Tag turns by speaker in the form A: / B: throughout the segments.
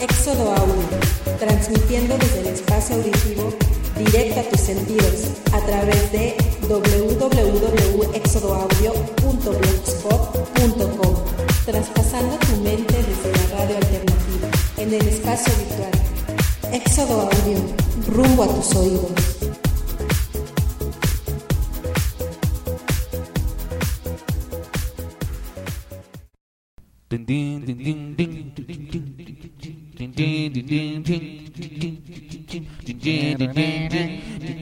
A: Éxodo AU, transmitiendo desde el espacio auditivo directo a tus sentidos a través de www.exodoaudio.blogspot.com, traspasando tu mente desde la radio alternativa en el espacio virtual. Éxodo Audio, rumbo a tus oídos.
B: Din, din, din, din, din, din, din, din, din, din, din, din, din, din, din, din, din,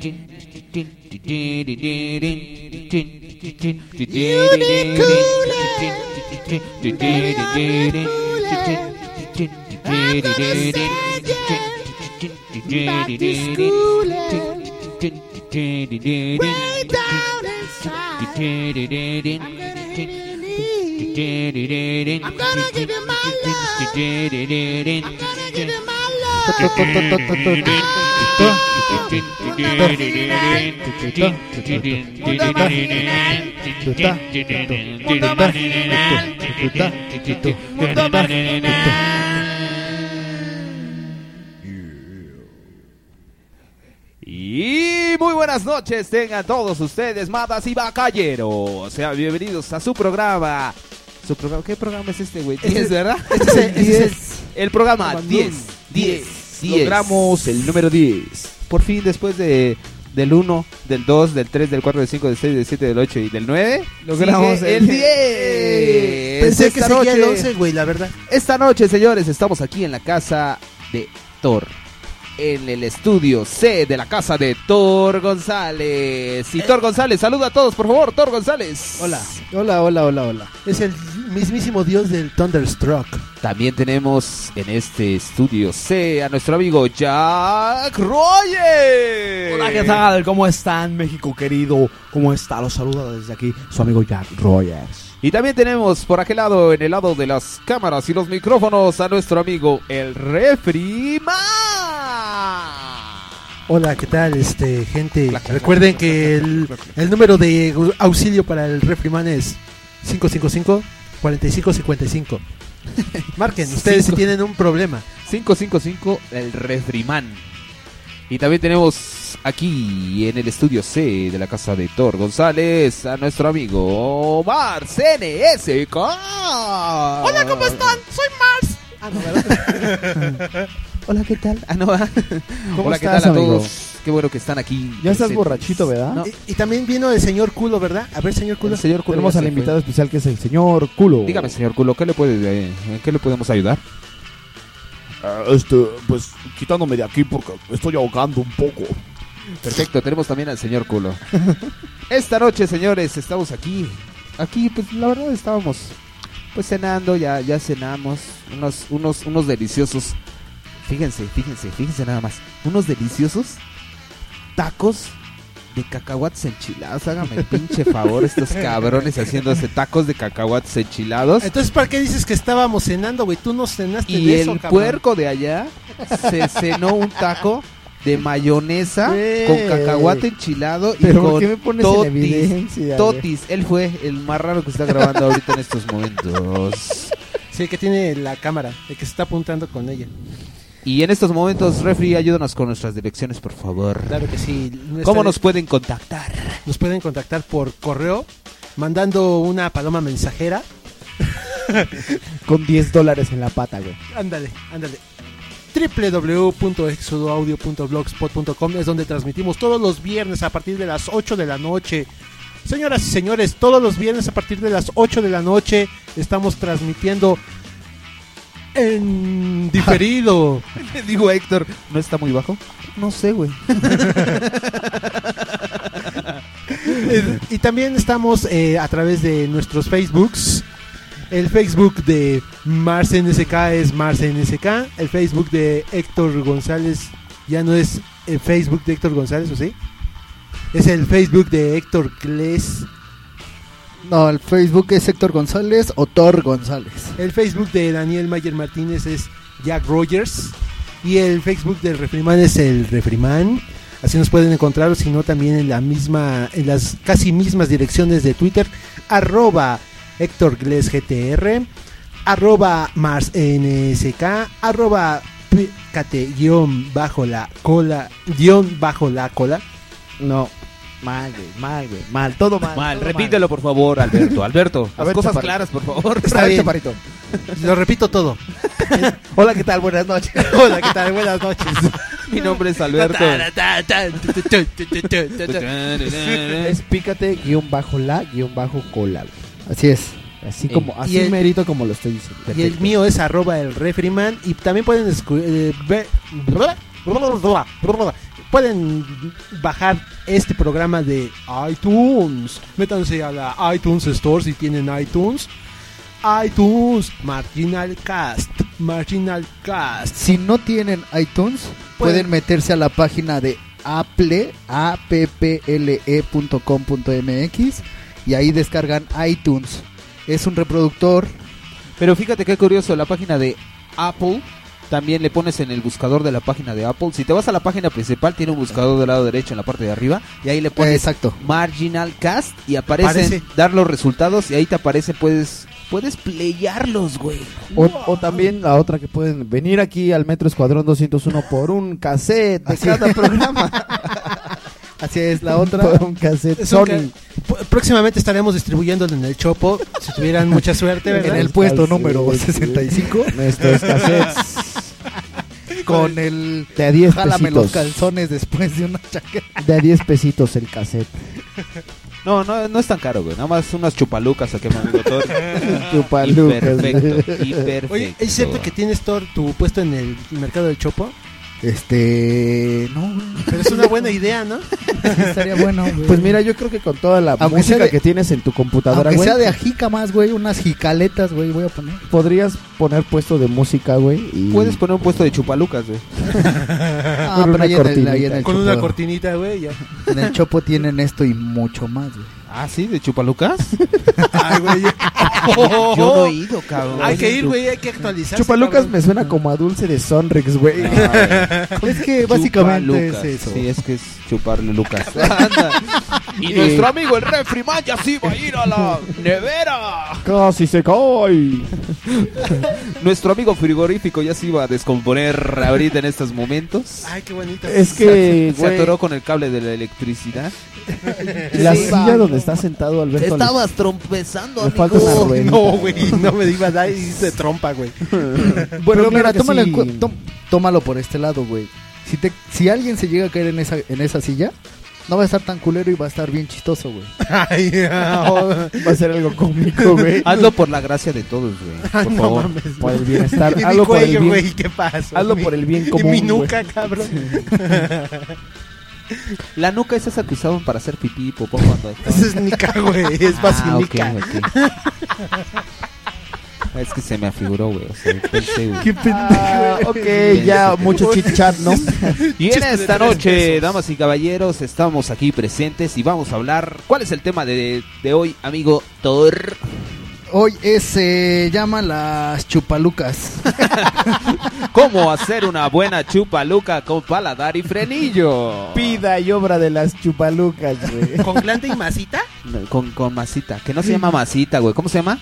C: Way down inside, I'm gonna hit it. I'm gonna give you my love. I'm gonna give you my love.
B: Y muy buenas noches tengan todos ustedes, madas y bacalleros. Sean bienvenidos a su programa. Su programa ¿Qué programa es este, güey?
D: Este-
B: 10, ¿verdad?
D: Este es el- este es el-
B: El programa
D: Programa
B: 10, 10, 10. Logramos el número 10. Por fin, después de, del 1, del 2, del 3, del 4, del 5, del 6, del 7, del 8 y del 9,
D: Logramos
B: sigue
D: el-
B: el 10.
D: Pensé que
B: Esta
D: seguía el
B: noche-
D: 11, güey, la verdad.
B: esta noche, señores, estamos aquí en la casa de Thor. En el estudio C de la casa de Thor González.
E: Eh.
B: Y Thor González, saluda a todos, por favor, Thor González.
D: Hola. Hola, hola, hola, hola. Es el mismísimo dios del Thunderstruck.
B: También tenemos en este estudio C a nuestro amigo Jack Royer.
E: Hola, ¿qué tal? ¿Cómo están, México querido? ¿Cómo está? Los saluda desde aquí su amigo Jack Rogers.
B: Y también tenemos por aquel lado, en el lado de las cámaras y los micrófonos, a nuestro amigo el Refri Man.
D: Hola, ¿qué tal, este, gente? Recuerden que el, el número de auxilio para el Refriman es 555-4555. Marquen ustedes si
B: Cinco.
D: tienen un problema.
B: 555 el refrimán. Y también tenemos aquí en el estudio C de la casa de Thor González a nuestro amigo Omar CNSK. Hola, ¿cómo están? Soy Mars. Ah, Hola, ¿qué tal? Ah, no, ¿verdad?
F: ¿Cómo
B: Hola,
F: estás,
B: ¿qué tal a
F: amigo?
B: todos? Qué bueno que están aquí.
F: Ya estás
B: presentes.
F: borrachito, ¿verdad?
B: No,
D: Y, y también vino el señor culo, ¿verdad? A ver, señor culo.
B: el señor culo
F: Tenemos
B: ya
F: al
B: se
F: invitado especial que es el señor Culo.
B: fue. Dígame, señor Culo, ¿qué le, puede, eh, ¿en qué le podemos ayudar?
G: Ah, este, pues quitándome de aquí porque estoy ahogando un poco.
B: Perfecto, tenemos también al señor culo. Esta noche, señores, estamos aquí. Aquí, pues la verdad estábamos pues cenando, ya, ya cenamos. Unos, unos, unos deliciosos. Fíjense, fíjense, fíjense nada más. Unos deliciosos tacos de cacahuates enchilados. Hágame el pinche favor estos cabrones haciéndose tacos de cacahuates enchilados.
D: Entonces, ¿para qué dices que estábamos cenando, güey? Tú no cenaste
B: Y
D: de eso,
B: el
D: cabrón.
B: puerco de allá se cenó un taco de mayonesa
F: Güey.
B: con cacahuate enchilado y
F: Pero
B: con
F: ¿por qué me pones
B: totis.
F: en evidencia?
B: Totis, él fue el más raro que está grabando ahorita en estos momentos.
D: Sí, que tiene la cámara, el que se está apuntando con ella.
B: Y en estos momentos, Refri, ayúdanos con nuestras direcciones, por favor.
D: Claro que sí.
B: ¿Cómo
D: Nuestra-
B: nos pueden contactar?
D: Nos pueden contactar por correo, mandando una paloma mensajera.
F: Con 10 dólares en la pata, güey.
D: Ándale, ándale. www.exodoaudio.blogspot.com es donde transmitimos todos los viernes a partir de las 8 de la noche. Señoras y señores, todos los viernes a partir de las 8 de la noche estamos transmitiendo en diferido.
B: Digo, Héctor, ¿no está muy bajo? No sé, güey.
D: Eh, y también estamos eh, a través de nuestros Facebooks. El Facebook de Mars NSK es Mars NSK. El Facebook de Héctor González ya no es el Facebook de Héctor González, ¿o sí? Es el Facebook de Héctor Cles.
H: No, el Facebook es Héctor González o Thor González.
D: El Facebook de Daniel Mayer Martínez es Jack Rogers. Y el Facebook del Refriman es el Refriman. Así nos pueden encontrar, o si no también en la misma, en las casi mismas direcciones de Twitter, arroba Héctor Gles GTR, arroba Mars NSK, arroba Pícate guión bajo la cola, guión bajo la cola.
I: No. Mal, güey, mal, güey, mal, todo mal.
J: Mal,
I: todo
J: repítelo por favor, Alberto. Alberto,
I: A
J: las
I: ver,
J: cosas
I: chaparrito.
J: claras, por favor.
I: A
D: Está
I: ver,
D: bien.
I: chaparrito.
D: Lo repito todo.
I: Hola, ¿qué tal? Buenas noches. Hola, ¿qué tal? Buenas noches.
B: Mi nombre es Alberto.
K: Es pícate guión bajo la guión bajo cola. güey.
H: Así es.
K: Así
B: Eh,
K: como,
D: y
K: así
D: el-
K: merito como lo estoy diciendo.
D: Y el mío es arroba el refriman. Y también pueden escu- eh, ver- pueden bajar este programa de iTunes. Métanse a la iTunes Store si tienen iTunes. iTunes, Marginal Cast, Marginal Cast.
H: Si no tienen iTunes, pueden, meterse a la página de Apple, E apple.com.mx y ahí descargan iTunes. Es un reproductor.
B: Pero fíjate qué curioso, la página de Apple también le pones en el buscador de la página de Apple. Si te vas a la página principal, tiene un buscador del lado derecho en la parte de arriba y ahí le
H: eh,
B: pones
H: exacto.
B: Marginal Cast y aparecen
D: Aparece.
B: dar los resultados y ahí te aparece puedes puedes playarlos, güey.
K: O, o también la otra que pueden venir aquí al Metro Escuadrón 201 por un cassette
H: Ah,
K: de cada programa.
H: Así es, la otra.
K: Por un cassette
D: Es un
K: Sony.
D: P- Próximamente estaremos distribuyéndolo en el Chopo. Si tuvieran mucha suerte,
H: en
D: ¿verdad?
H: el puesto número 65
K: Nuestros cassettes
H: con el
K: de a 10
H: jálame los
K: pesitos.
H: calzones después de una chaqueta.
K: De a 10 pesitos el cassette.
B: No, no, no es tan caro, güey. Nada más unas chupalucas a quemar motor.
K: Chupalucas.
B: perfecto, y perfecto.
D: Oye, ¿es cierto que tienes Thor, tu puesto en el mercado del Chopo?
H: Este, no,
D: Pero es una buena idea, ¿no?
H: estaría bueno. güey.
K: Pues mira, yo creo que con toda la
H: Aunque sea
K: música
H: de-
K: que tienes en tu computadora,
H: aunque
K: güey,
H: sea de ajica más, güey, unas jicaletas, güey, voy a poner.
K: podrías poner puesto de música, güey. y-
B: Puedes poner un puesto de chupalucas, güey.
H: Ah,
K: Con
H: pero
K: una
H: ahí en el, ahí en
K: cortinita.
H: el
D: Con
H: chopo,
D: una cortinita, güey, ya.
H: en el chopo tienen esto y mucho más, güey.
B: Ah, sí, de chupalucas.
D: Ay, güey.
B: Yo no he ido, cabrón.
D: Hay que ir, güey, hay que actualizar.
K: Chupalucas me suena como a dulce de Sonrix, güey.
H: Es que básicamente
B: Chupalucas.
H: es eso.
B: Sí, es que es chuparle Lucas.
J: Y nuestro amigo el refri man ya sí va a ir a la nevera.
K: Casi se cae.
B: Nuestro amigo frigorífico ya se iba a descomponer ahorita en estos momentos.
D: Ay, qué bonito.
K: Es que,
B: Se
K: güey,
B: atoró con el cable de la electricidad.
K: la
H: Sí,
K: silla
H: va,
K: donde está sentado Alberto le-
J: trompezando,
K: le, falta una ruedita.
D: No, güey, no me digas ahí de trompa, güey.
K: Bueno,
H: pero
K: claro
H: mira,
K: que
H: tómalo, en
K: sí.
H: cu- tó- tómalo por este lado, güey. Si, te, si alguien se llega a caer en esa, en esa silla, no va a estar tan culero y va a estar bien chistoso, güey.
D: Ay, ah,
K: Va a ser algo cómico, güey.
B: Hazlo por la gracia de todos, güey. Por favor.
K: Por el
D: y
K: bienestar.
D: mi
K: Hazlo por el
D: cuello,
K: bien.
D: güey, ¿qué pasa?
K: Hazlo
D: Mi-
K: por el bien
D: Y
K: común.
D: mi
K: güey.
D: nuca, cabrón.
B: La nuca es esa que usaban para hacer pipí y popó cuando...
D: Esa es nica, güey, es
B: Ah, ok,
D: basinica.
B: ok. Ah, Es que se me afiguró, güey. O sea, pensé, güey.
K: Ah, ok, ya
H: este
K: mucho chit chat, ¿no?
B: Y en esta noche, damas y caballeros, estamos aquí presentes y vamos a hablar. ¿Cuál es el tema de, de hoy, amigo Thor?
H: Hoy es, se llama las chupalucas.
B: ¿Cómo hacer una buena chupaluca con paladar y frenillo?
K: Vida y obra de las chupalucas, güey.
D: ¿Con glande y masita?
B: No, Con, con masita, que no se llama masita, güey. ¿Cómo se llama?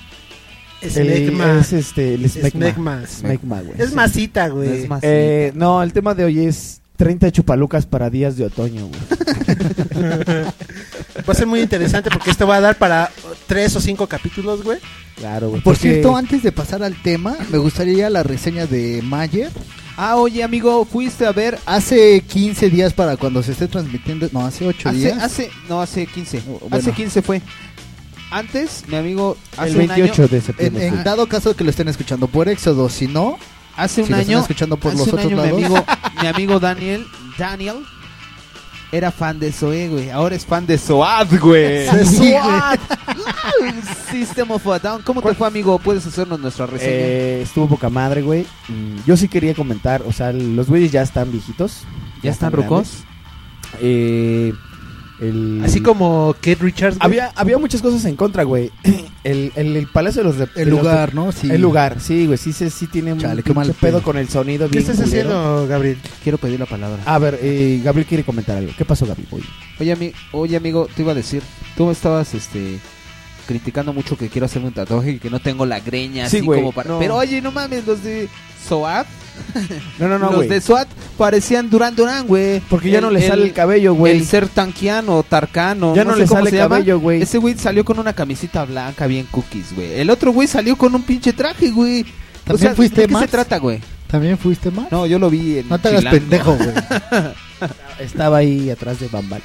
D: Es
K: El-
D: megma.
K: Es este, el smegma.
D: Smegma.
K: Smegma, güey.
D: Es masita,
B: No es
D: güey.
B: masita.
K: Eh, no, el tema de hoy es 30 chupalucas para días de otoño, güey.
D: Va a ser muy interesante porque esto va a dar para tres o cinco capítulos, güey.
K: Claro, güey.
H: Por
K: porque-
H: cierto, antes de pasar al tema, me gustaría la reseña de Mayer.
B: Ah, oye, amigo, fuiste a ver.
H: Hace 15 días para cuando se esté transmitiendo, no, hace 8
B: Hace,
H: días.
B: hace, no, hace 15.
H: Oh, bueno.
B: Hace 15 fue. Antes, mi amigo, hace
K: el
B: un año-
K: 28 de
H: En,
K: septiembre.
H: en
K: fue.
H: dado caso de que lo estén escuchando por Éxodo, si no,
B: hace un
H: si lo están
B: año,
H: escuchando por
B: hace
H: los
B: un
H: otros
B: año
H: lados.
B: mi amigo, mi amigo Daniel, Daniel, era fan de Zoe, güey. Ahora es fan de SOAD, güey.
H: Sí, güey.
B: SOAD. System of a Down. ¿Cómo te fue, amigo? Puedes hacernos nuestra reseña.
K: Eh, estuvo poca madre, güey. Mm, Yo sí quería comentar, o sea, los güeyes ya están viejitos.
B: ¿Ya están
K: grandes.
B: rucos?
K: Eh, el-
D: Así como Kate Richards. güey.
K: Había, había muchas cosas en contra, güey. El, el, el Palacio de los Rep-
H: El
K: de los
H: lugar, ¿no? Sí.
K: El lugar, sí, güey, sí, sí, sí tiene un
H: Chale, qué
K: pinche
H: mal
K: pedo
H: pedo.
K: con el sonido.
D: ¿Qué
K: bien
D: estás
K: culero.
D: haciendo, Gabriel?
B: Quiero pedir la palabra.
K: A ver, eh, Gabriel quiere comentar algo. ¿Qué pasó, Gabriel? Oye,
B: Oye, ami- oye, amigo, te iba a decir, tú me estabas este criticando mucho que quiero hacerme un tatuaje y que no tengo la greña
K: Sí,
B: así
K: güey,
B: como para.
K: no.
B: Pero oye, no mames, los de SOAT,
K: No, no, no,
B: los
K: güey.
B: de SOAT parecían Duran Duran, güey.
K: Porque ya
B: El-
K: no le sale el cabello,
B: El
K: güey.
B: ser tanquiano, tarcano,
K: Ya
B: no,
K: no
B: sé
K: le
B: cómo
K: sale
B: se llama.
K: cabello, güey.
B: Ese güey salió con una camisita blanca bien cookies, güey. El otro güey salió con un pinche traje, güey. O
H: ¿También
B: sea,
H: fuiste
B: ¿de qué se
H: Max?
B: trata, güey?
H: ¿También fuiste mal?
B: No, yo lo vi en
H: No te hagas
B: Chilango.
H: pendejo, güey.
K: Estaba ahí atrás de Bambari.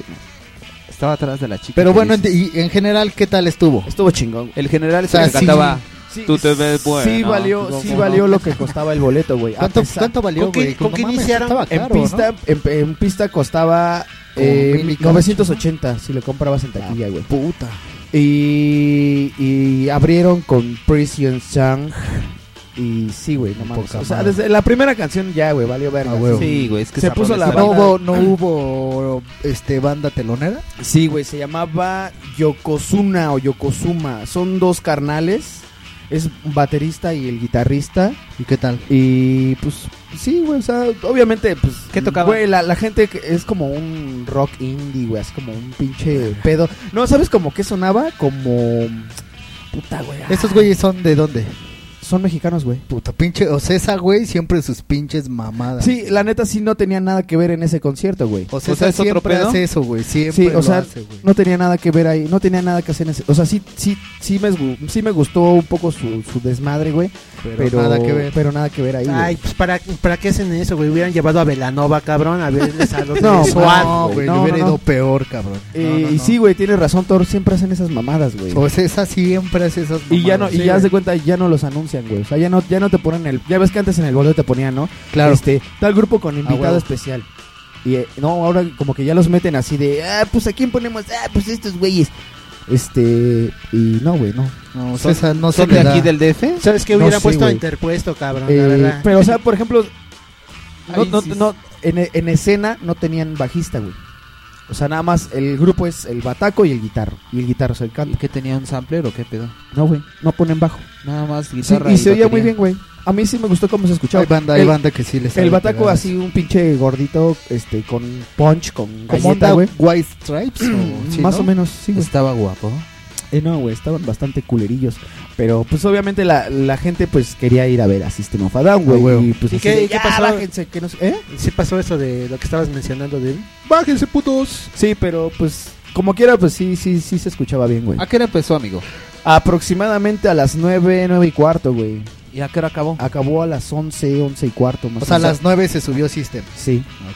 B: Estaba atrás de la chica.
H: Pero
B: que
H: bueno, en,
B: dices.
H: y en general, ¿qué tal estuvo?
K: Estuvo chingón.
B: el general se
H: O sea,
B: le
H: sí.
B: cantaba
K: Sí,
L: Eh, Tú te ves bueno.
K: Sí valió, sí
H: ¿Cómo
K: valió
H: no?
K: lo que costaba el boleto, güey. A
H: ¿Cuánto,
K: pesar-
H: cuánto valió,
D: ¿Con qué-
H: güey?
D: con
H: No
D: qué
H: mames,
D: iniciaron?
H: estaba
K: En
H: caro, ¿no?
K: pista, en, en pista costaba
H: Como
K: eh,
H: mil y cacho. Ah,
K: 980 si lo comprabas en taquilla, güey.
H: Puta.
K: Y, y abrieron con Prison Song. Y sí, güey, no mames.
H: Poca
K: O sea,
H: madre.
K: desde la primera canción ya, güey, valió verga.
H: Ah, huevo.
K: Sí.
B: Sí, güey, es que
K: Se
B: esa
K: puso
B: rola
K: la
B: está
H: ¿No
K: banda-
H: hubo, no hubo este, banda telonera?
K: Sí, güey, se llamaba Yokozuna o Yokozuma. Son dos carnales. Es un baterista y el guitarrista.
H: ¿Y qué tal?
K: Y pues sí, güey, o sea, obviamente pues
B: ¿Qué tocaban?
K: Güey, la, la gente que es como un rock indie, güey, así como un pinche pedo. No, ¿sabes como qué sonaba? Como puta, güey. ah,
H: ¿Estos güeyes son de dónde?
K: son mexicanos, güey.
H: Puta, pinche. O sea, esa güey siempre sus pinches mamadas.
K: Sí, la neta sí no tenía nada que ver en ese concierto, güey.
H: O sea,
B: O sea,
H: esa
B: ¿es otro
H: siempre
B: pedo?
H: hace eso, güey. Siempre
K: Sí, o
H: lo
K: sea,
H: hace, güey.
K: No tenía nada que ver ahí, no tenía nada que hacer en ese, o sea, sí sí sí me gu- sí me gustó un poco su, su desmadre, güey, pero,
H: nada que ver.
K: pero nada que ver ahí. güey.
D: Ay, pues ¿para, ¿para qué hacen eso, güey? Hubieran llevado a Velanova, cabrón, a ver a los
K: No,
D: de SWAT,
H: no, güey,
K: No,
H: le hubiera
K: no, no.
H: ido peor, cabrón.
K: Eh,
H: No, no,
K: Y
H: no.
K: sí, güey, tienes razón, Thor, siempre hacen esas mamadas, güey.
H: O sea, esa siempre hace esas
K: Y ya no,
H: mamadas.
K: y ya haz de cuenta, ya no los anuncian, güey. O sea, ya no, ya no te ponen el. Ya ves que antes en el boleto te ponían, ¿no?
H: Claro.
K: Este, tal grupo con
H: Ah,
K: invitado
H: huevo.
K: especial. Y eh, no, ahora como que ya los meten así de, ah, pues a quién ponemos, ah, pues estos güeyes. Este, y no, güey, no.
H: No, o sea, esa no se
B: ¿Son
H: le
B: de
H: da.
B: aquí del DF?
D: ¿Sabes qué?
K: No
D: Hubiera
K: sé,
D: puesto a
K: güey.
D: interpuesto, cabrón,
K: Eh,
D: la verdad.
K: pero, o sea, por ejemplo, no,
B: Ahí
K: no,
B: sí
K: no- en, en escena no tenían bajista, güey. O sea, nada más el grupo es el bataco y el guitarro. Y el guitarro es el
B: ¿Y
K: canto.
B: que tenía un sampler o qué pedo?
K: No, güey, no ponen bajo.
B: Nada más
K: Sí,
B: guitarra.
K: y se oía
B: batería.
K: muy bien, güey. A mí sí me gustó cómo se escuchaba.
H: Hay banda, hay
K: El-
H: banda que sí les
K: El bataco así, un pinche gordito, este, con punch, con
H: Como
K: galleta, güey.
H: White Stripes Mm, o sí,
K: Más
H: ¿no?
K: o menos, sí, güey.
B: Estaba guapo.
K: Eh, no, güey, estaban bastante culerillos. Pero, pues, obviamente la, la gente, pues, quería ir a ver a System of a Down,
H: Ah,
K: güey.
H: huevo.
K: y, pues,
D: ¿Y
K: así
D: qué-
K: de,
D: y qué
K: "Ya,
D: pasó?"
K: bájense, que no sé- ¿Eh?
D: ¿Sí pasó eso de lo que estabas mencionando, de
H: Bájense, putos.
K: Sí, pero, pues, como quiera, pues, sí, sí, sí se escuchaba bien, güey.
B: ¿A qué hora empezó, amigo?
K: Aproximadamente a las nueve, nueve y cuarto, güey.
B: ¿Y a qué hora acabó?
H: Ah,
K: Acabó a las once, once y cuarto, más
H: O sea, a
K: menos.
H: las 9 se subió System.
K: Sí.
H: Ah,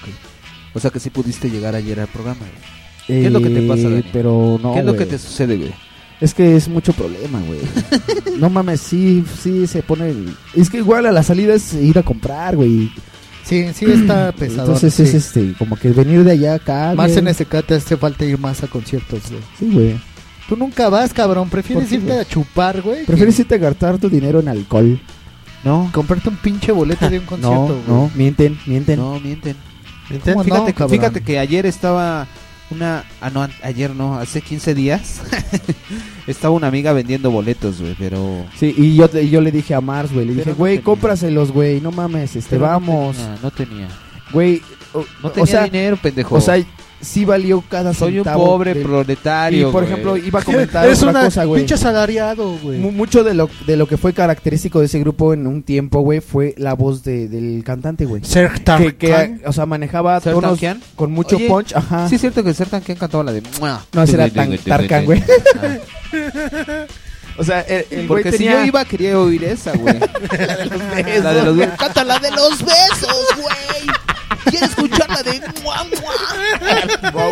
B: O sea que sí pudiste llegar ayer al programa. güey.
K: ¿Qué
B: es lo que te pasa, Dani?
K: Eh, Pero no,
B: ¿Qué es lo
K: güey.
B: que te sucede, güey?
K: Es que es mucho problema, güey. No mames, sí, sí se pone. Es que igual a la salida es ir a comprar, güey.
H: Sí, sí está pesado.
K: Entonces es este, como que venir de allá a acá.
H: Más
K: güey.
H: en SK te hace falta ir más a conciertos, güey.
K: Sí, güey.
H: Tú nunca vas, cabrón. Prefieres
K: ¿Por qué,
H: irte
K: güey?
H: a chupar, güey.
K: Prefieres irte a gastar tu dinero en alcohol. No,
H: que Comprarte un pinche boleto de un concierto,
K: no,
H: güey.
K: no, mienten, mienten.
B: No, mienten.
H: ¿Cómo no,
B: Fíjate, que-
H: cabrón?
B: fíjate que ayer estaba una... Ah, no, an- ayer no, hace 15 días. estaba una amiga vendiendo boletos, güey, pero...
K: Sí, y yo, te- y yo le dije a Mars, güey, le
B: Pero
K: dije,
B: no
K: güey,
B: tenía.
K: cómpraselos, güey, no mames, este,
B: pero no
K: vamos,
B: tenía, No tenía.
K: güey, o,
B: No
K: o
B: tenía
K: sea,
B: dinero, pendejo.
K: o sea, sí valió cada
B: soy un
K: centavo
B: pobre
K: del- Y,
B: proletario,
K: por
B: güey.
K: ejemplo, iba a comentar
D: Es
K: otra
D: una
K: cosa, güey.
D: pinche asalariado, güey.
K: Mu- Mucho de lo, de lo que fue característico de ese grupo en un tiempo, güey, fue la voz de- del cantante, güey.
D: Ser
K: Que, que, o sea, manejaba
B: ¿Ser
K: tonos
B: Tarkan?
K: con mucho
B: Oye,
K: punch, ajá.
B: Sí, es cierto que Sertan que cantaba la de.
K: No, ese era tan- Tarkan, güey. o sea, el, el güey
B: Porque si
K: tenía-
B: yo iba, quería oír esa, güey. la de los besos. La de los besos.
L: Canta la de los besos, güey. ¿Quieres escuchar la de mua,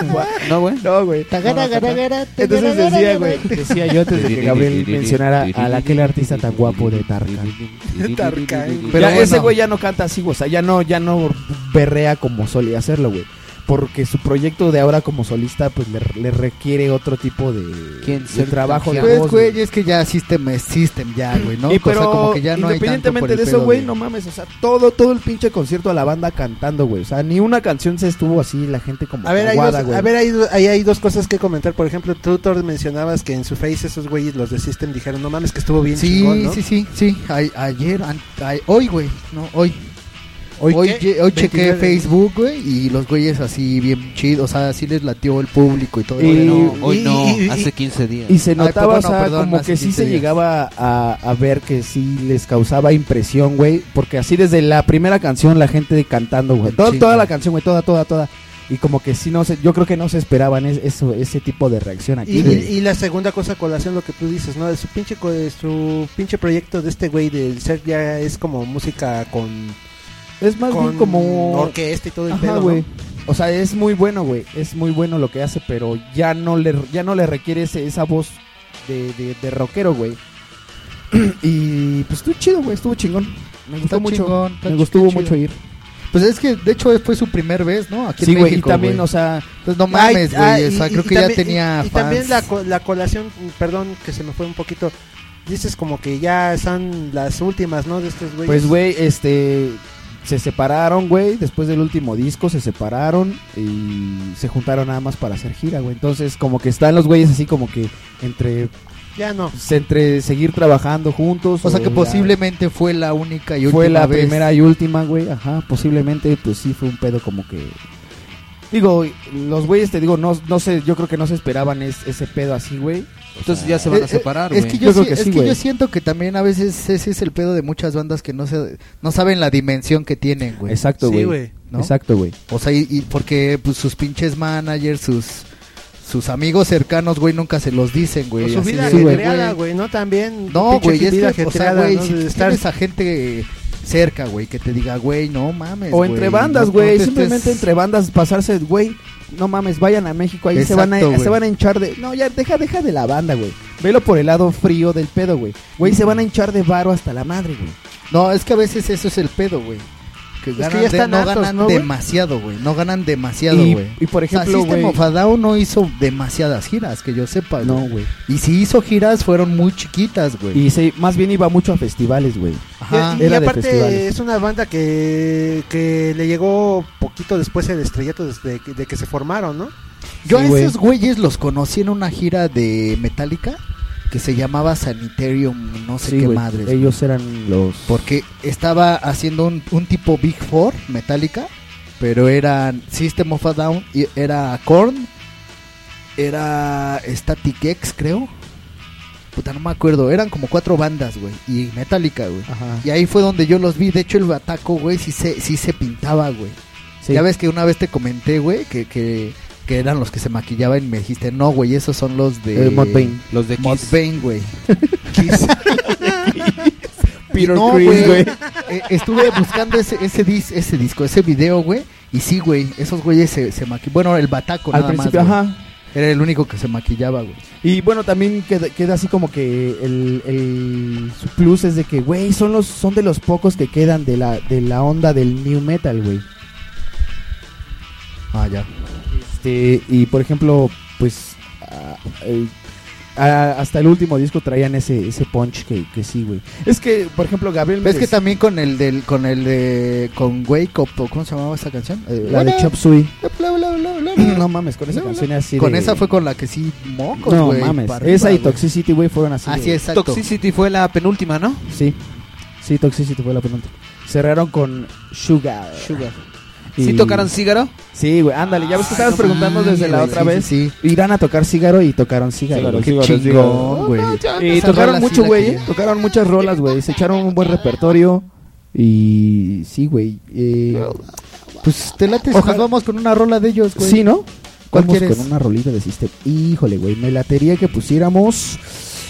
L: mua?
B: No, güey.
K: No, güey. Entonces decía, güey, decía yo antes de que Gabriel mencionara a la- aquel artista tan guapo de Tarkan.
B: Tarkan.
K: Pero
H: Pero
C: eh,
K: ese
H: bueno.
K: güey ya no canta así, güey, o sea, ya no, ya no berrea como solía hacerlo, güey. porque su proyecto de ahora como solista pues le, le requiere otro tipo de,
B: ¿Quién?
K: de
B: Ser
K: trabajo de
H: Pues,
K: voz, güey.
H: güey, es que ya System es System, ya, güey, ¿no?
K: Y
H: Cosa
K: pero
H: como que ya no hay tanto por
K: independientemente
H: el
K: de eso,
H: pedo
K: güey,
H: de-
K: no mames, o sea, todo todo el pinche concierto a la banda cantando, güey, o sea, ni una canción se estuvo así la gente como
D: A ver, hay
K: aguada,
D: dos,
K: güey.
D: a ver, hay do- ahí hay dos cosas que comentar. Por ejemplo, tú, Thor, mencionabas que en su face esos güeyes, los de System, dijeron, no mames, que estuvo bien
H: Sí,
D: chingón, ¿no?
H: sí, sí, sí. Ay- ayer, an- ay- hoy, güey, no, hoy. Hoy,
D: qué?
H: ye- hoy chequé
D: 29.
H: Facebook, güey, y los güeyes así bien chidos, o sea, así les latió el público y todo.
K: Y-
B: No, hoy
D: y-
B: no,
D: y- y-
B: hace 15 días.
K: Y se
H: pues,
K: notaba,
H: bueno,
K: o sea,
H: perdón,
K: como
H: hace
K: que sí
H: 15
K: se
H: días.
K: llegaba a, a ver que sí les causaba impresión, güey. Porque así desde la primera canción la gente cantando, güey.
H: En
K: Toda,
H: chinga.
K: toda la canción, güey, toda, toda, toda. Y como que sí, no sé, yo creo que no se esperaban es- eso, ese tipo de reacción
D: Y,
K: aquí,
D: y-
K: güey.
D: y la segunda cosa, colación, lo que tú dices, ¿no? De su pinche, co- de su pinche proyecto de este güey del ser ya es como música con,
K: Es más
D: con
K: bien como...
D: orquesta y todo el
K: Ajá,
D: pedo,
K: güey.
D: ¿no?
K: O sea, es muy bueno, güey. Es muy bueno lo que hace, pero ya no le, ya no le requiere ese- esa voz de, de, de rockero, güey. y pues estuvo chido, güey. Estuvo chingón. Me gustó
H: Está
K: mucho.
H: chingón, está
K: me
H: chi-
K: gustó
H: está
K: mucho
H: chido.
K: ir.
H: Pues es que, de hecho, fue su primer vez, ¿no? Aquí
K: Sí,
H: en
K: güey. Y
H: México,
K: también,
H: güey.
K: o sea,
H: Entonces, no mames,
D: Ay, ah,
H: güey, o sea,
D: y-
H: creo
D: y
H: que ya
D: también-
H: tenía
D: y, y
H: fans.
D: también la, co- la colación, perdón que se me fue un poquito. Dices como que ya son las últimas, ¿no? De estos güeyes.
K: pues, güey, este. Se separaron, güey. Después del último disco se separaron y se juntaron nada más para hacer gira, güey. Entonces, como que están los güeyes así como que entre,
D: Ya no.
K: pues, entre seguir trabajando juntos.
H: O sea, que
K: ya-
H: posiblemente fue la única y última
K: fue la
H: vez.
K: primera y última, güey. Ajá, posiblemente, pues sí, fue un pedo como que. Digo, los güeyes, te digo, no, no sé, yo creo que no se esperaban es- ese pedo así, güey.
B: Entonces ya se
H: Eh,
B: van a
H: eh,
B: separar,
H: es
B: güey.
H: que
K: Yo
H: yo,
K: creo
H: sí-
K: que
H: es
K: sí,
H: que yo
K: güey.
H: siento que también a veces ese es el pedo de muchas bandas que no se no saben la dimensión que tienen, güey.
K: Exacto,
D: Sí,
K: güey.
D: güey.
H: ¿no?
K: Exacto, güey.
H: O sea, y, y porque pues, sus pinches managers, sus sus amigos cercanos, güey, nunca se los dicen, güey.
D: O su
H: así
D: vida
H: de,
K: sí, güey.
D: ajetreada, güey, ¿no? También.
H: No,
D: pinche
H: güey, es
D: vida
H: que, o sea,
D: ajetreada,
H: güey,
D: ¿no?
H: si
D: De
H: tú
D: estar-
H: tienes a gente cerca, güey, que te diga, güey, no mames,
K: O entre
H: güey,
K: bandas,
H: no-
K: güey.
H: no te
K: simplemente
H: estés-
K: entre bandas, pasarse, güey. No mames, vayan a México, ahí se, van
H: Exacto,
K: a,
H: güey.
K: se van a hinchar de. No, ya, Eh, deja, deja de la banda, güey. Velo por el lado frío del pedo, güey. Güey, se van a hinchar de varo hasta la madre, güey.
H: No, es que a veces eso es el pedo, güey. Que
D: que
H: ganan
D: ya
H: de-
D: están
H: no
D: hartos,
H: ganan
D: ¿no, güey?
H: demasiado, güey. No ganan demasiado,
K: Y,
H: güey.
K: y por
H: O sea,
K: ejemplo,
H: System
K: güey.
H: of a Down no hizo demasiadas giras, que yo sepa.
K: No,
H: güey.
K: güey.
H: Y si hizo giras, fueron muy chiquitas, güey.
K: Y se, más bien iba mucho a festivales, güey.
H: Ajá.
D: y, y
K: era de
D: aparte
K: festivales.
D: es una banda que, que le llegó poquito después el estrellato desde que- de que se formaron, ¿no?
H: Yo
K: sí,
H: a
K: güey.
H: esos güeyes los conocí en una gira de Metallica que se llamaba Sanitarium, no sé
K: Sí,
H: qué
K: güey.
H: madres. güey.
K: Ellos eran los.
H: Porque estaba haciendo un, un tipo Big Four, Metallica, pero eran System of a Down, y era Korn, era Static X, creo. Puta, no me acuerdo, eran como cuatro bandas, güey, y Metallica,
B: Ah.
H: güey.
K: Ajá.
H: Y ahí fue donde yo los vi, de hecho el bataco, güey, sí se, sí se pintaba, güey.
K: Sí.
H: Ya ves que una vez te comenté, güey, que, que, que eran los que se maquillaban y me dijiste, no, güey, esos son los de...
K: Eh, Mudvayne.
B: Los de Kiss.
H: Mudvayne, güey.
K: Peter
H: No,
K: Criss, güey.
H: Eh, estuve buscando ese, ese, dis- ese disco, ese video, güey. Y sí, güey, esos güeyes se, se maquillaban. Bueno, el bataco
K: Al
H: nada más,
K: principio,
H: güey.
K: ajá.
H: Era el único que se maquillaba, güey.
K: Y bueno, también queda, queda así como que el, el- su plus es de que, güey, son los son de los pocos que quedan de la de la onda del new metal, güey.
H: Ah, ya.
K: Este, y por ejemplo, pues ah, eh, ah, hasta el último disco traían ese ese punch que, que sí, güey. Es que, por ejemplo, Gabriel me
H: Ves que
K: decía-
H: también con el del, con el de, con Wake Up, o ¿cómo se llamaba esa canción? Eh,
K: la de Chop Suey.
H: bla, bla, bla, bla, bla.
K: No mames, con esa
H: No,
K: canción así
H: Con
K: de-
H: esa fue con la que sí, mocos,
K: No
H: güey.
K: mames,
H: para
K: esa y
H: arriba, güey.
K: Toxicity, güey, fueron así.
H: Así
K: güey.
H: es, exacto.
B: Toxicity fue la penúltima, ¿no?
K: Sí. Sí, Toxicity fue la pregunta. Cerraron con Sugar.
B: Sugar.
K: Y-
B: ¿Sí tocaron Cígaro?
K: Sí, güey, ándale, ya ves que estabas
H: no
K: preguntando
H: mames,
K: desde la
H: güey,
K: otra
H: sí,
K: vez.
H: Sí,
K: Irán a tocar Cígaro y tocaron Cígaro.
H: Qué
F: Oh,
H: chingón, güey.
K: Y
H: Esa
K: tocaron
H: rola sí
K: mucho,
H: la
K: güey,
H: quería.
K: ¿eh? tocaron muchas rolas, güey, se echaron un buen repertorio y sí, güey. eh,
H: Pues te late si
K: Ojalá-
H: nos vamos con una rola de ellos, güey.
K: pues, sí, ¿no?
H: ¿Cuál
K: Vamos
H: quieres?
K: Con una rolita de System. Híjole, güey, me latería que pusiéramos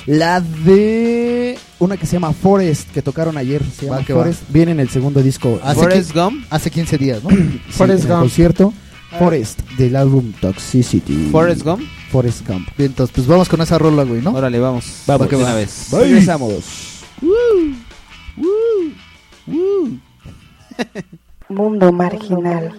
K: la de una que se llama Forest que tocaron ayer, se
H: Va
K: llama
H: que va.
K: Forest, viene en el segundo disco.
H: Hace
B: Forrest Gump.
H: Hace 15 días, ¿no?
K: Sí,
D: Forrest
K: en el
D: Gump.
K: concierto Forest del álbum Toxicity.
B: Forrest Gump.
K: Forest Gump.
H: Bien, entonces, pues vamos con esa rola, güey, ¿no?
B: Órale, vamos.
K: Vamos.
B: Va que va. Una vez.
K: Regresamos.
M: Mundo marginal.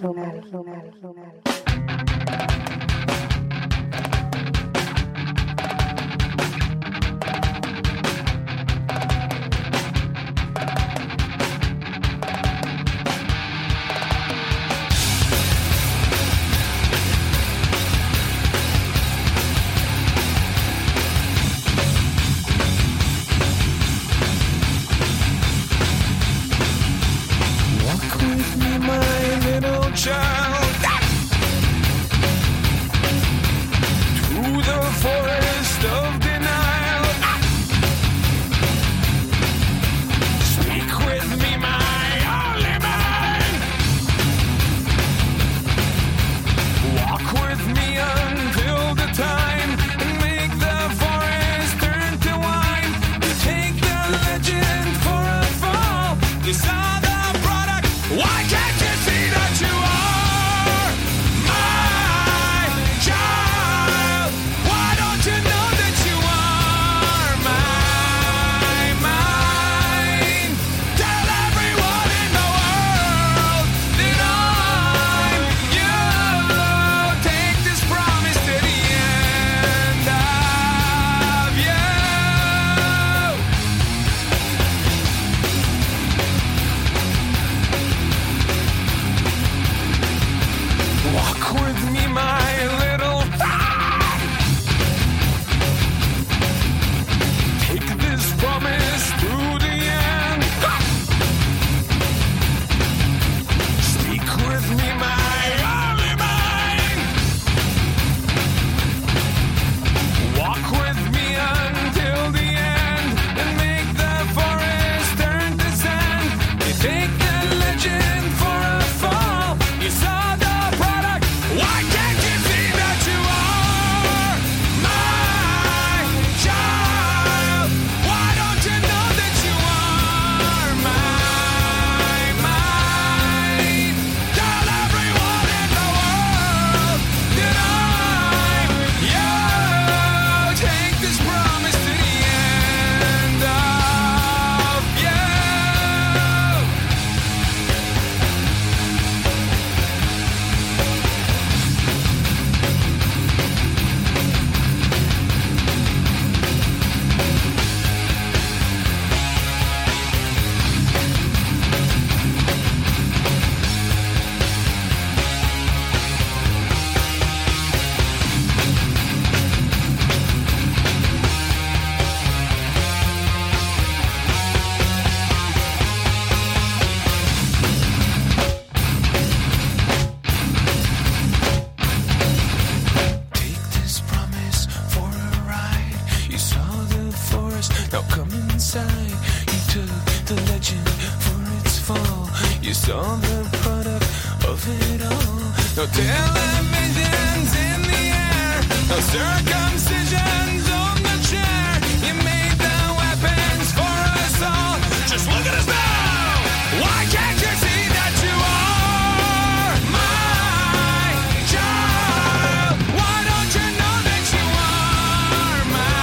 N: saw the product of it all. No televisions in the air, no circumcisions on the chair. You made the weapons for us all. Just look at us now. Why can't you see that you are my child? Why don't you know that you are my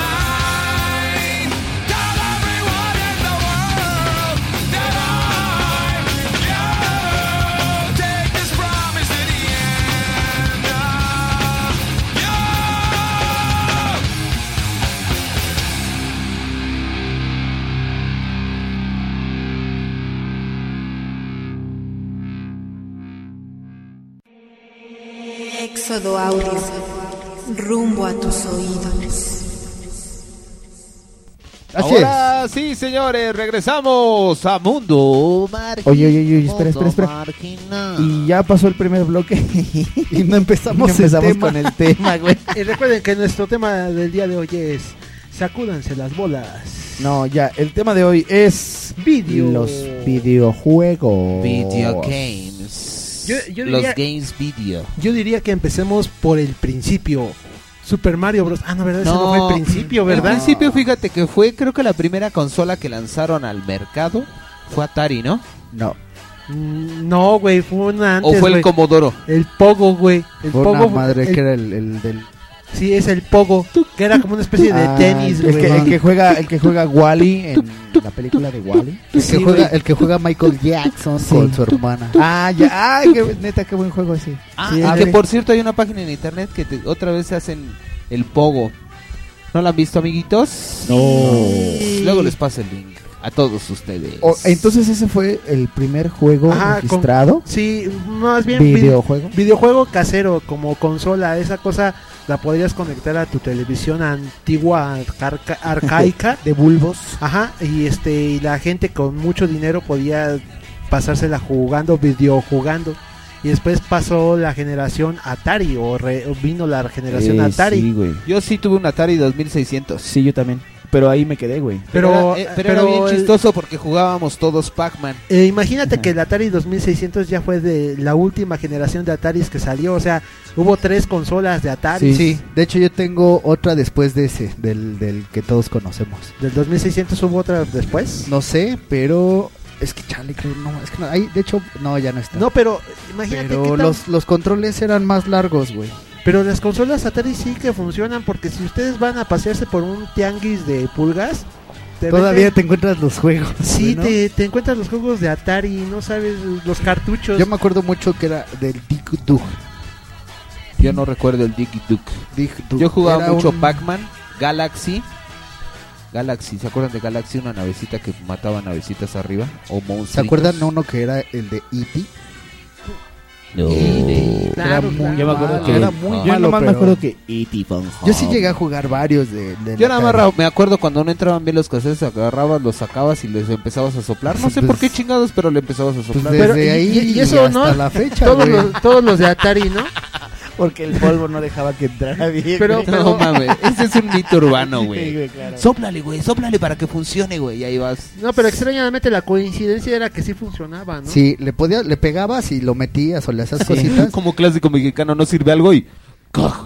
N: mine? Tell everyone in the world that I'm yours. Take this promise to the end of you.
A: Éxodo Audio, rumbo a tus oídos.
F: Así
B: Ahora sí, señores, regresamos a Mundo Marginal.
F: Oye, oye, oye, espera, espera, espera.
B: Mundo Marginal.
F: Y ya pasó el primer bloque y no empezamos,
D: el tema.
F: con el tema, güey.
D: Y recuerden que nuestro tema del día de hoy es Sacúdanse las bolas.
F: No, ya, el tema de hoy es
D: Video.
F: los videojuegos.
B: Video games.
D: Yo- yo
B: Los
D: diría-
B: games video.
D: Yo diría que empecemos por el principio. Super Mario Bros. Ah, no, ¿verdad? Ese no fue el principio, ¿verdad?
B: Al principio, fíjate que fue, creo que la primera consola que lanzaron al mercado fue Atari, ¿no?
F: No,
D: Mm, No, güey, fue una antes,
B: o fue el
D: güey.
B: Commodore.
D: El Pogo, güey. El
F: por
D: Pogo.
F: una madre
D: el-
F: que era el, el del
D: Sí, es el Pogo. Que era como una especie de
F: Ah,
D: tenis,
F: el,
D: güey.
F: que, el que juega, el que juega Wally en la película de Wally.
H: El
D: Sí,
H: que, juega,
D: güey.
H: el que juega Michael Jackson con su hermana.
F: Ah, ya, ah, qué- neta, qué buen juego ese.
B: Ah,
D: Sí,
B: ah,
D: el
B: que
D: de-
B: por cierto hay una página en internet que te- otra vez hacen el pogo. ¿No la han visto, amiguitos? Luego les paso el link a todos ustedes.
F: O- entonces ese fue el primer juego
D: Ajá, con-
F: registrado,
D: Sí, más bien vi-
F: videojuego.
D: videojuego casero, como consola. Esa cosa la podrías conectar a tu televisión antigua, arca- arcaica.
F: de bulbos.
D: Ajá, y este y la gente con mucho dinero podía pasársela jugando, videojugando. Y después pasó la generación Atari, o, re- o vino la
K: Eh,
D: generación Atari.
E: Sí, güey.
B: Yo sí tuve un Atari 2600.
E: Sí, yo también. Pero ahí me quedé, güey.
D: Pero,
B: Pero, era, eh, pero era
D: pero
B: bien
D: el-
B: chistoso porque jugábamos todos Pac-Man.
D: eh, imagínate que el Atari 2600 ya fue de la última generación de Ataris que salió. O sea, hubo tres consolas de Atari.
H: Sí. de hecho yo tengo otra después de ese, del, del que todos conocemos.
D: Del 2600 hubo otra después.
H: No sé, pero es que chale, creo- no, es que no, ahí, de hecho, no, ya no está.
D: No, pero imagínate qué
H: pero
D: tan-
H: los, los controles eran más largos, güey.
D: Pero las consolas Atari sí que funcionan porque si ustedes van a pasearse por un tianguis de pulgas, te
H: Todavía
D: venden-
H: te encuentras los juegos.
D: sí
H: güey, ¿no?
D: te, te encuentras los juegos de Atari, no sabes los cartuchos.
H: Yo me acuerdo mucho que era del Dick Duck.
B: Yo no recuerdo el Dicky Duck.
H: Dick Duck.
B: Yo jugaba
H: Era
B: mucho
H: un-
B: Pac-Man, Galaxy. Galaxy, ¿se acuerdan de Galaxy? Una navecita que mataba navecitas arriba. O monstruos.
H: ¿Se acuerdan de uno que era el de E E.T.?
D: Claro,
H: era muy
D: claro.
E: Yo me acuerdo
H: malo,
E: que-
H: era muy
E: Yo
H: malo,
E: nomás me
H: pero-
E: acuerdo que E.T.
H: Yo sí llegué a jugar varios de, de
B: Yo
H: la
B: nada más
H: calle.
B: ra- me acuerdo cuando no entraban bien los casetes, agarrabas, los sacabas y les empezabas a soplar. No sé
H: Pues-
B: por qué chingados, pero le empezabas a
H: Pues
B: soplar.
H: desde
D: Pero y-
H: ahí
D: y- y eso,
H: hasta
D: ¿no?
H: la fecha,
D: Todos
H: güey.
D: los, todos los de Atari, ¿no?
E: Porque el polvo no dejaba que entrara bien.
D: Pero,
B: No
D: pero
B: mames, ese es un mito urbano, güey.
E: claro.
B: Sóplale, güey, sóplale para que funcione, güey. Y ahí vas.
D: no, pero extrañamente la coincidencia era que sí funcionaba, ¿no?
H: Sí, le podías, le pegabas y lo metías o le hacías cositas.
B: Como clásico mexicano, no sirve algo y.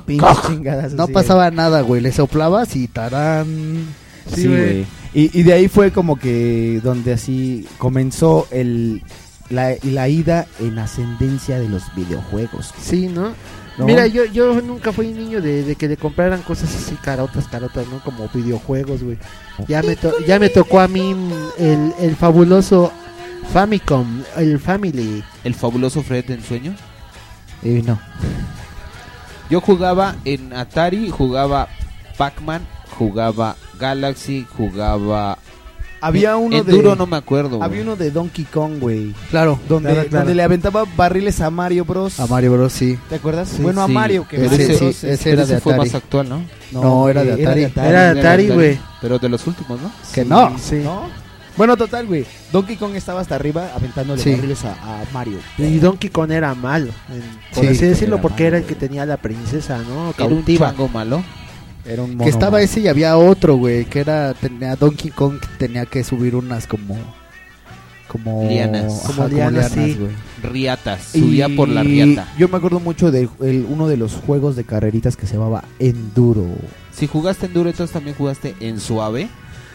E: Pinches chingadas.
H: No
E: así,
H: pasaba nada, güey. Le soplabas y tarán.
E: güey. Sí, güey. Y, y de ahí fue como que donde así comenzó el la, la ida en ascendencia de los videojuegos.
D: Sí, ¿no?
E: ¿no?
D: Mira, yo, yo nunca fui niño de, de que le compraran cosas así carotas, carotas, ¿no? Como videojuegos, güey. Ya me, to- ya me tocó a mí mm, el, el fabuloso Famicom, el Family.
B: El fabuloso Fred en sueño.
E: Eh, no.
B: Yo jugaba en Atari, jugaba Pac-Man, jugaba Galaxy, jugaba.
E: Había uno
B: en
E: de
B: duro no me acuerdo.
E: había
B: güey.
E: uno de Donkey Kong, güey,
H: Claro.
E: donde,
D: Claro, claro.
E: donde le aventaba barriles a Mario Bros.
H: A Mario Bros. sí.
E: ¿Te acuerdas?
B: Sí,
E: bueno,
B: sí.
E: a Mario que
H: Ese
E: Mario
H: sí,
E: Bros.
H: ese
B: Pero
H: era
B: ese
H: de
B: fue
H: Atari.
B: más actual, ¿no?
H: No, era de Atari.
D: Era de Atari, güey.
B: Pero de los últimos, ¿no?
H: Que no.
D: Sí.
E: ¿No? Bueno, total, güey. Donkey Kong estaba hasta arriba aventándole
H: Sí.
E: barriles a, a Mario.
D: Y Donkey Kong era malo, en- por
H: Sí,
D: así decirlo,
E: era
D: porque
E: malo,
D: era el que
E: güey.
D: tenía la princesa, ¿no?
B: Era un
D: Cautiva.
B: chango malo.
E: Era un
H: Que estaba ese y había otro, güey. Que era. Tenía Donkey Kong. que Tenía que subir unas como. Como
B: Lianas.
H: ajá,
B: Como
E: lianas, sí.
H: güey.
B: Riatas,
E: Y
B: subía por la riata.
E: Yo me acuerdo mucho de el- uno de los juegos de carreritas que se llamaba Enduro.
B: Si jugaste en duro, entonces también jugaste en suave.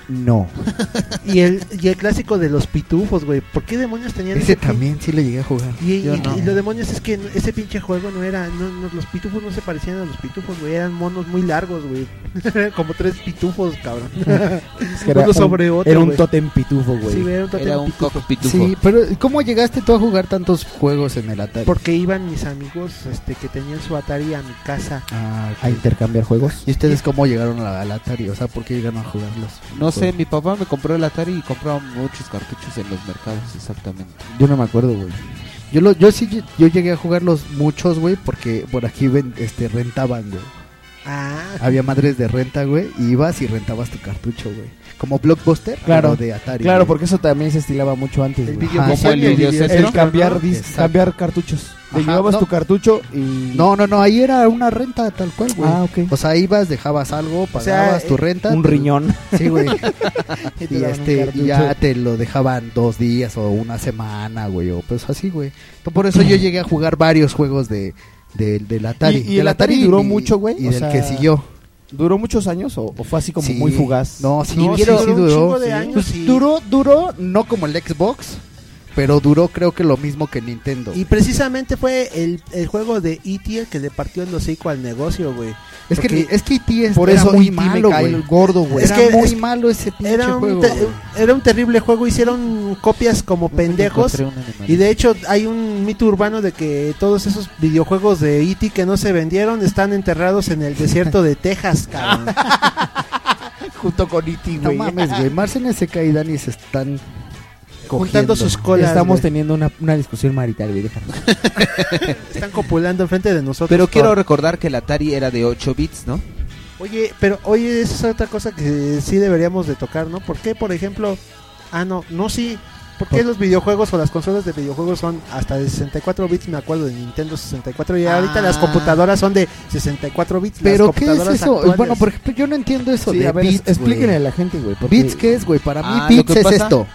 E: No.
D: Y el, y el clásico de los pitufos, güey. ¿Por qué demonios tenían
H: Ese
D: pi-
H: también sí lo llegué a jugar.
D: Y,
B: Yo
D: y-
B: no.
D: y lo demonios es que ese pinche juego no era. no- no, los pitufos no se parecían a los pitufos, güey. Eran monos muy largos, güey. Como tres pitufos, cabrón.
E: Es que era
D: Uno
E: un-
D: sobre otro.
E: Era un
D: güey.
E: totem pitufo, güey.
D: Sí, güey, era un totem
B: Era un
D: pitufo.
B: coco pitufo.
H: Sí, pero ¿cómo llegaste tú a jugar tantos juegos en el Atari?
D: Porque iban mis amigos este, que tenían su Atari a mi casa.
H: Ah, ok.
E: A intercambiar juegos.
H: ¿Y ustedes cómo llegaron a la- al Atari? O sea, ¿por qué llegaron a jugarlos?
B: No sé, mi papá me compró el Atari y compraba muchos cartuchos en los mercados, exactamente.
E: Yo no me acuerdo, güey.
H: Yo, lo, yo sí, lle- yo llegué a jugarlos muchos, güey, porque por aquí ven- este, rentaban, güey.
D: Ah,
H: Había madres de renta, güey, y ibas y rentabas tu cartucho, güey. Como Blockbuster,
E: Claro,
H: pero de Atari.
E: Claro,
H: güey.
E: porque eso también se estilaba mucho antes,
D: el
E: güey.
D: video
H: Ajá,
D: game,
H: sí,
B: Como el
H: el
B: video
H: video-
B: set,
E: El
B: ¿no?
E: cambiar,
H: ¿no?
E: dis-
H: Exacto.
E: cambiar cartuchos. Te
H: Ajá,
E: llevabas
H: no.
E: tu cartucho y...
H: No, no, no, ahí era una renta tal cual, güey.
E: Ah, ok.
H: O sea, ibas, dejabas algo,
D: sea,
H: pagabas
B: eh,
H: tu renta.
E: Un
H: tu-
E: riñón.
H: Sí, güey.
D: y te
H: y
D: daban un
H: este, y
D: cartucho.
H: ya te lo dejaban dos días o una semana, güey, o pues así, güey. Entonces, Por eso yo llegué a jugar varios juegos de, de- del Atari.
E: Y- y
H: Del
E: el Atari duró
H: y-
E: mucho, güey,
H: Y
E: o
H: del
E: sea,
H: que siguió.
E: ¿Duró muchos años o, o fue así como
H: Sí.
E: muy fugaz?
H: No, sí,
D: No,
H: sí,
D: sí,
H: sí
D: duró un
H: duró.
D: chingo de
H: sí.
D: años,
H: Pues
D: sí.
H: Duró, duró, no como el Xbox, pero duró creo que lo mismo que Nintendo.
D: Y precisamente fue el, el juego de E.T. el que le partió el hocico al negocio, güey.
H: es que
D: porque-
H: es que E.T. es-
E: Por
H: era
E: eso
H: muy
E: E.T. me
H: malo,
E: cae
H: güey.
E: el gordo, güey.
D: Es
H: Era
D: que-
H: muy
D: es-
H: malo ese pinche
D: Era un,
H: juego.
D: te-
H: güey.
D: era un terrible juego, hicieron copias como pendejos.
B: Encontré un animal.
D: Y de hecho hay un mito urbano de que todos esos videojuegos de E.T. que no se vendieron están enterrados en el desierto de Texas, cabrón.
E: Junto con E.T.,
H: No mames, güey. Marcen SK y Dani se están
D: juntando
H: cogiendo.
D: sus colas.
E: Estamos
D: güey.
E: teniendo una, una discusión marital, güey. déjanos.
D: Están copulando enfrente de nosotros.
B: Pero quiero recordar que el Atari era de 8 bits, ¿no?
D: Oye, pero oye, esa es otra cosa que sí deberíamos de tocar, ¿no? ¿Por qué, por ejemplo? Ah, no, no, sí. ¿Por qué los videojuegos o las consolas de videojuegos son hasta de 64 bits? Me acuerdo de Nintendo 64 y ahorita
H: Ah.
D: las computadoras son de 64 bits. las
H: Pero ¿qué es
D: computadoras
H: eso?
D: actuales.
H: Bueno, por ejemplo, yo no entiendo eso
E: Sí,
H: de
E: a ver,
H: bits,
E: explíquenle a
H: güey.
E: la gente, güey. porque-
H: ¿Bits qué es, güey? Para mí
B: Ah, lo
H: bits
B: que
H: es
B: pasa-
H: esto.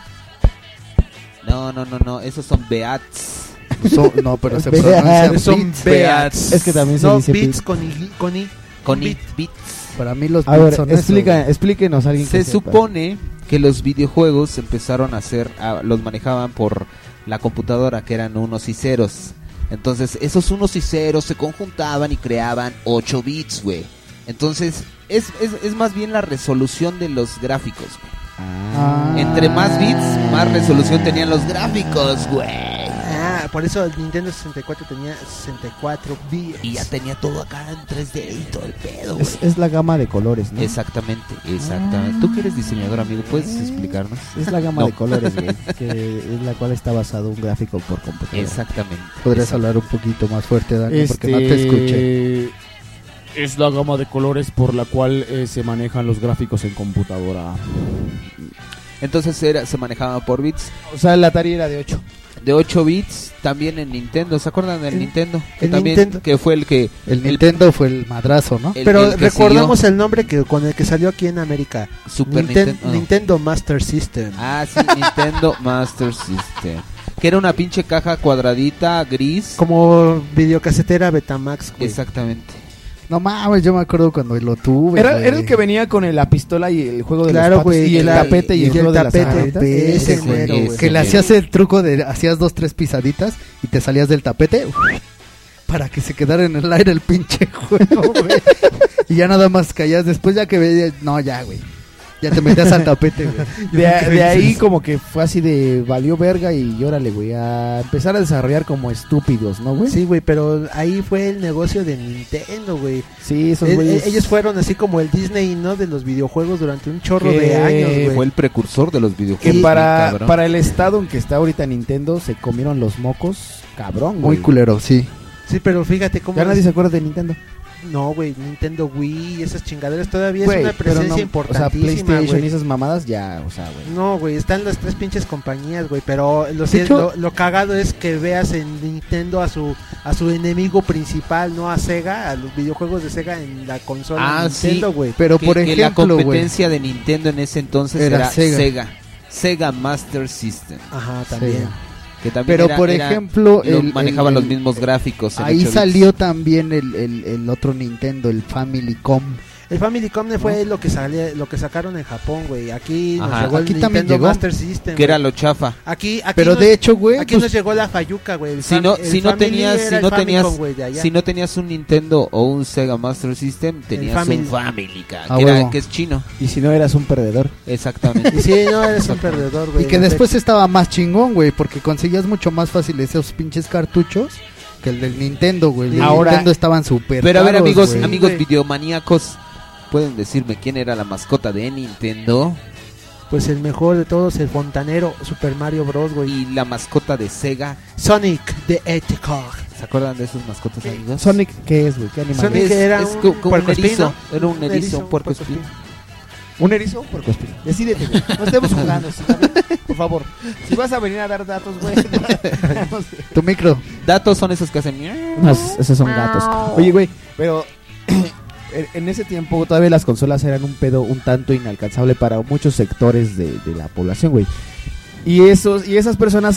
B: No, no, no, no, esos son Beats.
H: So- no, pero se
E: Vean,
H: pronuncia
D: son
H: bits.
D: beats.
E: Es que también se
D: no,
E: dice
D: bits
E: bits.
D: con i, con i.
B: Con
D: Bit.
B: it- bits.
H: Para mí los
E: A
H: bits
E: ver,
H: son
E: explica,
H: eso.
E: explíquenos a alguien
B: Se
E: que sepa.
B: supone que los videojuegos empezaron a ser, a- los manejaban por la computadora, que eran unos y ceros. Entonces, esos unos y ceros se conjuntaban y creaban 8 bits, güey. Entonces, es, es, es más bien la resolución de los gráficos, güey.
E: Ah.
B: Entre más bits, más resolución tenían los gráficos, güey.
D: Ah, por eso el Nintendo 64 tenía 64 bits.
B: Y ya tenía todo acá en 3D y todo el pedo, güey.
E: Es, es la gama de colores, ¿no?
B: Exactamente, exactamente. Tú que eres diseñador, amigo, ¿puedes explicarnos?
E: Es la gama
B: No.
E: de colores, güey. Que es la cual está basado un gráfico por computadora.
B: Exactamente.
H: Podrías
B: exact-
H: hablar un poquito más fuerte, Dani, porque no te
F: Este,
H: escuché.
F: Es la gama de colores por la cual eh, se manejan los gráficos en computadora.
B: Entonces era, se manejaba por bits.
E: O sea, el Atari era de 8.
B: De 8 bits, también en Nintendo. ¿Se acuerdan del
D: El-
B: Nintendo? Que
D: el
B: también,
D: Nintendo.
B: que fue el que...
H: El Nintendo fue el madrazo, ¿no?
B: el-
D: Pero
B: el que
D: recordamos el nombre que con el que salió aquí en América.
B: siguió, Super
D: Ninten-
B: Nintendo. ah, no.
D: Nintendo Master System.
B: Ah, sí, Nintendo Master System. Que era una pinche caja cuadradita, gris.
D: Como videocasetera Betamax, güey.
B: Exactamente.
H: No mames, yo me acuerdo cuando lo tuve.
F: Era,
H: güey.
F: era el que venía con el- la pistola y el juego de
D: Claro,
F: los patos
D: güey,
F: y el
D: claro.
F: tapete y,
D: Y
F: el,
D: el
F: juego de las
D: tapete,
F: tarjetas.
D: ve, ese
F: Ese
D: güero,
F: güey.
B: güey.
H: Que le
B: Sí.
H: hacías el truco de hacías dos, tres pisaditas y te salías del tapete uf, para que se quedara en el aire el pinche juego, güey. y ya nada más caías después, ya que veías, no, ya, güey. Ya te metías al tapete, güey.
F: De, de ahí como que fue así de valió verga y llórale, güey, a empezar a desarrollar como estúpidos, ¿no, güey?
D: Sí, güey, pero ahí fue el negocio de Nintendo, güey.
F: Sí, esos
D: El-
F: güeyes.
D: el- Ellos fueron así como el Disney, ¿no? De los videojuegos durante un chorro
F: Que
D: de años,
B: Fue
D: güey.
B: el precursor de los videojuegos.
F: que
B: muy
F: para,
B: cabrón.
F: para el estado en que está ahorita Nintendo se comieron los mocos, cabrón, güey.
H: Muy culero, sí.
D: Sí, pero fíjate cómo...
F: Ya nadie
D: es-
F: se acuerda de Nintendo.
D: No, güey, Nintendo Wii, esas chingaderas todavía
F: Güey,
D: es una
F: pero
D: presencia
F: no, O sea,
D: importantísima,
F: PlayStation y
D: güey.
F: esas mamadas ya, o sea, güey.
D: No, güey, están las tres pinches compañías, güey, pero lo, sí
H: De
D: es-
H: hecho-
D: lo, lo cagado es que veas en Nintendo a su a su enemigo principal, no a Sega, a los videojuegos de Sega en la consola
B: Ah,
D: de Nintendo, güey.
H: Pero
B: que,
H: por
B: que la
H: ejemplo, güey.
B: competencia de Nintendo en ese entonces
H: Era
B: era,
H: Sega.
B: Sega. Sega Master System.
D: Ajá,
H: también.
B: Que también
H: Pero
B: era-
H: por
B: era-
H: ejemplo,
B: lo
H: el-
B: manejaban
H: el-
B: los mismos gráficos. en
H: Ahí
B: 8 bits.
H: salió también el, el- el otro Nintendo, el Family Com.
D: El Family Comne fue lo que salió, lo que sacaron en Japón, güey. Aquí nos
B: Ajá.
D: llegó el
B: Aquí
D: Nintendo
B: también llegó,
D: Master System.
B: que era
D: güey.
B: lo chafa.
D: Aquí, aquí
B: Pero
D: nos-
B: de hecho, güey,
D: Aquí
B: pues,
D: nos llegó la Fayuca, güey. El
B: si
D: fam-
B: no
D: el
B: si no
D: Family
B: tenías
D: era
B: si
D: el
B: no
D: Famicom,
B: tenías
D: güey, de allá.
B: si no tenías un Nintendo o un Sega Master System tenías
D: Family.
B: un Family ca-
K: Ah,
B: que, era-
K: huevo.
B: que es chino
K: Y si no eras un perdedor.
B: exactamente
D: Y sí, no, eres un perdedor, güey.
H: Y que
D: la
H: después estaba más chingón, güey, porque conseguías mucho más fácil esos pinches cartuchos que el del Nintendo, güey. El del
B: Ahora-
H: Nintendo estaban súper
B: pero a ver
H: caros,
B: amigos
H: güey.
B: amigos videomaníacos pueden decirme quién era la mascota de Nintendo
D: Pues el mejor de todos, el fontanero Super Mario Bros, güey.
B: y la mascota de Sega
D: Sonic the Hedgehog.
B: se acuerdan de esos mascotas amigos
K: Sonic, ¿qué es, güey? ¿Qué animal
D: Sonic
K: es?
D: eh, era
B: es
D: un
B: co- como un
D: puercoespín,
B: erizo
D: ¿no?
B: era un erizo un puerco
K: ¿Un erizo o un puercoespín? Decídete, güey. No estemos jugando, ¿sí, cabrón? por favor. Si vas a venir a dar datos, güey. no sé.
H: Tu micro.
B: datos son esos que hacen miau.
K: No, es- esos son gatos. Oye, güey, pero en- en ese tiempo todavía las consolas eran un pedo un tanto inalcanzable para muchos sectores de, de la población, güey. Y esos y esas personas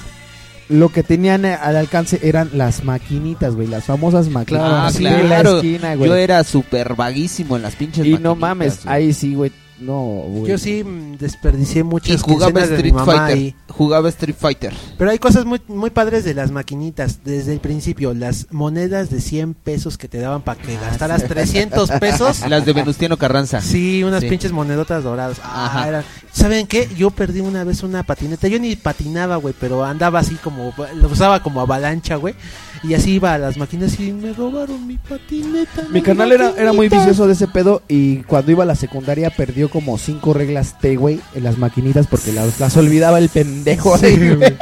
K: lo que tenían a- al alcance eran las maquinitas, güey, las famosas maquinitas
B: Ah,
K: así de la
B: claro.
K: esquina,
B: yo
K: güey.
B: era súper vaguísimo en las pinches
K: Y no
B: maquinitas,
K: mames,
B: güey.
K: ahí sí, güey, no, güey.
D: Yo sí mm, desperdicié
B: y
D: muchas
B: jugaba
D: quincenas de mi
B: Street
D: mamá
B: Fighter
D: ahí.
B: jugaba Street Fighter
D: Pero hay cosas muy, muy padres de las maquinitas. Desde el principio, las monedas de 100 pesos que te daban para que gastaras 300 pesos.
B: Las de Venustiano Carranza.
D: Sí, unas
B: Sí.
D: pinches monedotas doradas. Ah,
B: Ajá.
D: eran- ¿Saben qué? Yo perdí una vez una patineta. Yo ni patinaba, güey, pero andaba así como. Lo usaba como avalancha, güey. Y así iba a las máquinas y me robaron mi patineta.
K: Mi
D: no,
K: canal era, era muy
D: maquinita.
K: vicioso de ese pedo y cuando iba a la secundaria perdió como cinco reglas T, güey, en las maquinitas porque las, las olvidaba el pendejo.
H: Sí,
K: güey.
H: güey.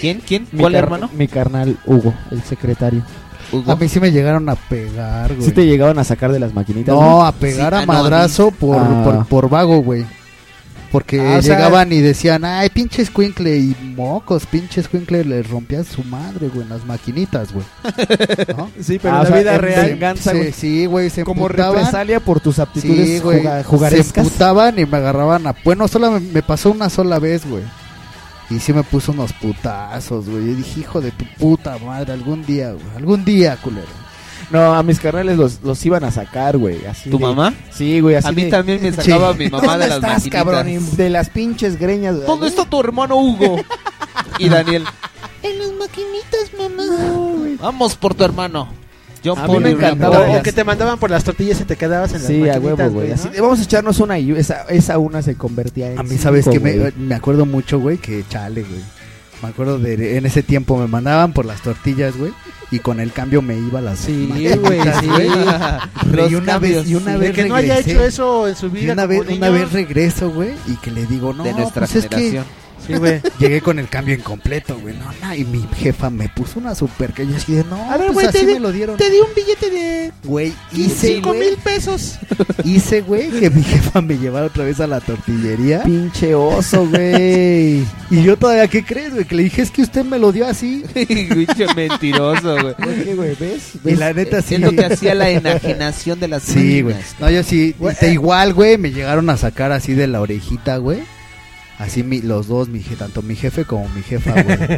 B: ¿Quién? ¿Quién?
K: Mi
B: ¿Cuál
K: car-
B: hermano?
K: Mi carnal Hugo, el secretario.
B: Hugo.
H: A mí sí me llegaron a pegar,
K: Si
H: güey.
K: te llegaban a sacar de las maquinitas?
H: No, a pegar
B: Sí,
H: a
B: ah, no, a mí.
H: madrazo por,
K: Ah.
H: por, por vago, güey. Porque
D: Ah, o sea-
H: llegaban y decían, ay, pinche escuincle y mocos, pinche escuincle, les rompías su madre, güey, en las maquinitas, güey. ¿No?
K: Sí, ah,
D: pero en la vida real,
K: Venganza,
H: Sí,
K: güey.
H: Sí, güey, se
K: Como
H: emputaban.
K: represalia por tus aptitudes
H: Sí, güey.
K: juga-
H: Se
K: jugarescas.
H: emputaban y me agarraban a... Bueno, solo me, me pasó una sola vez, güey. Y sí me puso unos putazos, güey. Yo dije, hijo de tu puta madre, algún día, güey. Algún día, culero.
K: No, a mis carnales los, los iban a sacar, güey. así
B: ¿Tu
K: de-
B: mamá?
K: Sí, güey. Así
B: A mí
K: de-
B: también me sacaba mi mamá
K: ¿Dónde
B: de las
K: estás,
B: maquinitas.
K: cabrón? Y De las pinches greñas. güey.
B: ¿Dónde está tu hermano Hugo? y Daniel.
K: No, güey.
B: Vamos por tu hermano. John
K: A mí
B: Paul
K: me
B: y Ram-
K: encantaba
D: O,
K: las-
D: que te mandaban por las tortillas y te quedabas en las
K: Sí, a
D: maquinitas,
K: huevo, güey.
D: ¿no?
K: Así de, vamos a echarnos una y esa, esa una se convertía en.
H: A mí, ¿sabes
K: cinco,
H: que me,
K: güey.
H: me acuerdo mucho, güey, que chale, güey. Me acuerdo de en ese tiempo me mandaban por las tortillas, güey, y con el cambio me iba a las
D: Sí,
H: maquinitas,
D: güey, sí.
H: Pero
B: Los
H: y una
B: cambios.
H: vez y una
D: De
H: vez
D: que no haya
H: regresé,
D: hecho eso en su
H: y
D: vida.
H: una
D: como
H: vez una
D: niño.
H: vez regreso, güey, y que le digo, "No,
B: de nuestra
H: pues es que
B: generación.
D: Sí, güey.
H: llegué con el cambio incompleto, güey." No, no, y mi jefa me puso una super que yo así de, "No,
D: A ver,
H: pues
D: güey, te
H: así
D: di-
H: me lo dieron."
D: Te di un billete de
H: Güey, hice,
D: 5
H: güey,
D: mil pesos.
H: hice, güey, que mi jefa me llevara otra vez a la tortillería.
K: Pinche oso, güey.
H: Y yo todavía, ¿qué crees, güey? Que le dije, es que usted me lo dio así.
B: Pinche mentiroso, güey.
K: ¿Por qué, güey? ¿Ves?
H: Y la neta, sí.
B: Es lo que hacía la enajenación de las
H: Sí, güey.
B: máquinas.
H: No, yo sí. y
K: eh.
H: te igual, güey, me llegaron a sacar así de la orejita, güey. Así mi- los dos, mi, je- tanto mi jefe como mi jefa, güey. Porque,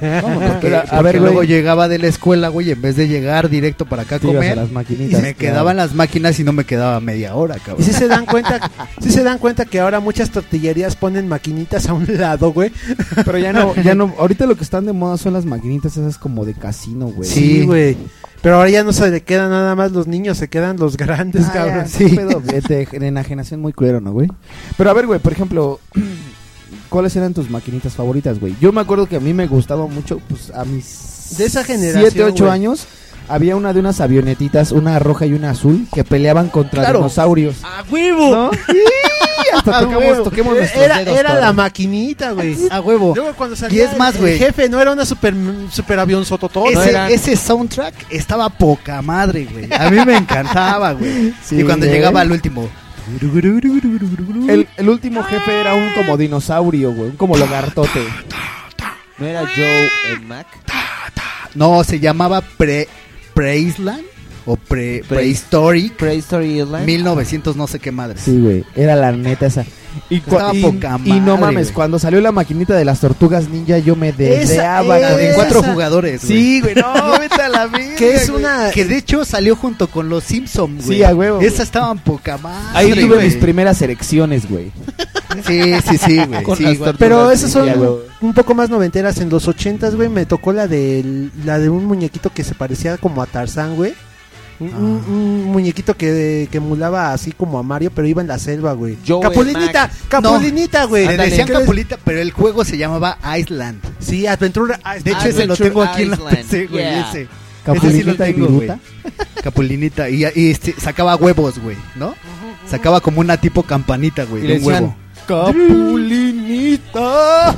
K: Pero, a
H: porque
K: ver, güey.
H: luego llegaba de la escuela, güey, y en vez de llegar directo para acá a
K: Te ibas a
H: comer,
K: las maquinitas.
H: me quedaban las máquinas y no me quedaba media hora,
D: Y
H: cabrón.
D: si se dan cuenta, si se dan cuenta que ahora muchas tortillerías ponen maquinitas a un lado, güey.
K: Pero ya no, ya no. Ahorita lo que están de moda son las maquinitas esas como de casino, güey.
H: Sí.
D: güey. Pero ahora ya no se le quedan nada más los niños, se quedan los grandes,
K: Ah,
D: cabrón.
K: ya, qué pedo, eh, de- de enajenación muy culero, ¿no, güey? Pero a ver, güey, por ejemplo, ¿cuáles eran tus maquinitas favoritas, güey? Yo me acuerdo que a mí me gustaba mucho, pues a mis.
D: De esa generación,
K: 7, 8
D: güey.
K: años, había una de unas avionetitas, una roja y una azul, que peleaban contra dinosaurios.
D: ¡A huevo! Ah,
K: ¿No? Y hasta tocamos, toquemos nuestros
D: Eh, Era,
K: dedos,
D: era la
K: cabrón.
D: maquinita, güey.
H: A Ah, huevo.
D: Luego cuando
H: Y
D: salía
H: es más,
D: el-
H: güey.
D: el jefe, no era una super, super avión sototón.
H: Ese,
D: No era-
H: ese soundtrack estaba poca madre, güey. A mí me encantaba, güey.
K: Sí,
H: y cuando
K: güey.
H: llegaba al último.
K: El, el último jefe era un como dinosaurio, güey, un como lagartote.
B: ¿No era Joe el Mac?
H: No, se llamaba Pre Preisland. o pre, prehistoric,
B: Prehistory Island.
H: 1900 no sé qué madre.
K: Sí, güey, era la neta esa. Y, cua-
H: Estaba
K: y-
H: poca
K: y no
H: madre,
K: mames,
H: güey.
K: cuando salió la maquinita de las tortugas ninja, yo me desdeaba.
H: La de
K: güey.
H: cuatro jugadores,
K: Sí, güey, no, vete a la verga,
H: Que es
K: güey.
H: una. Que de hecho salió junto con los Simpsons, güey.
K: Sí, a huevo,
H: Esas estaban poca madre.
K: Ahí tuve
H: güey.
K: mis primeras erecciones, güey.
H: Sí, sí, sí, güey.
K: Con
H: sí,
K: las
H: güey.
K: tortugas.
D: Pero esas son
K: Ya, güey.
D: un poco más noventeras. En los ochentas, güey, me tocó la de, la de un muñequito que se parecía como a Tarzán, güey. Un, un- un muñequito que, que emulaba así como a Mario, pero iba en la selva, güey.
B: Joe
D: Capulinita, Capulinita, güey.
H: Le
D: Ándale.
H: decían
D: ¿Qué les-
H: Capulita, pero el juego se llamaba Island.
D: Sí, Adventure. ah,
H: De hecho, ese lo
B: Adventure
H: tengo aquí en la
B: Island,
H: PC, güey.
B: yeah.
H: Ese. Ese sí lo
K: Capulinita y
H: tengo, güey.
K: viruta.
H: Capulinita. Y, y, este, sacaba huevos, güey, ¿no? Sacaba como una tipo campanita, güey,
K: Y
H: de
K: le
H: un huevo.
K: decían, Capulinita.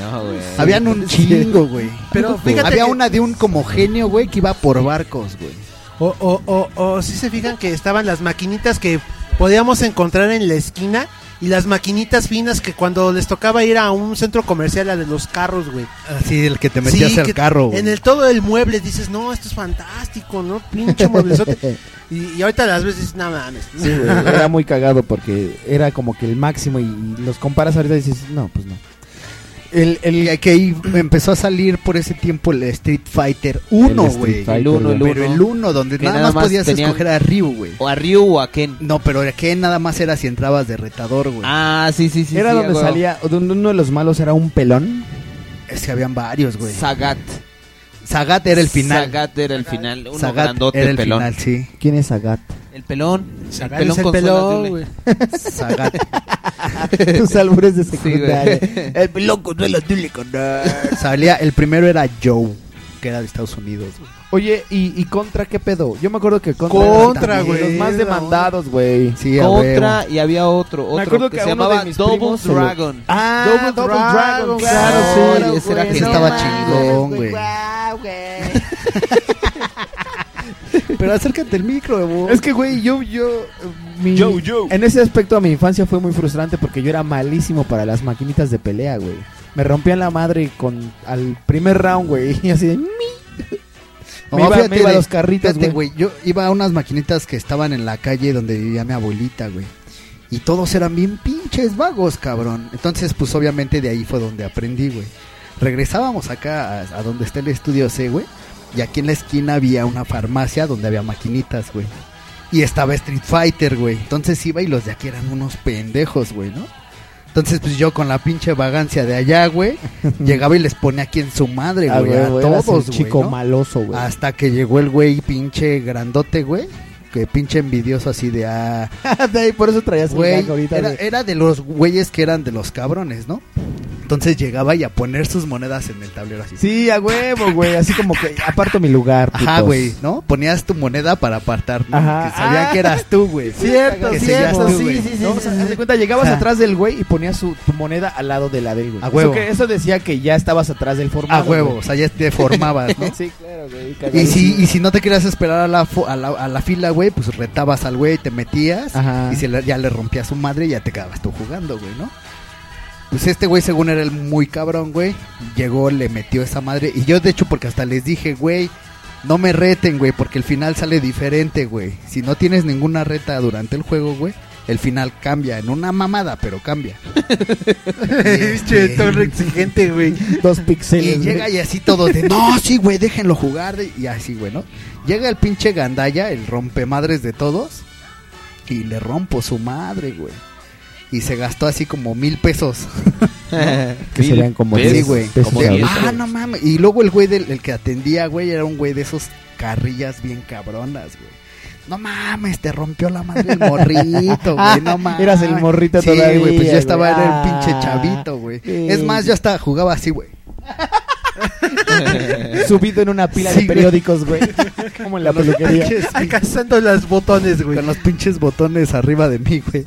B: No, güey.
H: Habían un chingo, güey.
D: Pero fíjate
H: Había
D: que-
H: una de un como genio, güey, que iba por barcos, güey.
D: O, o, o, o si se fijan que estaban las maquinitas que podíamos encontrar en la esquina y las maquinitas finas que cuando les tocaba ir a un centro comercial, a de los carros, güey.
H: Así, el que te
D: Sí,
H: metías al
D: que
H: carro, güey.
D: En el todo el mueble dices, no, esto es fantástico, ¿no? Pinche mueblezote. y, y ahorita las veces, no mames.
K: Sí, güey, era muy cagado porque era como que el máximo y- y los comparas ahorita y dices, no, pues no.
H: El, el que ahí empezó a salir por ese tiempo el Street Fighter 1,
K: El Street
H: güey.
K: Fighter,
B: El uno, el
K: güey.
H: Pero el 1, donde
B: Que
H: nada,
B: nada
H: más
B: más
H: podías
B: tenían-
H: escoger a Ryu, güey.
B: O a Ryu o a Ken.
H: No, pero era que nada más era si entrabas de retador, güey.
B: Ah, sí, sí, sí.
K: Era
B: sí,
K: donde
B: güey.
K: salía, donde uno de los malos era un pelón.
H: Es que habían varios, güey.
B: Sagat.
H: Sagat era el final.
B: Sagat era el final. Uno
H: Sagat
B: grandote,
H: era el
B: pelón.
H: final, sí.
K: ¿Quién es Agat?
B: El pelón.
D: Sagat
B: el pelón
D: es el
B: con suelas
D: pelón,
B: de hule.
D: güey.
H: Sagat.
K: Tus albures de
B: Sí, güey.
K: secundaria.
B: el pelón con suelas de hule, con-
H: Salía, el primero era Joe, que era de Estados Unidos, güey.
K: Oye, ¿y, y contra qué pedo? Yo me acuerdo que contra,
H: Contra,
K: era también
H: güey.
K: los más demandados, güey.
H: Sí, a huevo.
B: Contra y había otro,
K: Me
B: otro
K: acuerdo
B: que,
K: que a
B: se
K: uno de
B: llamaba
K: mis
B: Double
K: primos se lo-
B: Dragon.
K: Ah,
B: Double Dragon, claro, sí, ese era
K: güey,
H: Ese
B: no
H: estaba
B: mames,
H: chingón, güey. Pero acércate el micro, güey.
K: Es que, güey, yo, yo, eh, mi-
O: Yo, yo.
K: En ese aspecto, mi infancia fue muy frustrante porque yo era malísimo para las maquinitas de pelea, güey. Me rompían la madre con al primer round, güey. Y así de. "Mi".
H: No,
K: me, iba,
H: fíjate,
K: me iba a
H: de-
K: los carritos,
H: Fíjate,
K: güey.
H: güey, yo iba a unas maquinitas que estaban en la calle donde vivía mi abuelita, güey. Y todos eran bien pinches vagos, cabrón. Entonces, pues obviamente de ahí fue donde aprendí, güey. Regresábamos acá a, a donde está el estudio C, güey. Y aquí en la esquina había una farmacia donde había maquinitas, güey. Y estaba Street Fighter, güey. Entonces iba y los de aquí eran unos pendejos, güey, ¿no? Entonces, pues yo con la pinche vagancia de allá, güey, llegaba y les ponía aquí en su madre,
K: Ah,
H: güey, a
K: güey, eras el
H: todos, güey.
K: chico
H: ¿no?
K: maloso, güey.
H: Hasta que llegó el güey pinche grandote, güey. Que pinche envidioso así de ah,
K: De ahí, por eso traías el
H: güey.
K: gag ahorita.
H: Era,
K: de-
H: era de los güeyes que eran de los cabrones, ¿no? Entonces llegaba y a poner sus monedas en el tablero así.
K: Sí, a huevo, güey. Así como que aparto mi lugar.
H: Ajá,
K: putos.
H: güey, ¿no? Ponías tu moneda para apartar, ¿no?
K: Ajá.
H: Que sabían que eras tú, güey.
K: Cierto,
H: que
K: cierto,
H: seas tú,
K: sí,
H: güey.
K: sí, sí, sí, sí, haz de cuenta, llegabas
H: Ajá.
K: atrás del güey y ponías su, tu moneda al lado de la del güey.
H: A
K: Eso,
H: huevo.
K: que- eso decía que ya estabas atrás del
H: A
K: formato.
H: huevo, o sea, ya te formabas, ¿no?
K: Sí, claro, güey.
H: Y
K: cagadísimo.
H: si, y si no te querías esperar a la, fo- a la, a la fila, güey, pues retabas al güey, te metías
K: Ajá.
H: y se le- ya le rompía su madre y ya te quedabas tú jugando, güey, ¿no? Pues este güey según era el muy cabrón, güey, llegó, le metió esa madre y yo de hecho porque hasta les dije, güey, no me reten, güey, porque el final sale diferente, güey. Si no tienes ninguna reta durante el juego, güey, el final cambia en una mamada, pero cambia. este,
D: Pinche torre exigente, güey.
K: Dos
H: Y
K: píxeles.
H: llega
K: güey.
H: y así todo de, no, sí, güey, déjenlo jugar. de- Y así, güey, ¿no? Llega el pinche gandalla, el rompemadres de todos. Y le rompo su madre, güey. Y se gastó así como mil pesos.
K: Que
B: Mil
K: serían como
B: pesos.
H: Sí,
K: diez
H: güey.
K: pesos
B: Como
K: de
H: De-
B: diez.
K: ahorita.
H: ah, no mames. Y luego el güey del el que atendía, güey, era un güey de esos carrillas bien cabronas, güey. No mames, te rompió la madre el morrito, güey. No mames.
K: Eras el morrito
H: sí,
K: todavía,
H: güey. Pues
K: güey.
H: yo estaba, era el pinche
K: Ah,
H: chavito, güey.
K: sí.
H: Es más, yo hasta jugaba así, güey.
K: Subido en una pila
H: Sí,
K: de
H: güey.
K: periódicos, güey. como en la peluquería.
D: Alcanzando los botones, güey.
H: Con los pinches botones arriba de mí, güey.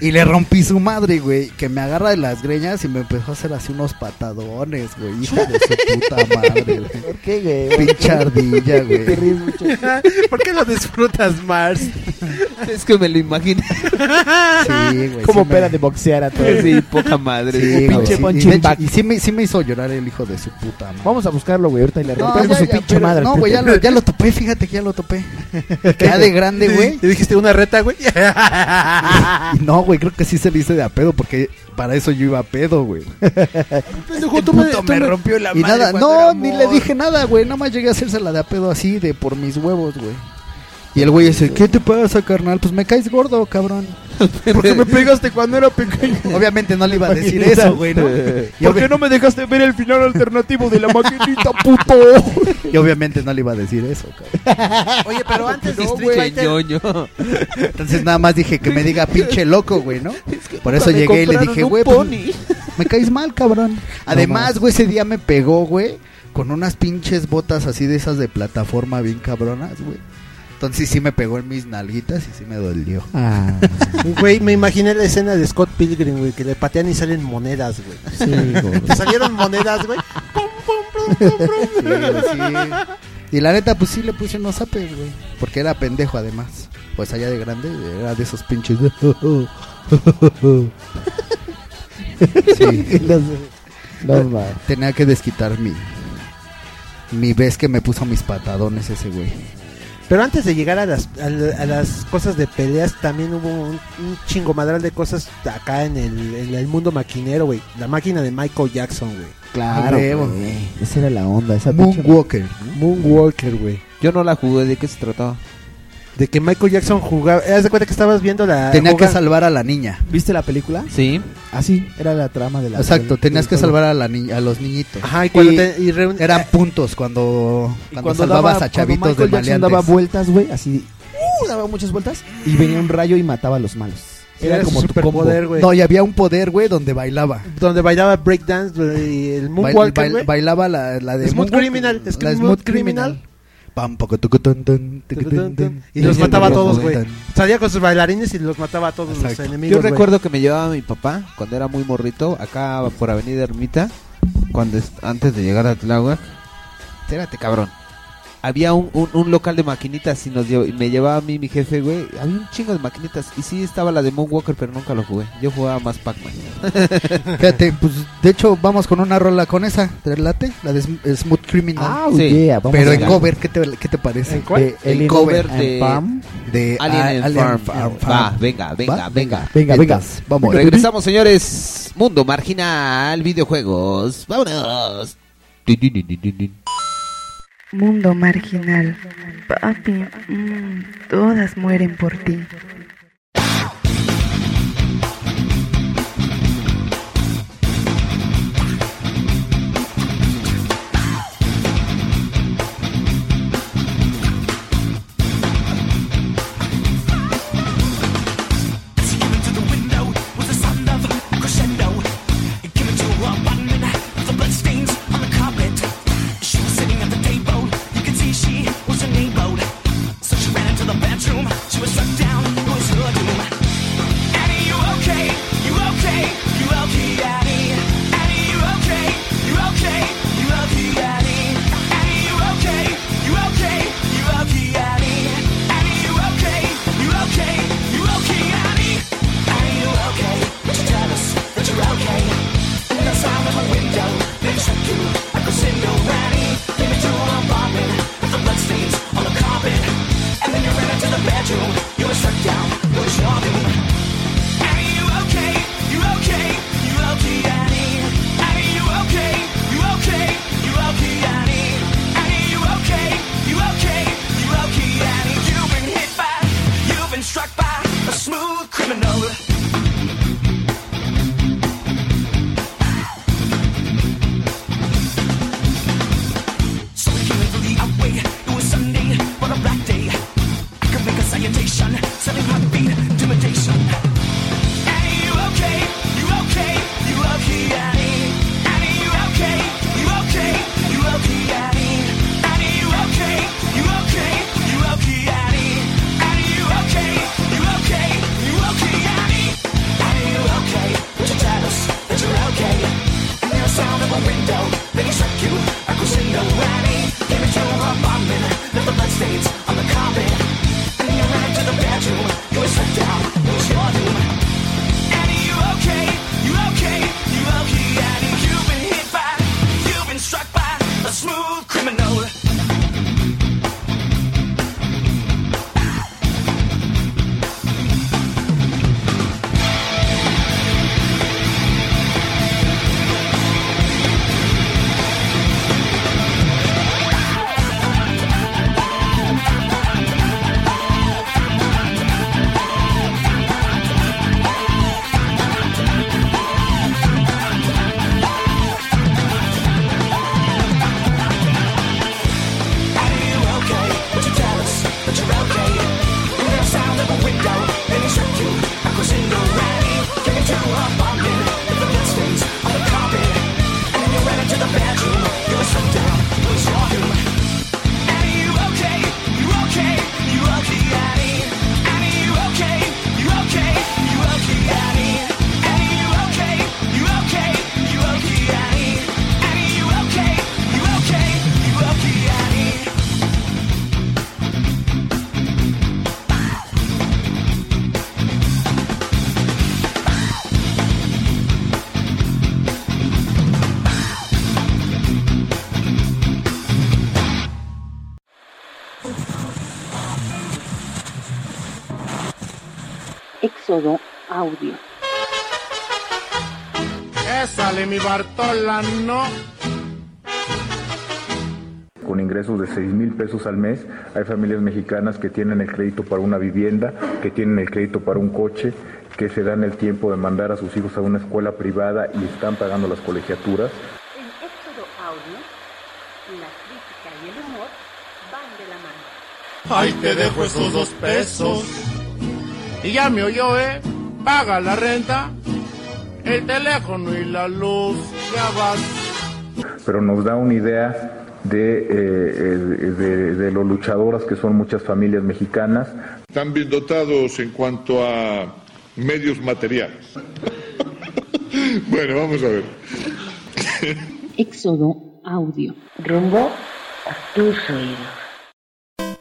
H: Y le rompí su madre, güey. Que me agarra de las greñas y me empezó a hacer así unos patadones, güey. Hijo de su puta madre, güey.
K: ¿Por qué, güey?
H: Pinche ardilla,
K: Te
H: güey.
D: Ah,
K: ríes mucho.
D: ¿Por qué lo disfrutas, Mars?
B: Es que me lo imaginé.
H: Sí, güey.
E: Como
H: sí
E: pera
H: me-
E: de boxear a todos.
B: Sí, poca madre.
H: Sí,
B: Sí,
H: güey,
E: pinche
H: sí,
E: punching
H: y de hecho-
E: bag.
H: Y sí me, sí me hizo llorar el hijo de su puta madre.
E: Vamos a buscarlo, güey. Ahorita y le
H: No,
E: rompemos su
H: ya, ya,
E: pinche
H: pero-
E: madre. al
H: No,
E: puto.
H: güey, ya lo, ya lo topé, fíjate que ya lo topé. Ya de grande, güey.
D: ¿Te dijiste una reta, güey?
H: Y No, güey, creo que sí se le hice de a pedo porque para eso yo iba a pedo, güey. Pues,
D: Pendejo, tú me- tú me-
P: rompió la
H: Y nada, no, ni le dije nada, güey. Nada más llegué a hacérsela de a pedo así, de por mis huevos, güey. Y el güey dice, ¿qué te pasa, carnal? Pues me caes gordo, cabrón.
E: ¿Por qué me pegaste cuando era pequeño?
H: Obviamente no le iba a decir eso, güey, ¿no? Y, obvi-
E: no me dejaste ver el final alternativo de la maquinita, puto?
H: y obviamente no le iba a decir eso, cabrón.
C: Oye, pero antes de Street
B: Pinche
C: Fighter,
B: ñoño.
H: Entonces nada más dije que me diga pinche loco, güey, ¿no? Por eso
B: Me
H: llegué y le
B: compraron
H: dije,
B: un
H: güey, pues,
B: pony.
H: me caes mal, cabrón. Además, güey, ese día me pegó, güey, con unas pinches botas así de esas de plataforma bien cabronas, güey. Entonces sí me pegó en mis nalguitas y sí me dolió.
E: Ah,
D: Güey, me imaginé la escena de Scott Pilgrim, güey, que le patean y salen monedas, güey.
E: sí, güey.
D: ¿Te salieron monedas, güey?
H: Sí, sí. Y la neta, pues sí le puse unos zapes, güey. Porque era pendejo, además. Pues allá de grande, era de esos pinches. de- Sí,
E: Los- No, ma.
H: tenía que desquitar mi. Mi vez que me puso mis patadones ese güey.
D: Pero antes de llegar a las, a, la- a las cosas de peleas, también hubo un, un chingo madral de cosas acá en el, en el mundo maquinero, güey. La máquina de Michael Jackson, güey.
E: Claro,
H: Huevo.
E: güey. Esa era la onda, esa pinche-
H: Moonwalker.
D: Moonwalker, güey.
B: Yo no la jugué, ¿de qué se trataba?
D: De que Michael Jackson jugaba. eh, Haz de cuenta que estabas viendo la.
H: Tenía que
D: jugaba-
H: salvar a la niña.
E: ¿Viste la película?
B: Sí.
E: Así, era la trama de la
H: Exacto,
E: del-
H: tenías
E: del
H: que
E: juego.
H: salvar a, la ni- a los niñitos.
D: Ajá, y cuando
H: Y
D: te- y reun-
H: Eran puntos cuando,
E: Y
H: cuando, salvabas
E: daba-
H: a chavitos
E: cuando
H: de
E: Michael Jackson
H: maleantes.
E: daba vueltas, güey, así, uh, daba muchas vueltas y venía un rayo y mataba a los malos.
D: Era, como
E: tu combo.
D: superpoder, güey.
H: no, y había un poder, güey, donde bailaba.
D: Donde bailaba breakdance güey, y el
H: Bail-
D: Moonwalker,
H: bail-
D: güey.
H: bailaba la, la de
D: Smooth
H: Moonwalker,
D: Criminal,
H: la
D: Smooth Criminal.
H: Pam, poco, tucu, tun, tun, tucu, tun, tun.
D: Y los
H: Sí,
D: mataba a
H: sí,
D: todos,
H: sí,
D: güey.
H: sí.
D: Salía con sus bailarines y los mataba a todos
H: Exacto.
D: los enemigos.
B: Yo
D: güey.
B: recuerdo que me llevaba mi papá cuando era muy morrito, acá por Avenida Ermita, cuando es- antes de llegar a Tláhuac. Espérate, cabrón. Había un, un- un local de maquinitas y nos llev- y me llevaba a mí mi jefe, güey. Había un chingo de maquinitas. Y sí estaba la de Moonwalker, pero nunca lo jugué. Yo jugaba más Pac-Man.
H: Fíjate, pues de hecho vamos con una rola con esa, ¿te late? La de Sm- eh, Smooth Criminal.
E: Ah,
B: Sí.
E: yeah, vamos
H: Pero
E: a
H: en
E: ver.
H: cover, ¿qué te, qué te parece?
E: De
B: El
E: Alien
B: cover
E: and Ah,
B: de-
E: Pam.
H: De
B: Alien,
H: a-
B: Farm.
H: Farm,
B: Va,
H: Farm.
B: venga, venga,
H: Va,
B: venga.
E: Venga, venga.
H: Entonces, vamos.
B: Regresamos, señores. Mundo marginal, videojuegos. Vámonos. Tin, tin, tin, tin, tin, tin.
Q: Mundo marginal. Papi, mm, todas mueren por ti.
N: Are you okay?
D: Éxodo Audio.
R: Sale mi Bartola, no.
H: Con ingresos de 6 mil pesos al mes, hay familias mexicanas que tienen el crédito para una vivienda, que tienen el crédito para un coche, que se dan el tiempo de mandar a sus hijos a una escuela privada y están pagando las colegiaturas.
D: En Éxodo Audio, la crítica y el humor van de la mano.
R: Ahí te dejo esos dos pesos. Y ya me oyó, ¿eh? Paga la renta, el teléfono y la luz. Ya vas.
H: pero nos da una idea de, eh, eh, de- de lo luchadoras que son muchas familias mexicanas.
O: Están bien dotados en cuanto a medios materiales. bueno, vamos a ver.
D: Éxodo Audio. Rumbo a tus oídos.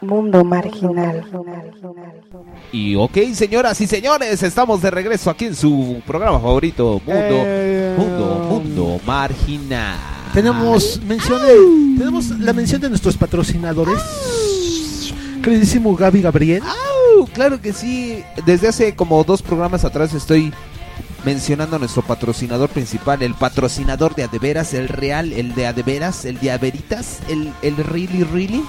S: Mundo marginal.
B: Y ok, señoras y señores, estamos de regreso aquí en su programa favorito, Mundo, Mundo, Mundo Marginal.
K: Tenemos mención de- tenemos la mención de nuestros patrocinadores. Queridísimo Gaby Gabriel.
B: ¡Au! Claro que sí. Desde hace como dos programas atrás estoy mencionando a nuestro patrocinador principal, el patrocinador de Adeveras, el real, el de Adeveras, el de Averitas, el, el Really Really.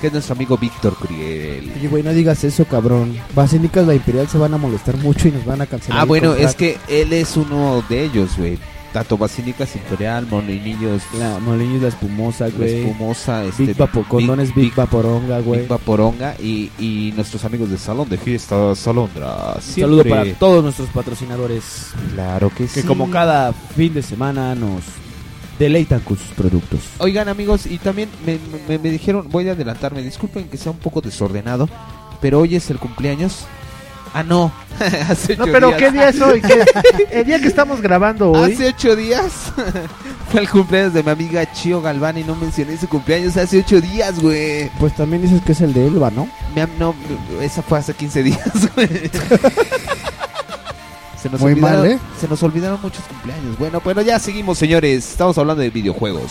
B: que es nuestro amigo Víctor Curiel.
K: Oye, güey, no digas eso, cabrón. Basílicas la Imperial se van a molestar mucho y nos van a cancelar.
B: Ah,
K: el
B: bueno,
K: contrato.
B: es que él es uno de ellos, güey. Tanto Basílicas Imperial, Molinillos.
K: La Molinillos, la espumosa, güey.
B: La espumosa, este.
K: Big Vapo- condones Big, Vaporonga, güey.
B: Big Vaporonga y, y nuestros amigos de Salón de Fiesta Salondra.
C: Un saludo
B: Siempre-
C: para todos nuestros patrocinadores.
B: Claro que,
C: Que
B: sí.
C: como cada fin de semana nos deleitan con sus productos.
B: Oigan amigos, y también me, me- me dijeron, voy a adelantarme, disculpen que sea un poco desordenado, pero hoy es el cumpleaños. Ah, no. Hace
D: No,
B: ocho
D: pero
B: días.
D: ¿qué día es hoy? ¿Qué- El día que estamos grabando hoy.
B: Hace ocho días fue el cumpleaños de mi amiga Chio Galván y no mencioné su cumpleaños hace ocho días, güey.
K: Pues también dices que es el de Elba, ¿no?
B: Mi am- No, esa fue hace 15 días, güey. Se nos
K: Muy
B: olvidaron-
K: mal, ¿eh?
B: Se nos olvidaron muchos cumpleaños. Bueno, bueno, ya seguimos, señores. Estamos hablando de videojuegos.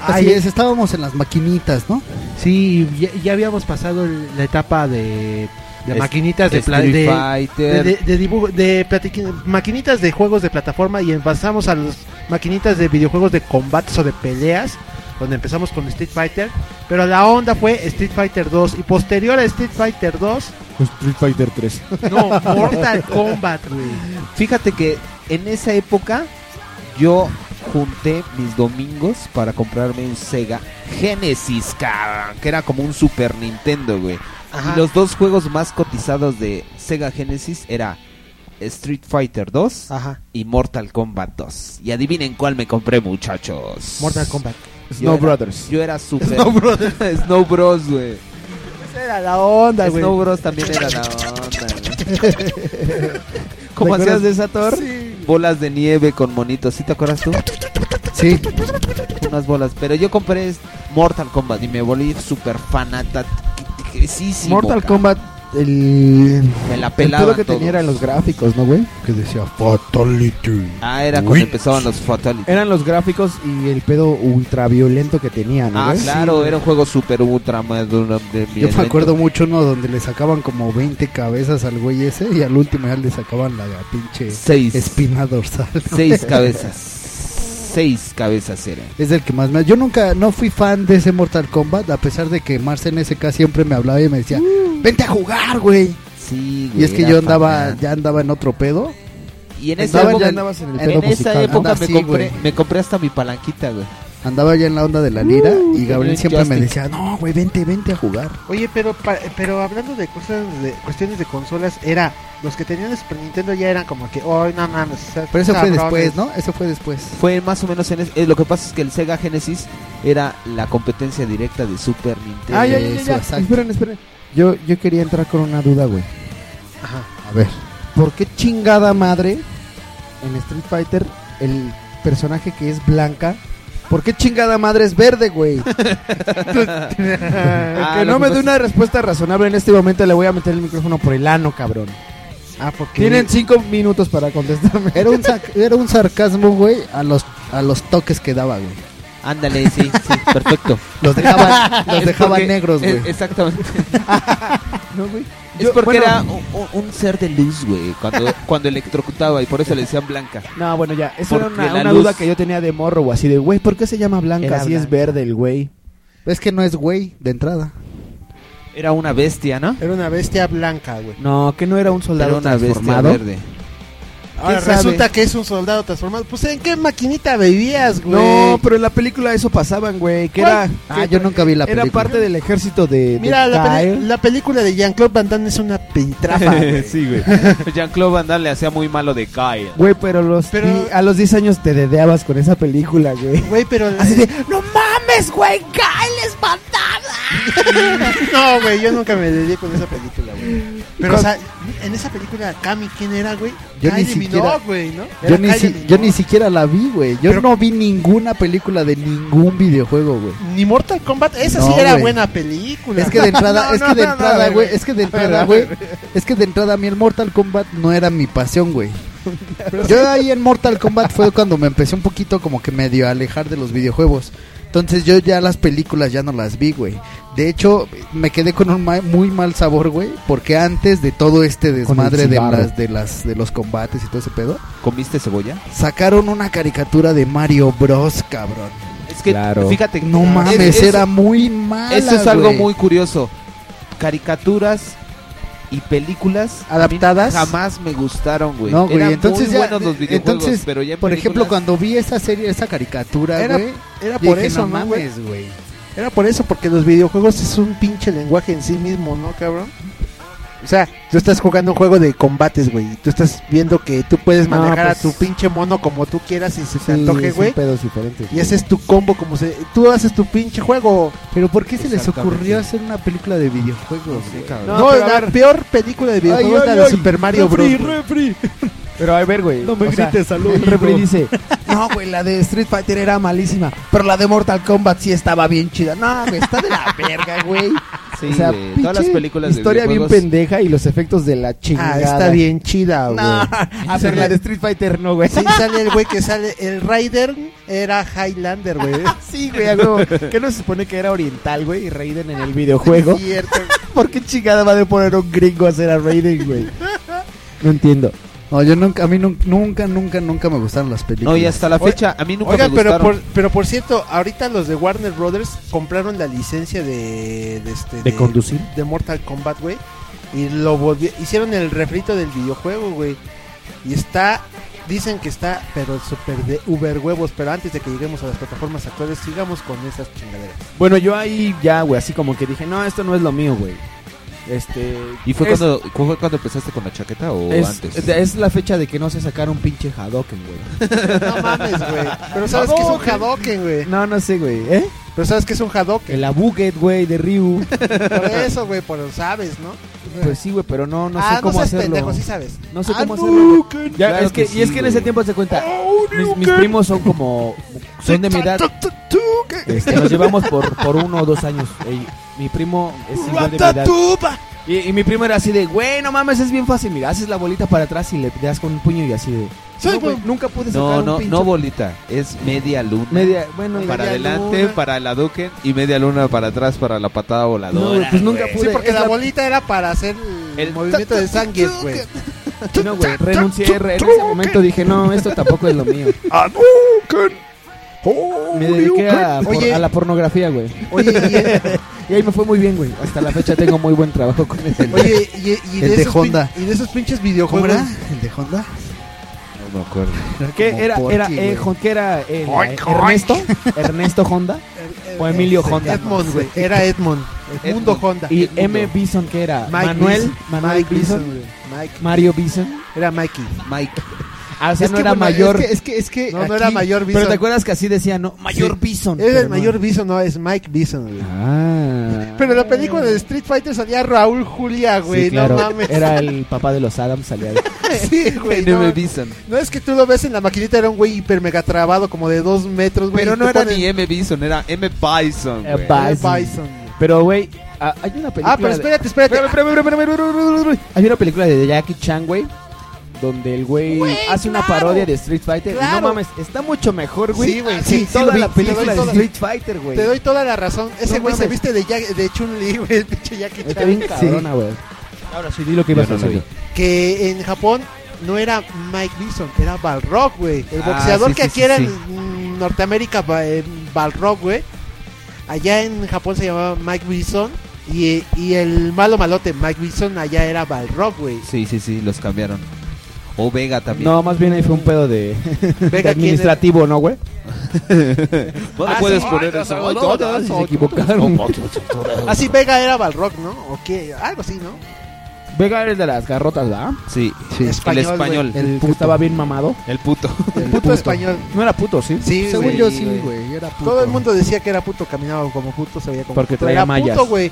H: Así es, estábamos en las maquinitas, ¿no?
D: Sí, ya, ya habíamos pasado el- la etapa de, de
B: Es-
D: maquinitas de, pla-
B: Street
D: de-
B: Fighter.
D: de- de- de dibujo- de platiqui- maquinitas de juegos de plataforma y pasamos a las maquinitas de videojuegos de combates o de peleas, donde empezamos con Street Fighter, pero la onda fue Street Fighter 2 y posterior a Street Fighter 2,
K: Street Fighter 3.
D: no, Mortal Kombat, güey.
B: Fíjate que en esa época yo junté mis domingos para comprarme un Sega Genesis, cabrón, que era como un Super Nintendo, güey.
D: Ajá.
B: Y los dos juegos más cotizados de Sega Genesis era Street Fighter 2 y Mortal Kombat 2. Y adivinen cuál me compré, muchachos.
D: Mortal Kombat.
B: Yo
D: Snow
B: era-
D: Brothers.
B: Yo era super.
D: Snow Brothers.
B: Snow Bros, güey.
D: Esa era la onda, güey.
B: Snow Bros también era la onda. güey. ¿Cómo hacías de esa Thor? Bolas de nieve con monitos, ¿sí te acuerdas tú?
H: Sí.
B: Unas bolas, pero yo compré Mortal Kombat y me volví super fanata. crecísimo,
K: Mortal
B: cabrón.
K: Kombat, el.
B: Me la
K: El
B: pelaban
K: pedo que
B: todos.
K: tenía eran los gráficos, ¿no, güey?
H: Que decía Fatality.
B: Ah, era cuando
K: Uy.
B: empezaban los Fatality.
K: Eran los gráficos y el pedo ultraviolento que tenían, ¿no,
B: Ah,
K: güey?
B: claro, era un juego super ultra. más de una- de-
H: Eh, Yo
B: violento.
H: me acuerdo mucho uno donde le sacaban como 20 cabezas al güey ese y al último ya le sacaban la pinche
B: Seis.
H: espina dorsal. ¿no?
B: Seis cabezas. Seis cabezas eran.
H: Es el que más me... Yo nunca, no fui fan de ese Mortal Kombat, a pesar de que Marcen SK siempre me hablaba y me decía, vente a jugar, güey.
B: Sí,
H: Y es que
B: era
H: yo andaba,
B: fatal.
H: ya andaba en otro pedo.
B: Y en esa
H: Andaba
B: época,
H: ya-
B: en,
H: en esa
B: esa época
H: Andaba
B: me,
H: así,
B: compré,
H: güey.
B: me compré hasta mi palanquita, güey.
H: Andaba ya en la onda de la lira
B: Uh,
H: y
B: tenía
H: Gabriel
B: un
H: siempre me
B: joystick.
H: decía, no, güey, vente, vente a jugar.
D: Oye, pero pa- pero hablando de cosas de cuestiones de consolas, era los que tenían Super Nintendo ya eran como que, oh, no mames, o sea,
H: Pero eso fue
D: cabrones".
H: después, ¿no? Eso fue después.
B: Fue más o menos en es- eh, lo que pasa es que el Sega Genesis era la competencia directa de Super Nintendo.
K: Ah, ya, ya, ya, ya. Esperen, esperen. Yo, yo quería entrar con una duda, güey.
H: A ver.
K: ¿Por qué chingada madre en Street Fighter el personaje que es blanca? ¿Por qué chingada madre es verde, güey?
B: Ah,
K: que no me dé una respuesta razonable en este momento, le voy a meter el micrófono por el ano, cabrón.
D: Ah, porque
K: Tienen cinco minutos para contestarme.
H: Era un, sac- era un sarcasmo, güey, a los, a los toques que daba, güey.
B: Ándale, sí, sí, perfecto.
H: Los dejaban- los
B: Es
H: dejaban negros, güey.
B: es- exactamente.
K: No, güey.
B: Es
K: Yo-
B: porque
K: bueno,
B: era un, un- un ser de luz, güey, cuando, cuando electrocutaba y por eso le decían blanca.
K: No, bueno, ya. Esa era
B: Porque
K: una,
B: la
K: una
B: luz-
K: duda que yo tenía de morro, güey. Así de, güey, ¿por qué se llama
H: Era
K: blanca si es
H: blanca.
K: verde el güey?
H: Es que no es güey, de entrada.
B: Era una bestia, ¿no?
D: Era una bestia blanca, güey.
K: No, que no era un soldado
B: Era una bestia
K: transformado.
B: verde.
D: Ahora
K: sabe?
D: Ah, resulta que es un soldado transformado. Pues en qué maquinita bebías, güey.
K: No, pero en la película eso pasaban, güey. Que
D: ¿Cuál?
K: era.
H: Ah,
K: que
H: yo nunca vi la
K: Era
H: película.
K: parte del ejército pues, de. de
D: Mira, la, peli-
K: Kyle.
D: la película de Jean-Claude Van Damme es una pintrafa, güey.
B: sí, güey. Jean-Claude Van Damme le hacía muy malo de Kyle.
K: Güey, pero, los, y a los 10 años te dedeabas con esa película, güey.
D: Güey, pero.
K: Así de.
T: ¡No mames, güey! ¡Kyle es
D: no, güey, yo nunca me dediqué con esa película, güey. Pero, o
K: Con-
D: sea, en esa película, Cami, ¿quién era, güey?
H: Yo ni
D: Kylie
H: siquiera-
D: Minogue, güey, ¿no?
H: Yo
D: Era
H: ni,
D: Kylie
H: si-
D: Minogue.
H: yo ni siquiera la vi, güey. Yo no vi ninguna película de ningún videojuego, güey.
D: Ni Mortal Kombat, esa
H: No,
D: sí era
H: güey.
D: buena película.
H: Es que de entrada,
D: No,
H: es
D: no,
H: que de
D: no,
H: entrada,
D: no,
H: güey, es que de entrada, güey, es que de entrada a mí el Mortal Kombat no era mi pasión, güey. Yo ahí en Mortal Kombat fue cuando me empecé un poquito como que medio a alejar de los videojuegos. Entonces yo ya las películas ya no las vi, güey. De hecho, me quedé con un ma- muy mal sabor, güey, porque antes de todo este desmadre de
B: cigarro.
H: las de las de los combates y todo ese pedo,
B: ¿Comiste cebolla?
H: sacaron una caricatura de Mario Bros, cabrón.
B: Es Es que,
F: Claro.
B: fíjate,
F: No
B: es-
F: mames,
B: es-
F: era muy mala,
B: Eso es algo
F: güey.
B: muy curioso. Caricaturas y películas
H: Adaptadas.
B: jamás me gustaron, güey.
H: No, güey,
B: Eran
H: entonces
B: muy
H: ya- eh,
B: buenos los videojuegos,
H: entonces,
B: pero ya en
H: por ejemplo,
B: películas-
H: cuando vi esa serie, esa caricatura,
D: Era-
H: güey,
D: era
H: yo
D: por
H: ¿Eh? dije,
D: eso,
H: no
D: ¿no, güey?
H: mames, güey.
D: Era por eso, porque los videojuegos es un pinche lenguaje en sí mismo, ¿no, cabrón? O sea, tú estás jugando un juego de combates, güey. y Tú estás viendo que tú puedes
E: No,
D: manejar
E: pues-
D: a tu pinche mono como tú quieras y se te
E: Sí,
D: antoje,
E: son
D: güey.
E: pedos diferentes.
D: Y ese es tu combo, como se. Tú haces tu pinche juego.
H: Pero ¿por qué se les
D: Exactamente.
H: ocurrió hacer una película de videojuegos? güey?
D: No, la peor película de videojuegos
H: Ay,
D: es la
H: ay,
D: de
H: ay,
D: Super Mario Bros.
H: refri,
D: güey.
F: Pero a ver, güey.
H: No me
F: o sea,
H: grites, salud,
F: El refri
H: hijo.
F: dice,
H: No, güey, la de Street Fighter era malísima. Pero la de Mortal Kombat sí estaba bien chida. No, güey, está de la verga, güey.
F: o sea,
H: todas las
F: pinche
H: películas de
F: historia bien
H: videojuegos.
F: pendeja y los efectos de la chingada.
D: Ah, está bien chida, güey.
F: No, a ver, la de Street Fighter no, güey.
D: Sí, sale el güey que sale. El Raider era Highlander, güey.
F: Sí, güey, a huevo. ¿Qué no se supone que era oriental, güey? Y Raiden en el videojuego. ¿Por qué chingada va a poner un gringo a hacer a Raiden, güey?
H: No entiendo. No, yo nunca, a mí nun- nunca, nunca, nunca me gustaron las películas.
B: No, y hasta la fecha, a mí nunca
D: Oiga,
B: me
D: pero
B: gustaron.
D: por, pero por cierto, ahorita los de Warner Brothers compraron la licencia de de, este,
F: ¿De conducir?
D: de Mortal Kombat, güey, y lo volvi- hicieron el refrito del videojuego, güey. Y está dicen que está pero super de uber huevos, pero antes de que lleguemos a las plataformas actuales sigamos con esas chingaderas.
K: Bueno, yo ahí ya, güey, así como que dije, no, esto no es lo mío, güey. Este.
B: ¿Y fue,
K: es-
B: cuando, cu- fue cuando empezaste con la chaqueta o
K: es,
B: antes?
K: es la fecha de que no se sacaron pinche Hadoken, güey.
D: No mames, güey. Pero sabes que es un Hadoken, güey.
K: No, no sé, güey. ¿Eh?
D: Pero sabes que es un Hadoken.
K: El Abuget, güey, de Ryu.
D: Por eso, güey, por lo sabes, ¿no?
K: Pues sí, güey, pero no, no
D: Ah,
K: sé cómo
D: no seas
K: hacerlo.
D: pendejo, sí sabes.
K: No sé cómo
D: Ah,
K: hacerlo.
D: no,
K: Ya,
D: Claro
K: es que,
D: que
K: y es
D: sí,
K: que en ese
D: güey.
K: tiempo se cuenta.
D: Oh,
K: mis, mis primos son como. Son de mi edad. Este, nos llevamos por, por uno o dos años. Ey, mi primo es igual de mi edad.
C: Ratatuba.
K: Y, y mi primo era así de, güey, no mames, es bien fácil. Mira, haces la bolita para atrás y le das con un puño y así de. "No,
D: pues,
K: güey, nunca pude sacar
B: No,
K: un
B: no,
K: pinche
B: no bolita, es media luna.
K: Media- bueno,
B: para
K: media
B: adelante,
K: luna.
B: para la Duque y media luna para atrás para la patada voladora.
K: No, güey, pues nunca
B: güey.
K: pude.
D: Sí, porque
K: Es
D: la,
K: la-
D: bolita era para hacer el, movimiento de sangre, güey.
K: No, güey, renuncié. re- en ese momento dije, no, esto tampoco es lo mío. Me dediqué a, por-
D: Oye.
K: a la pornografía, güey.
D: Oye,
K: y, ahí me fue muy bien, güey. Hasta la fecha tengo muy buen trabajo con ese.
D: Oye, y, y
K: El
D: de
K: de
D: esos pin-
K: Honda.
D: Y de esos pinches videojuegos.
K: ¿Cómo era?
H: ¿El de Honda?
B: No me acuerdo.
K: ¿Qué
H: Como
K: era?
H: Porky,
K: era
H: güey.
K: eh, Hon- ¿Qué era? eh,
H: Oink,
K: eh,
H: oink.
K: ¿Ernesto? ¿Ernesto Honda? ¿O Emilio
D: Este,
K: Honda?
D: Edmond, güey. Era Edmond. Edmundo Honda.
K: ¿Y
D: Edmundo.
K: M. Bison qué era?
D: Mike
K: ¿Manuel?
D: Bison.
K: ¿Manuel
D: Mike
K: Bison?
D: Bison, güey. Mike.
K: ¿Mario Bison?
D: Era Mikey.
B: Mike.
K: Ah, o sea,
D: Es
K: no
D: que,
K: era
D: bueno,
K: mayor.
D: es que- es que- es que
K: no, no
D: aquí-
K: era mayor Bison. Pero te acuerdas que así decía, ¿no? Mayor Bison.
D: Era
K: pero
D: el
K: no.
D: mayor Bison, no, es Mike Bison, güey.
K: Ah.
D: Pero en la película de Street Fighter salía Raúl Julia, güey.
K: Sí, claro,
D: No mames.
K: Era el papá de los Adams salía.
D: Sí, güey.
K: No
D: No,
K: me avisan.
D: No, es que tú lo ves en la maquinita, era un güey hiper mega trabado, como de dos metros, güey.
B: Pero
D: y
B: no
D: te
B: era
D: ponen-
B: ni M. Bison, era M. Bison.
K: Eh,
B: güey.
K: Bison. Pero, güey, ah, hay una película.
D: Ah, pero
K: de-
D: espérate, espérate.
K: Hay una película de Jackie Chan, güey. Donde el güey
D: Güey,
K: hace una
D: claro.
K: parodia de Street Fighter. y
D: Claro.
K: No mames, está mucho mejor, güey.
D: Sí, güey,
K: que
D: sí, sí lo
K: toda
D: vi,
K: la
D: sí,
K: película
D: te doy
K: de
D: toda-
K: Street Fighter, güey.
D: Te doy toda la razón. Ese
K: No
D: güey se
K: mames.
D: viste de, Ya- de Chun-Li, güey, el pinche Jackie Chan.
K: Está bien cabrona, güey. Ahora sí, di lo que ibas
B: Yo
K: a
B: no la
K: decir.
D: Que en Japón no era Mike Bison, era Balrog, güey. El
K: Ah,
D: boxeador
K: sí,
D: que
K: sí,
D: aquí
K: sí,
D: era
K: sí.
D: en mm, Norteamérica, ba- eh, Balrog, güey. Allá en Japón se llamaba Mike Bison. Y, y el malo malote, Mike Bison, allá era Balrog, güey.
B: Sí, sí, sí, los cambiaron. O Vega también.
K: No, más bien ahí fue un pedo de, de
B: quién
K: administrativo, ¿no, güey?
B: No le
D: Ah,
B: puedes
D: sí.
B: poner
D: Ay,
B: eso.
D: no,
B: Ay,
D: no,
B: no,
D: no,
B: no,
D: no,
B: se
K: equivocaron.
D: Así Vega era Balrog, ¿no? ¿O qué? Algo así, ¿no?
K: Vega es de las garrotas, ¿verdad?
B: Sí,
K: sí.
D: Español,
B: el español.
K: El que estaba bien mamado.
B: El puto.
D: El puto, español.
K: No era puto, ¿sí?
D: Sí,
H: Según
D: güey,
H: yo sí, güey, era puto.
D: Todo el mundo decía que era puto, caminaba como puto, se veía como
K: Porque
D: puto.
K: traía
D: era
K: mallas.
D: puto, güey.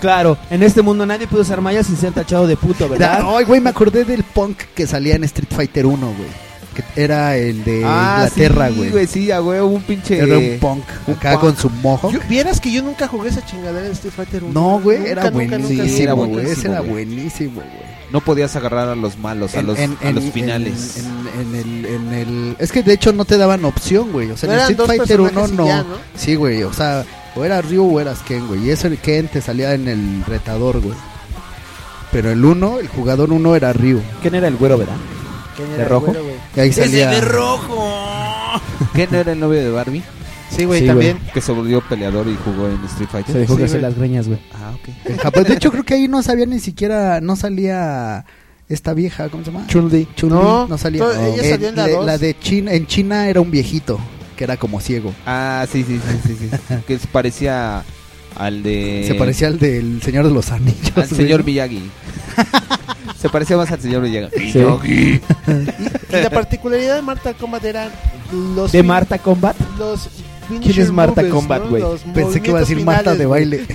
K: Claro, en este mundo nadie puede usar mallas sin ser tachado de puto, ¿verdad?
H: Ay, güey, me acordé del punk que salía en Street Fighter 1, güey. Que era el de
D: Ah,
H: Inglaterra,
B: sí,
H: Ah, güey.
B: güey. Sí, a huevo, un pinche.
H: Era un punk acá con su mojo.
D: Yo- Vieras que yo nunca jugué esa chingadera de Street Fighter 1.
H: No, güey,
D: Nunca,
H: era
D: nunca, nunca,
H: buenísimo,
D: nunca.
B: Sí, era
H: güey.
B: buenísimo,
H: Ese era
B: güey.
H: buenísimo, güey.
B: No podías agarrar a los malos, a
H: En-
B: los,
H: en-
B: a los
H: en-
B: finales.
H: En, en- en el, en el- es que de hecho no te daban opción, güey. O sea,
D: No
H: en
D: eran
H: Street
D: dos
H: Fighter 1
D: personajes y
H: no.
D: ya, ¿no?
H: Sí, güey, o sea, o eras Ryu o eras Ken, güey. Y ese Ken te salía en el retador, güey. Pero el 1, el jugador 1 era Ryu.
K: ¿Quién era el güero, verdad?
D: ¿Quién
H: ¿De
D: era el
H: rojo?
D: güero, güey?
H: Y ahí salía.
B: rojo! ¿Qué no era el novio de Barbie?
D: Sí, güey, también.
B: Que se volvió peleador y jugó en Street Fighter.
H: Se dejó
B: Sí,
H: crecer
B: güey.
H: las greñas, güey.
B: Ah, ok.
H: En Japón. De hecho, creo que ahí no sabía ni siquiera, no salía esta vieja, ¿cómo se llama?
D: Chun-Li.
H: no,
D: No,
H: salía.
D: to- ella
H: Eh,
D: salía en la
H: le-
D: dos.
H: de China, en China era un viejito que era como ciego.
B: Ah, sí, sí, sí, sí, sí. que se parecía al de...
H: Se parecía al del Señor de los Anillos.
B: al
H: güey.
B: señor Miyagi. se parecía más al señor Miyagi.
H: Sí.
B: Miyagi.
D: Y la particularidad de Marta Kombat eran los.
K: ¿De Marta Combat?
D: Los
K: ¿Quién es Marta
D: moves,
K: Combat,
D: ¿no?
K: güey?
D: Los
H: Pensé que iba
D: movimientos
H: a decir Marta
D: finales,
H: de
D: güey.
H: baile.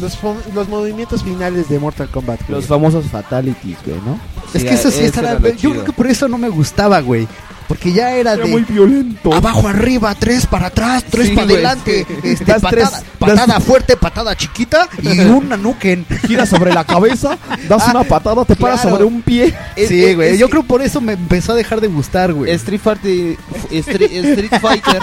D: Los, fo- los movimientos finales de Mortal Kombat. güey.
K: Los famosos fatalities, güey, ¿no?
H: es que eso sí estaba. Yo creo que por eso no me gustaba, güey. Porque ya era, de.
K: muy violento.
H: Abajo, arriba, tres para atrás, tres
K: Sí,
H: para
K: güey,
H: adelante.
K: sí.
H: Este,
K: Das
H: patada,
K: tres-
H: patada
K: das-
H: fuerte, patada chiquita y una nuken.
K: Gira sobre la cabeza, das
H: Ah,
K: una patada, te paras
H: claro.
K: sobre un pie.
H: sí, güey. Yo creo por eso me empezó a dejar de gustar, güey.
B: Street Fighter... Street, Street Fighter...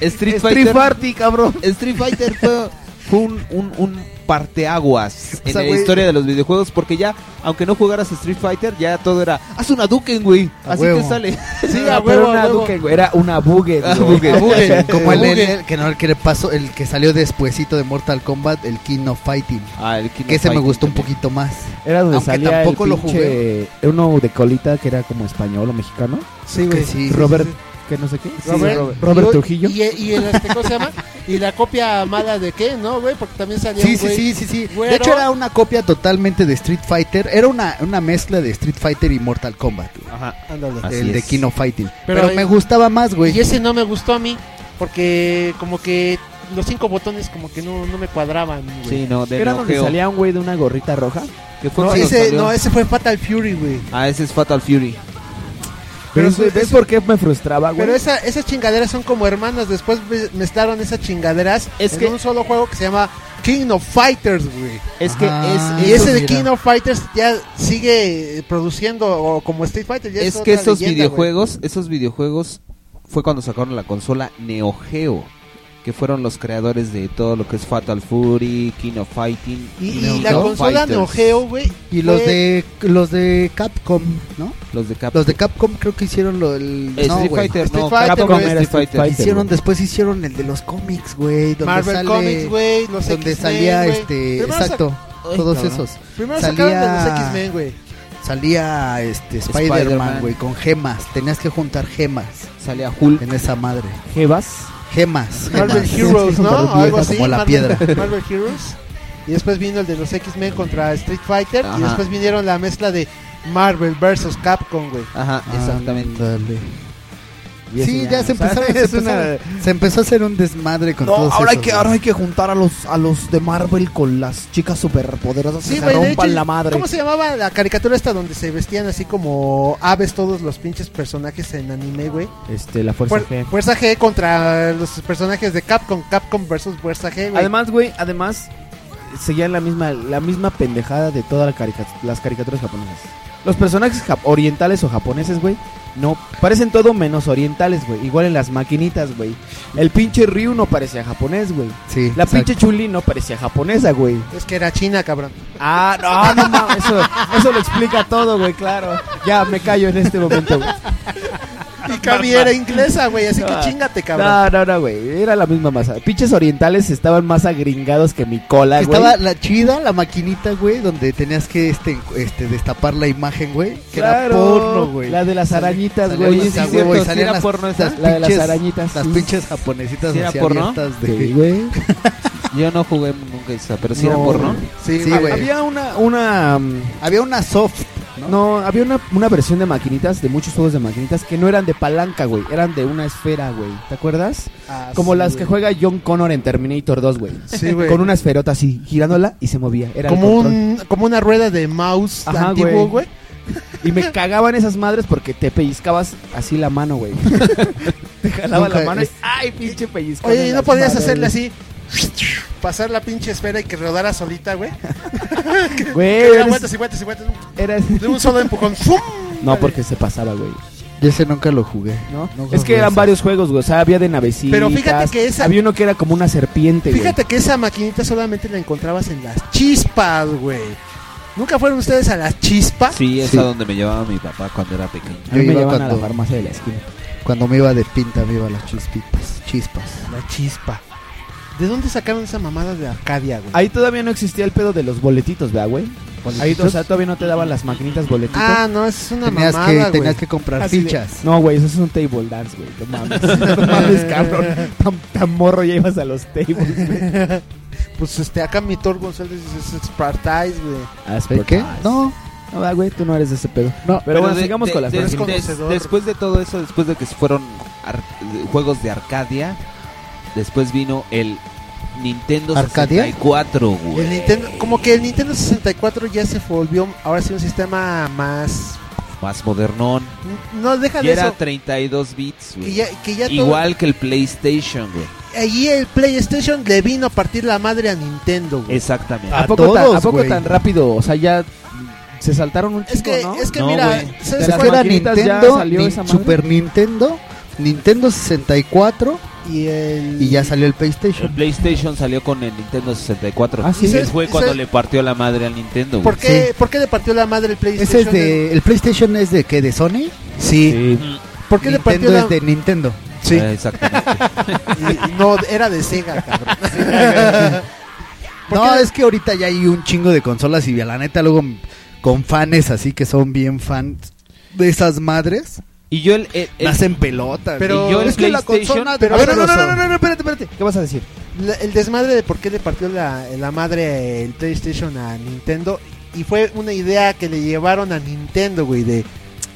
B: Street Fighter...
H: Party, cabrón.
B: Street Fighter fue, fue un, un, un parteaguas en
H: sea,
B: la
H: güey.
B: historia de los videojuegos porque ya, aunque no jugaras Street Fighter, ya todo era, haz una Duken, güey.
H: A
B: Así
H: huevo.
B: te sale.
K: Sí, ah, pero era una Duken, güey, era una Buget.
B: Ah,
K: güey.
B: Buget.
H: Como el, el-
B: Buget.
H: el que no, el que le pasó, el que salió despuesito de Mortal Kombat, el King of Fighting.
B: Ah, el King
H: que
B: of
H: ese me
B: Fighting
H: gustó un
B: también.
H: poquito más.
K: Era donde
H: Aunque
K: salía
H: tampoco
K: el
H: lo
K: pinche- uno de colita que era como español o mexicano.
H: Sí, güey. Sí, sí,
K: Robert,
H: sí.
K: que no sé qué. Sí,
D: Robert,
K: Robert,
D: y-
K: Robert Trujillo.
D: Y, y el, este, ¿Cómo se llama? Y la copia mala de qué, ¿no, güey? Porque también salía.
H: Sí,
D: un
H: sí,
D: güey
H: sí, sí, sí.
D: güero.
H: De hecho era una copia totalmente de Street Fighter. Era una, una mezcla de Street Fighter y Mortal Kombat. güey.
D: Ándale.
B: Así
H: el de
B: es.
H: King of Fighting. Pero,
D: Pero ahí-
H: me gustaba más,
D: Y
H: güey.
D: ese no me gustó a mí. Porque como que los cinco botones como que no, no me cuadraban, güey.
B: Sí, no, de
K: Era donde
B: Neo Geo.
K: salía un güey de una gorrita roja.
B: Que fue
D: No,
B: cuando
D: ese,
B: salió.
D: no, ese fue Fatal Fury, güey.
B: Ah, ese es Fatal Fury.
D: Pero
K: Pero ¿ves,
D: eso-
K: ves
D: eso-
K: por qué me frustraba, güey?
D: Pero esa, esas chingaderas son como hermanas. Después me- mezclaron esas chingaderas
B: Es
D: en
B: que-
D: un solo juego que se llama King of Fighters, güey.
B: Es que
H: Ajá.
B: es,
D: y
B: esos-
D: ese de
H: mira.
D: King of Fighters ya sigue produciendo o como Street Fighter. Ya
B: es
D: es,
B: que
D: otra
B: esos
D: leyenda, güey.
B: videojuegos, esos videojuegos fue cuando sacaron la consola Neo Geo, que fueron los creadores de todo lo que es Fatal Fury, King of Fighting
D: Y, y
B: Neo
D: la
B: Geo
D: consola
B: Fighters.
D: Neo Geo, güey.
H: Y los
D: fue-
H: de los de Capcom, ¿no?
B: los de Capcom.
H: Los de Capcom creo que hicieron lo, el
B: Eh,
H: no,
B: Street
H: güey.
B: Fighter,
D: Street
B: no,
D: Fighter,
B: Capcom
D: güey.
B: era Street
K: Street
B: Fighter.
K: Fighter.
H: Hicieron después hicieron el de los cómics, güey, donde
D: Marvel
H: sale-
D: Comics, güey. Los
H: donde
D: X-Men,
H: salía
D: güey.
H: este,
D: Primero
H: exacto,
D: Ay,
H: todos
D: cabrón.
H: esos.
D: sac- primero
H: salía-
D: sacaron de los X-Men, güey.
H: Salía este
B: Spider-Man.
H: Spider-Man, güey, con gemas, tenías que juntar gemas
B: Salía Hulk.
H: en esa madre.
K: Jebas.
H: Gemas,
D: Marvel
H: gemas.
D: Heroes, ¿no? O algo así.
H: Como la
D: Marvel,
H: piedra.
D: Marvel Heroes. Y después vino el de los X-Men contra Street Fighter.
B: Ajá.
D: Y después vinieron la mezcla de Marvel versus Capcom, güey.
B: Ajá, exactamente.
H: Ah, Ándale.
K: Y ese
H: Sí, ya se
K: o sea,
H: empezaron, se,
K: es una-
H: empezaron- se empezó a hacer un desmadre con
U: No,
H: todos
U: ahora hay
H: esos,
U: que ahora hay que juntar a los a los de Marvel con las chicas superpoderosas que
D: Sí,
U: se
D: güey, de
U: rompan
D: hecho,
U: la madre.
D: ¿Cómo se llamaba la caricatura esta donde se vestían así como aves todos los pinches personajes en anime, güey?
K: Este, la fuerza
D: Fuer-
K: G.
D: Fuerza G contra los personajes de Capcom, Capcom versus Fuerza G, güey.
K: Además, güey, además seguían la misma la misma pendejada de todas las caricaturas japonesas. Los personajes jap- orientales o japoneses, güey, no parecen todo menos orientales, güey. Igual en las maquinitas, güey. El pinche Ryu no parecía japonés, güey.
H: Sí,
K: La
H: exacto.
K: pinche Chuli no parecía japonesa, güey.
D: es que era China, cabrón.
K: Ah, no, no, mames, eso, eso lo explica todo, güey, claro. Ya me callo en este momento, güey.
D: Y Cami era inglesa, güey, así que
K: Ah.
D: chingate, cabrón.
K: No, no, no, güey. Era la misma masa. Pinches orientales estaban más agringados que mi cola, Ah, güey.
H: Estaba la chida, la maquinita, güey, donde tenías que este, este destapar la imagen, güey, que era
K: Claro,
H: porno, güey.
K: La de las
H: Sale-
K: arañitas,
H: salían
K: güey.
H: las-
K: Sí, sí,
H: güey,
K: cierto,
H: salían
K: sí era
H: las-
K: porno esa.
H: las
K: La de las
H: pinches-
K: arañitas,
H: Las
K: sí.
H: pinches japonesitas
B: ¿Sí era
H: así
B: porno?
H: abiertas de
K: Sí, güey.
B: Yo no jugué nunca esa, pero sí era
K: No,
B: porno.
H: Sí,
K: Ha-
H: güey.
K: Había una, una, mm,
H: Había una soft,
K: no, había una, una versión de maquinitas, de muchos juegos de maquinitas que no eran de palanca, güey, eran de una esfera, güey. ¿Te acuerdas?
D: Ah,
K: Como
D: sí,
K: las
D: güey.
K: que juega John Connor en Terminator 2, güey.
D: Sí, güey.
K: Con una esferota así, girándola y se movía. Era el
D: como
K: control.
D: un como una rueda de mouse
K: Ajá,
D: antiguo, güey.
K: güey. Y me cagaban esas madres porque te pellizcabas así la mano, güey. te jalaba
H: Nunca
K: la mano y,
H: es-
K: ay, pinche pellizcón.
D: Oye,
K: en
D: ¿y no
K: las
D: podías
K: madres,
D: hacerle así? Pasar la pinche esfera y que rodara solita, güey.
K: Güey,
D: Que diera
K: Eh, eres-
D: vueltas y vueltas y vueltas.
K: eras-
D: De un solo empujón. ¡fum!
K: No, porque se pasaba, güey.
H: yo ese nunca lo jugué.
K: ¿no?
H: No
K: es que
H: jugué
K: eran
H: eso.
K: varios juegos, güey. O sea, había de navecitas.
D: Pero fíjate que esa-
K: Había uno que era como una serpiente, güey.
D: Fíjate que esa maquinita solamente la encontrabas en las chispas, güey. ¿Nunca fueron ustedes a las chispas?
B: Sí, esa
H: Sí.
B: donde me llevaba mi papá cuando era pequeño.
K: A mí me
H: Yo iba
K: llevan a
H: cuando-
K: la farmacia de la esquina.
H: Cuando me iba de pinta, me iba las chispitas, chispas.
D: La chispa. ¿De dónde sacaron esa mamada de Arcadia, güey?
K: Ahí todavía no existía el pedo de los boletitos, ¿verdad, güey? Ahí, o sea, todavía no te daban las maquinitas boletitos.
D: Ah, no, es una
K: Tenías
D: mamada,
K: que-
D: güey.
K: tenías que comprar
D: Así de-
K: fichas. No, güey, eso es un table dance, güey. No mames. No mames, cabrón. Tan, tan morro ya ibas a los tables, güey.
D: Pues este, acá mi Thor González es expertise, güey.
K: ¿Por qué? No. No, va, güey, tú no eres de ese pedo. No, pero, bueno,
B: de-
K: sigamos
B: de-
K: con las
B: des-
K: maquinitas.
B: des- Después de todo eso, después de que fueron ar- de- juegos de Arcadia, después vino el Nintendo
D: ¿Arcadia?
B: 64, güey.
D: El Nintendo, como que el Nintendo 64 ya se volvió, ahora sí, un sistema más...
B: Más modernón.
D: No, deja
B: Y
D: de
B: era
D: eso.
B: 32 bits, güey.
D: Que ya- que ya todo-
B: Igual que el PlayStation, güey.
D: Allí el PlayStation le vino a partir la madre a Nintendo, güey.
B: Exactamente.
K: ¿A poco, tan, ¿a poco tan rápido? O sea, ya se saltaron un chico,
D: Es que,
K: ¿no?
D: es que
K: No,
D: mira,
K: güey.
D: ¿sabes
K: De las
D: cuál?
H: Era
K: maquinitas ya
H: Nintendo,
K: salió
H: Nin-
K: esa madre.
H: Super Nintendo, Nintendo 64
D: y,
H: y ya salió el PlayStation.
B: El PlayStation salió con el Nintendo 64.
H: Ah, ¿sí?
B: Y
H: ¿Sabes-
B: fue cuando
H: sabes-
B: le partió la madre al Nintendo, güey.
D: ¿Por qué, ¿Por qué le partió la madre el
H: Ese
D: PlayStation?
H: es de. ¿El PlayStation es de qué? ¿De Sony? Sí.
D: ¿Por qué le partió
H: Nintendo
D: la-
H: es de Nintendo.
D: Sí.
B: Eh, exactamente.
D: Y- y no, era de Sega, cabrón.
H: no, es que ahorita ya hay un chingo de consolas y la neta luego con fans así que son bien fans de esas madres.
B: Y yo el,
K: Eh,
B: el,
H: hacen pelota.
D: Pero
H: güey.
D: es que la consola- pero-
H: A ver, no, no,
D: pero-
H: no, no, no, no, espérate, espérate. ¿Qué vas a decir?
D: La- el desmadre de por qué le partió la, la madre el PlayStation a Nintendo. Y fue una idea que le llevaron a Nintendo, güey, de...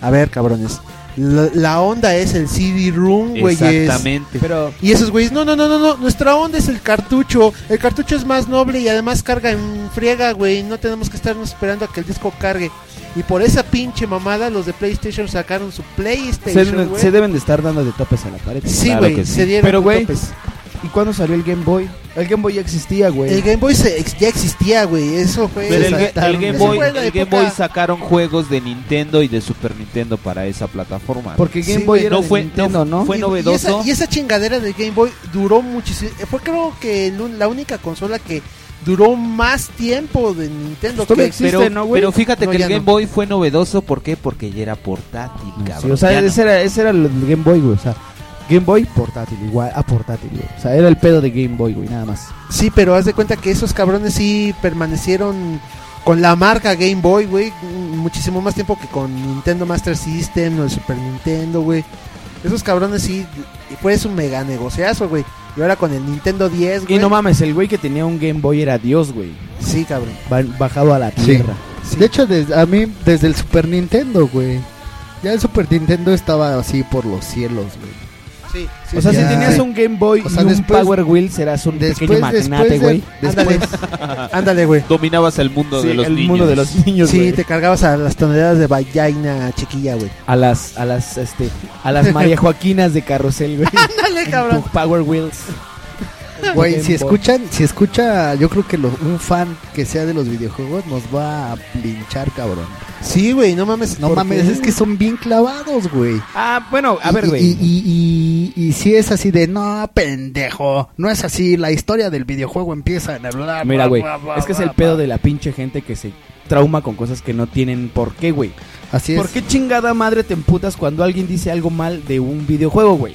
D: A ver, cabrones. La, la onda es el CD-ROOM, güey.
B: Exactamente.
K: Pero...
D: Y esos güeyes, no, no, no, no, no, nuestra onda es el cartucho. El cartucho es más noble y además carga en friega, güey. No tenemos que estarnos esperando a que el disco cargue. Y por esa pinche mamada, los de PlayStation sacaron su
K: Se,
D: PlayStation, güey.
K: se deben de estar dando de topes a la pared.
D: Sí, Claro güey, que sí. se dieron pues,
K: Pero,
D: de
K: güey,
D: topes.
K: ¿y cuándo salió el Game Boy? El Game Boy ya existía, güey.
D: El Game Boy se ex- ya existía, güey. Eso fue.
B: Pero el, Ga- el
D: saltaron-
B: Game
D: eso
B: Boy,
D: fue la
B: el Game
D: época-
B: Boy sacaron juegos de Nintendo y de Super Nintendo para esa plataforma.
K: Porque Game
D: Sí,
K: Boy
D: güey.
K: era de Nintendo, ¿no?
B: Fue
D: Y-
B: novedoso.
D: Y esa, y esa chingadera del Game Boy duró muchísimo. eh, Fue creo que el un- la única consola que duró más tiempo de Nintendo. que-
B: pero, pero fíjate
D: No,
B: que el
D: ya
B: Game
D: no.
B: Boy fue novedoso, ¿por qué? Porque ya era portátil, cabrón.
K: Sí, o sea,
B: Ya no.
K: ese, era, ese era el Game Boy, güey. O sea, Game Boy portátil, igual a portátil, güey. O sea, era el pedo de Game Boy, güey, nada más.
D: Sí, pero haz de cuenta que esos cabrones sí permanecieron con la marca Game Boy, güey, mm, muchísimo más tiempo que con Nintendo Master System o el Super Nintendo, güey. Esos cabrones sí, y fue un mega negociazo, güey. Y ahora con el Nintendo 10, güey.
K: Y no mames, el güey que tenía un Game Boy era Dios, güey.
D: Sí, cabrón.
K: Ba- Bajado a la tierra.
H: De hecho, desde, a mí desde el Super Nintendo, güey. Ya el Super Nintendo estaba así por los cielos, güey.
D: Sí,
K: o sea,
H: Ya.
K: si tenías un Game Boy
H: O sea,
K: y
H: después-
K: un Power Wheel, serás un pequeño
H: después-
K: magnate,
H: después de-
K: güey.
H: Ándale.
D: Ándale, güey.
B: Dominabas el mundo
K: Sí,
B: de los
K: el
B: niños.
K: mundo de los niños,
D: Sí,
K: güey.
D: te cargabas a las toneladas de vallaina chiquilla, güey.
K: A las, a las, este, a las María Joaquinas de carrusel, güey.
D: Ándale, cabrón.
K: Tus Power Wheels.
H: Güey,
K: Game
H: si
K: Boy.
H: escuchan, si escucha, yo creo que lo- un fan que sea de los videojuegos nos va a linchar, cabrón.
D: Sí, güey, no mames.
H: No
D: ¿por
H: mames,
D: qué?
H: es que son bien clavados, güey.
K: Ah, bueno, a
H: Y-
K: ver,
H: y-
K: güey.
H: Y, y- y- y si es así de, no, pendejo, no es así, la historia del videojuego empieza en hablar.
K: Mira, güey, es que es el pedo de la pinche gente que se trauma con cosas que no tienen por qué, güey.
H: Así es.
K: ¿Por qué chingada madre te emputas cuando alguien dice algo mal de un videojuego, güey?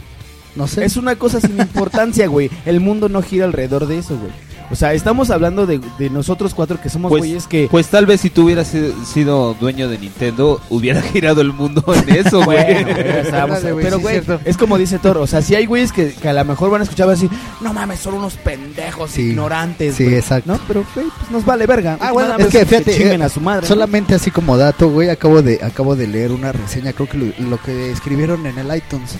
H: No sé.
K: Es una cosa sin importancia, güey. El mundo no gira alrededor de eso, güey. O sea, estamos hablando de, de nosotros cuatro que somos
B: Pues,
K: güeyes que...
B: pues tal vez si tú hubieras sido, sido dueño de Nintendo, hubiera girado el mundo en eso, güey.
K: Bueno, güey, o sea, vamos a-
B: Ándale, güey,
K: pero,
B: sí,
K: güey,
B: cierto.
K: es como dice Thor. O sea, si hay güeyes que, que a lo mejor van a escuchar van a decir, no mames, son unos pendejos
H: Sí.
K: ignorantes.
H: Sí,
K: güey".
H: exacto.
K: No, pero, güey, pues nos vale verga.
H: Ah,
K: Nada
H: bueno,
K: más
H: es que fíjate,
K: chinguen
H: eh,
K: a su madre. ¿no?
H: solamente así como dato, güey, acabo de acabo de leer una reseña, creo que lo, lo que escribieron en el iTunes.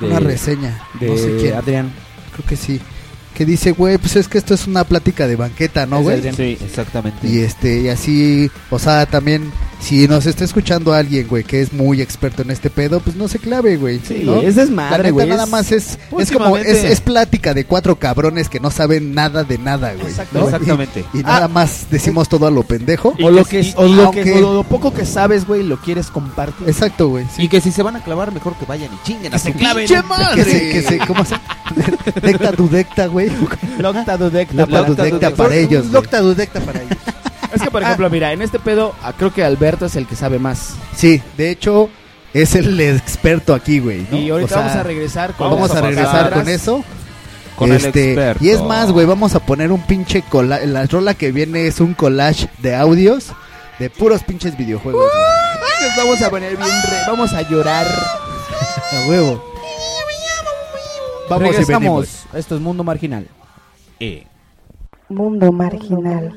K: De-
H: una reseña,
K: de
H: no sé quién.
K: Adrián.
H: Creo que sí. Que dice, güey, pues es que esto es una plática de banqueta, ¿no,
B: Es de
H: güey?
B: Adrián. Sí, exactamente.
H: Y este, y así, o sea, también si nos está escuchando alguien, güey, que es muy experto en este pedo, pues no se clave, güey.
K: Sí,
H: ¿no?
K: es desmadre,
H: La neta,
K: güey,
H: Nada
K: es-
H: más es, es como, es,
K: Últimamente-
H: es plática de cuatro cabrones que no saben nada de nada, güey.
K: Exacto.
H: ¿no?
K: Exactamente. Ah.
H: Y, y nada más decimos todo a lo pendejo.
K: O lo que, o lo que-
H: Aunque-
K: o lo poco que sabes, güey, lo quieres compartir.
H: Exacto, güey.
B: Y que si se van a clavar, mejor que vayan y chinguen a su pinche madre.
H: Que se, que se, ¿cómo se? Decta dudecta, güey.
K: Locta dudecta.
H: Locta dudecta para ellos. güey.
D: Locta dudecta para ellos.
K: ah, Es que, por ejemplo, mira, en este pedo ah, creo que Alberto es el que sabe más.
H: Sí, de hecho, es el experto aquí, güey. ¿no?
K: Y ahorita
H: O sea,
K: vamos a regresar con
H: Vamos
K: las
H: a regresar
K: pasadas.
H: con eso. Este,
K: Con el experto.
H: Y es más, güey, vamos a poner un pinche collage. La rola que viene es un collage de audios de puros pinches videojuegos.
K: Nos vamos a poner bien re- vamos a llorar.
H: güey. A huevo.
K: Vamos
H: Vamos y
K: Regresamos.
H: venimos.
K: Esto es Mundo Marginal.
B: Eh,
Q: Mundo marginal.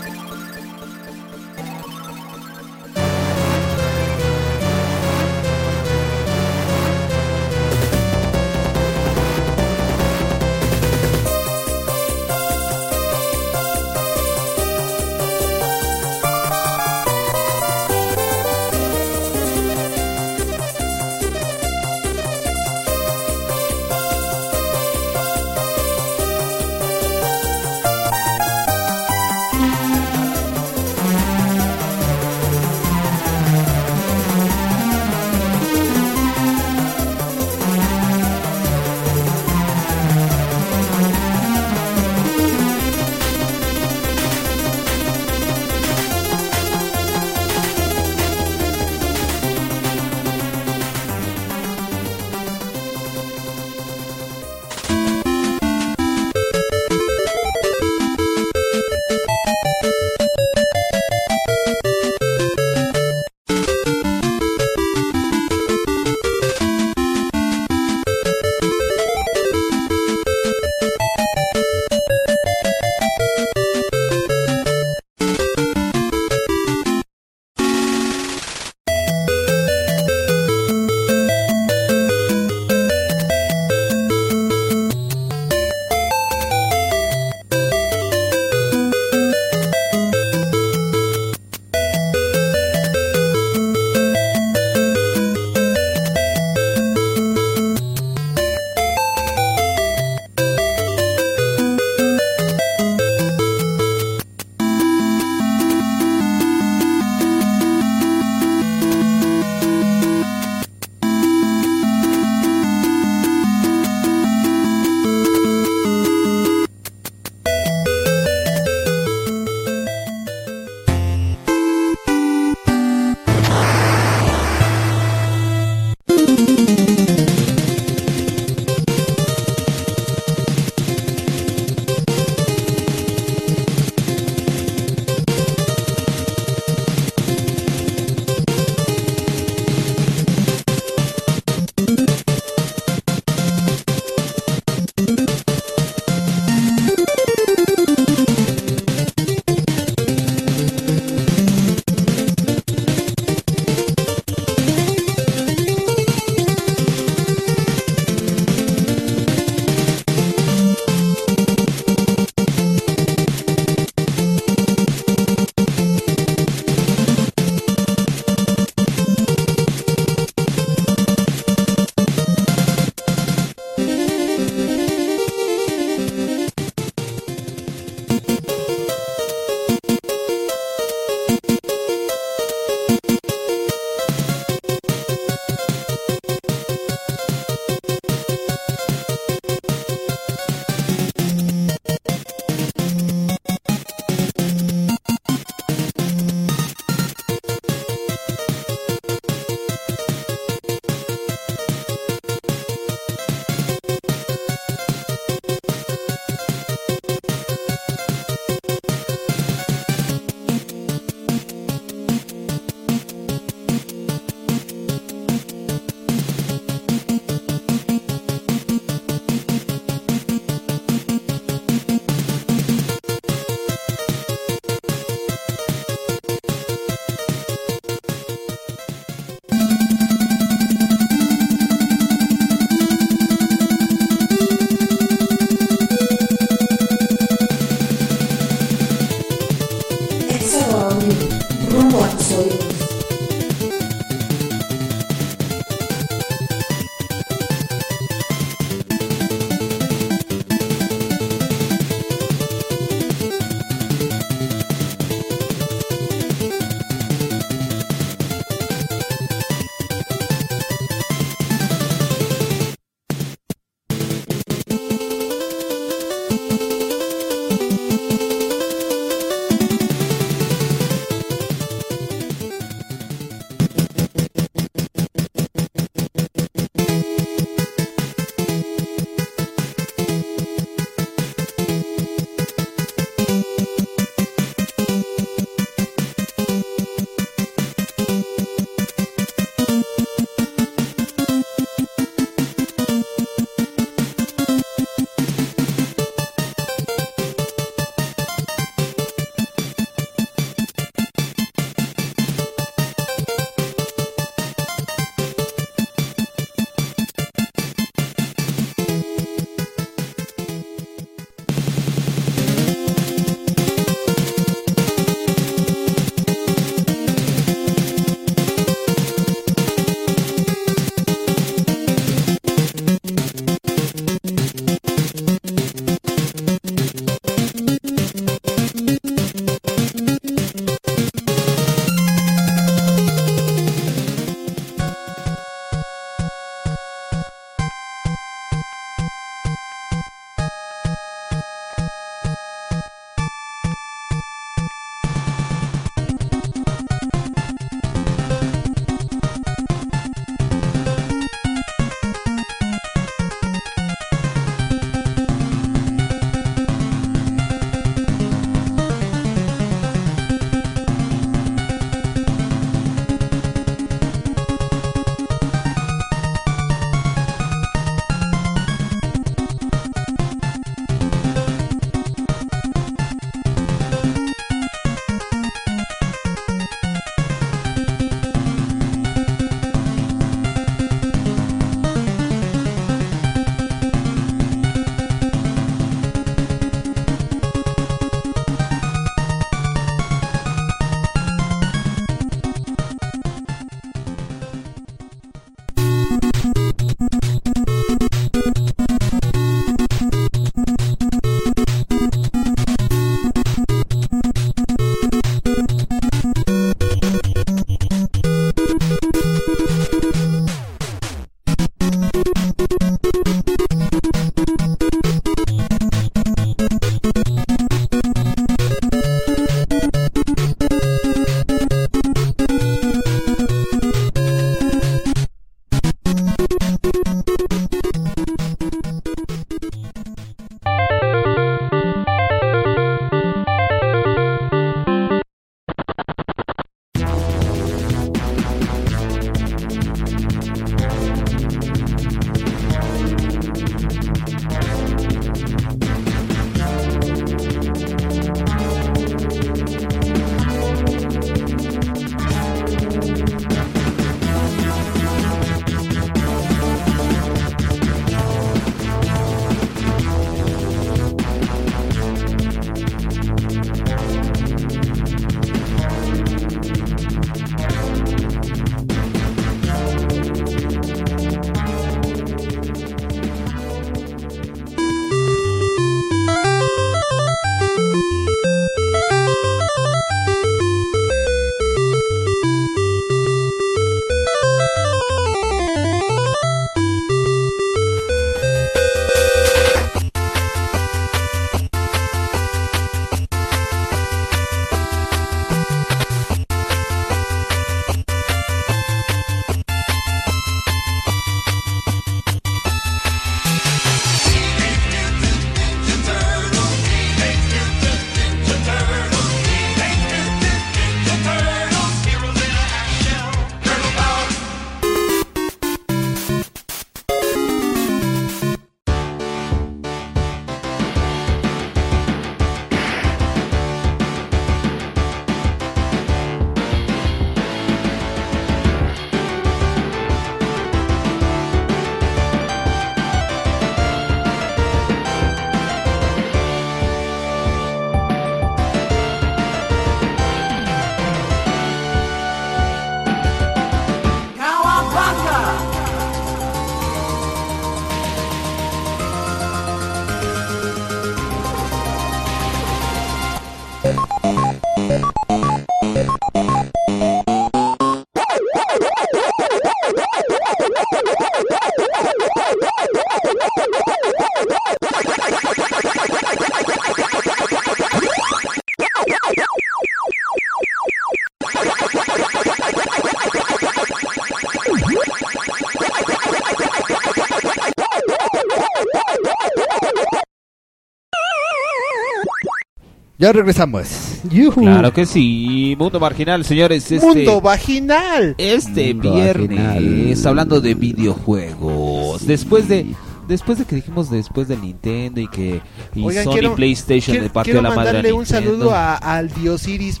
H: Ya regresamos. Yujú.
B: Claro que sí, Mundo Marginal, señores. Este,
D: Mundo vaginal.
B: Este viernes, hablando de videojuegos. Después de después de que dijimos después del Nintendo y que y
D: Oigan,
B: Sony
D: quiero-
B: PlayStation
D: quiero-
B: le partió
D: quiero
B: la madre a
D: mandarle un
B: Nintendo.
D: saludo a, al Diosiris.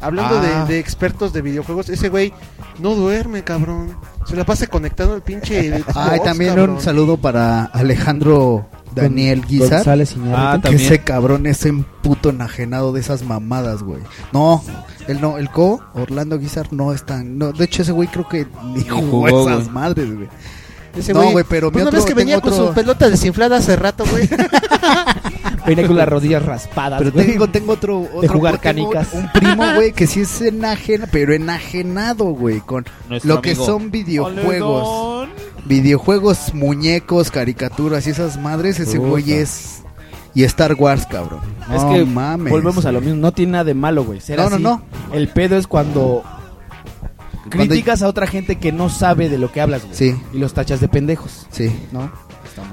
D: Hablando de-
B: Ah.
D: de, expertos de videojuegos, ese güey no duerme, cabrón. Se la pasa conectando al pinche. Xbox,
H: Ay, también
D: cabrón.
H: un saludo para Alejandro Daniel Guizar.
E: González Iñárritu. Ah,
H: que
E: también.
H: ese cabrón es un puto enajenado de esas mamadas, güey. No, él no, el co, Orlando Guizar no es tan. No, de hecho, ese güey creo que ni jugó,
D: jugó,
H: esas
D: güey.
H: madres, güey.
D: Ese
H: no, güey, pero
D: Pues
H: mi
D: ¿no
H: otro-
D: ves que venía
H: tengo
D: con
H: otro-
D: su pelota desinflada hace rato, güey.
E: Venía con las rodillas raspadas.
H: Pero
E: güey.
H: tengo, tengo otro, otro
E: jugar
H: tengo
E: canicas.
H: Un primo, güey, que sí es enajena, pero enajenado, güey, con
E: Nuestro
H: lo que
E: amigo.
H: son videojuegos. Videojuegos, muñecos, caricaturas y esas madres, ese
K: Puta.
H: güey es. Y Star Wars, cabrón.
K: Es
H: No
K: que
H: mames.
K: volvemos a lo mismo. No tiene nada de malo, güey. ser
H: No, no,
K: así.
H: no.
K: El pedo es cuando criticas a otra gente que no sabe de lo que hablas, güey.
H: Sí.
K: Y los tachas de pendejos.
H: Sí.
K: ¿No?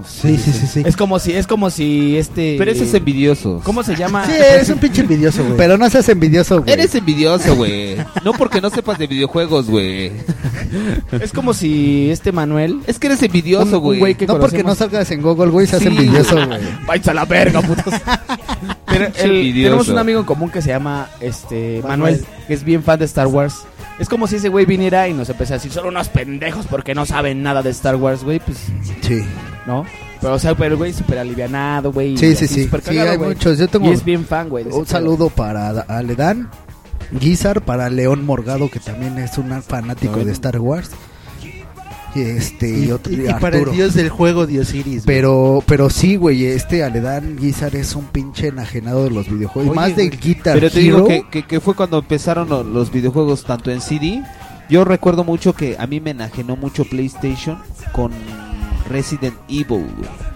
H: Sí, sí, sí, sí.
K: Es como si, es como si este.
H: Pero eso es
B: envidioso.
K: ¿Cómo se llama?
H: Sí, eres un pinche envidioso, güey. Pero no seas envidioso, güey.
B: Eres envidioso, güey. No porque no sepas de videojuegos, güey.
K: Es como si este Manuel.
B: Es que eres envidioso, güey.
H: No porque no salgas en Google, güey, seas
K: Sí.
H: envidioso, güey.
K: Vais a la verga, putos. Pero
H: Pinche
K: el-
H: envidioso.
K: tenemos un amigo en común que se llama este Manuel,
H: Manuel.
K: que es bien fan de Star Wars. Es como si ese güey viniera y nos empezara a decir, son unos pendejos porque no saben nada de Star Wars, güey, pues...
H: Sí.
K: ¿No? Pero, o sea, pero el güey es súper alivianado, güey.
H: Sí,
K: y
H: sí,
K: así,
H: sí.
K: súper
H: Sí,
K: cagado,
H: hay
K: güey.
H: muchos. Yo tengo
K: Y es bien fan, güey. de ese
H: Un saludo para Da- Aledán Guizar, para León Morgado, que también es un fanático de Star Wars. Y este, y, otro-
D: y- y
H: Arturo.
D: para el dios del juego, Diosiris. güey.
H: Pero, pero sí, güey, este Aledán Guizar es un pinche enajenado de los videojuegos.
B: Oye,
H: más del
B: güey,
H: Guitar
B: Pero te digo
H: Hero.
B: que, que- que fue cuando empezaron lo- los videojuegos tanto en CD. Yo recuerdo mucho que a mí me enajenó mucho PlayStation con Resident Evil.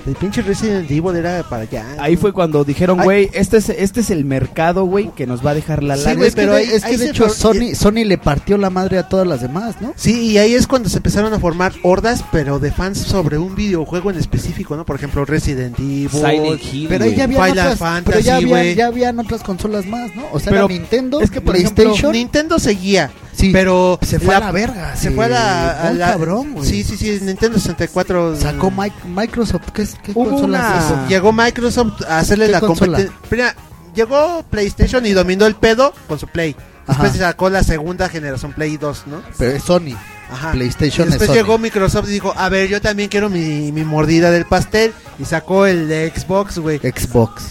D: El pinche Resident Evil era para allá.
K: Ahí fue cuando dijeron,
D: Ay.
K: güey, este es, este es el mercado, güey, que nos va a dejar la
H: Sí,
K: lana.
H: güey, pero
K: ahí-
H: ahí- es que de
D: se
H: hecho
D: for-
H: Sony, Sony le partió la madre a todas las demás, ¿no?
D: Sí, y ahí es cuando se empezaron a formar hordas, pero de fans sobre un videojuego en específico, ¿no? Por ejemplo, Resident Evil,
B: Silent Hill,
H: Pero ahí ya había
D: Final
H: otras, pero ya
D: Fantasy,
H: habían-
D: güey.
H: ya habían otras consolas más, ¿no? O sea,
D: Pero
H: era Nintendo,
D: es que, por ejemplo,
H: PlayStation,
D: Nintendo seguía, pero
H: se fue a la verga,
D: se
H: sí,
D: fue a la, a
H: muy
D: la-
H: cabrón, güey.
D: Sí, sí, sí, Nintendo 64
H: sacó Mi- Microsoft, ¿qué, es- qué
D: Hubo
H: consolas
D: una-
H: hizo?
D: Llegó Microsoft a hacerle
H: ¿Qué
D: la
H: consola?
D: competencia. llegó PlayStation y dominó el pedo con su Play. Después sacó la segunda generación Play 2, ¿no?
H: Pero es Sony.
D: Ajá.
H: PlayStation
D: Y Ah, después
H: es Sony.
D: llegó Microsoft y dijo, a ver, yo también quiero mi, mi mordida del pastel. Y sacó el de Xbox, güey.
H: Xbox.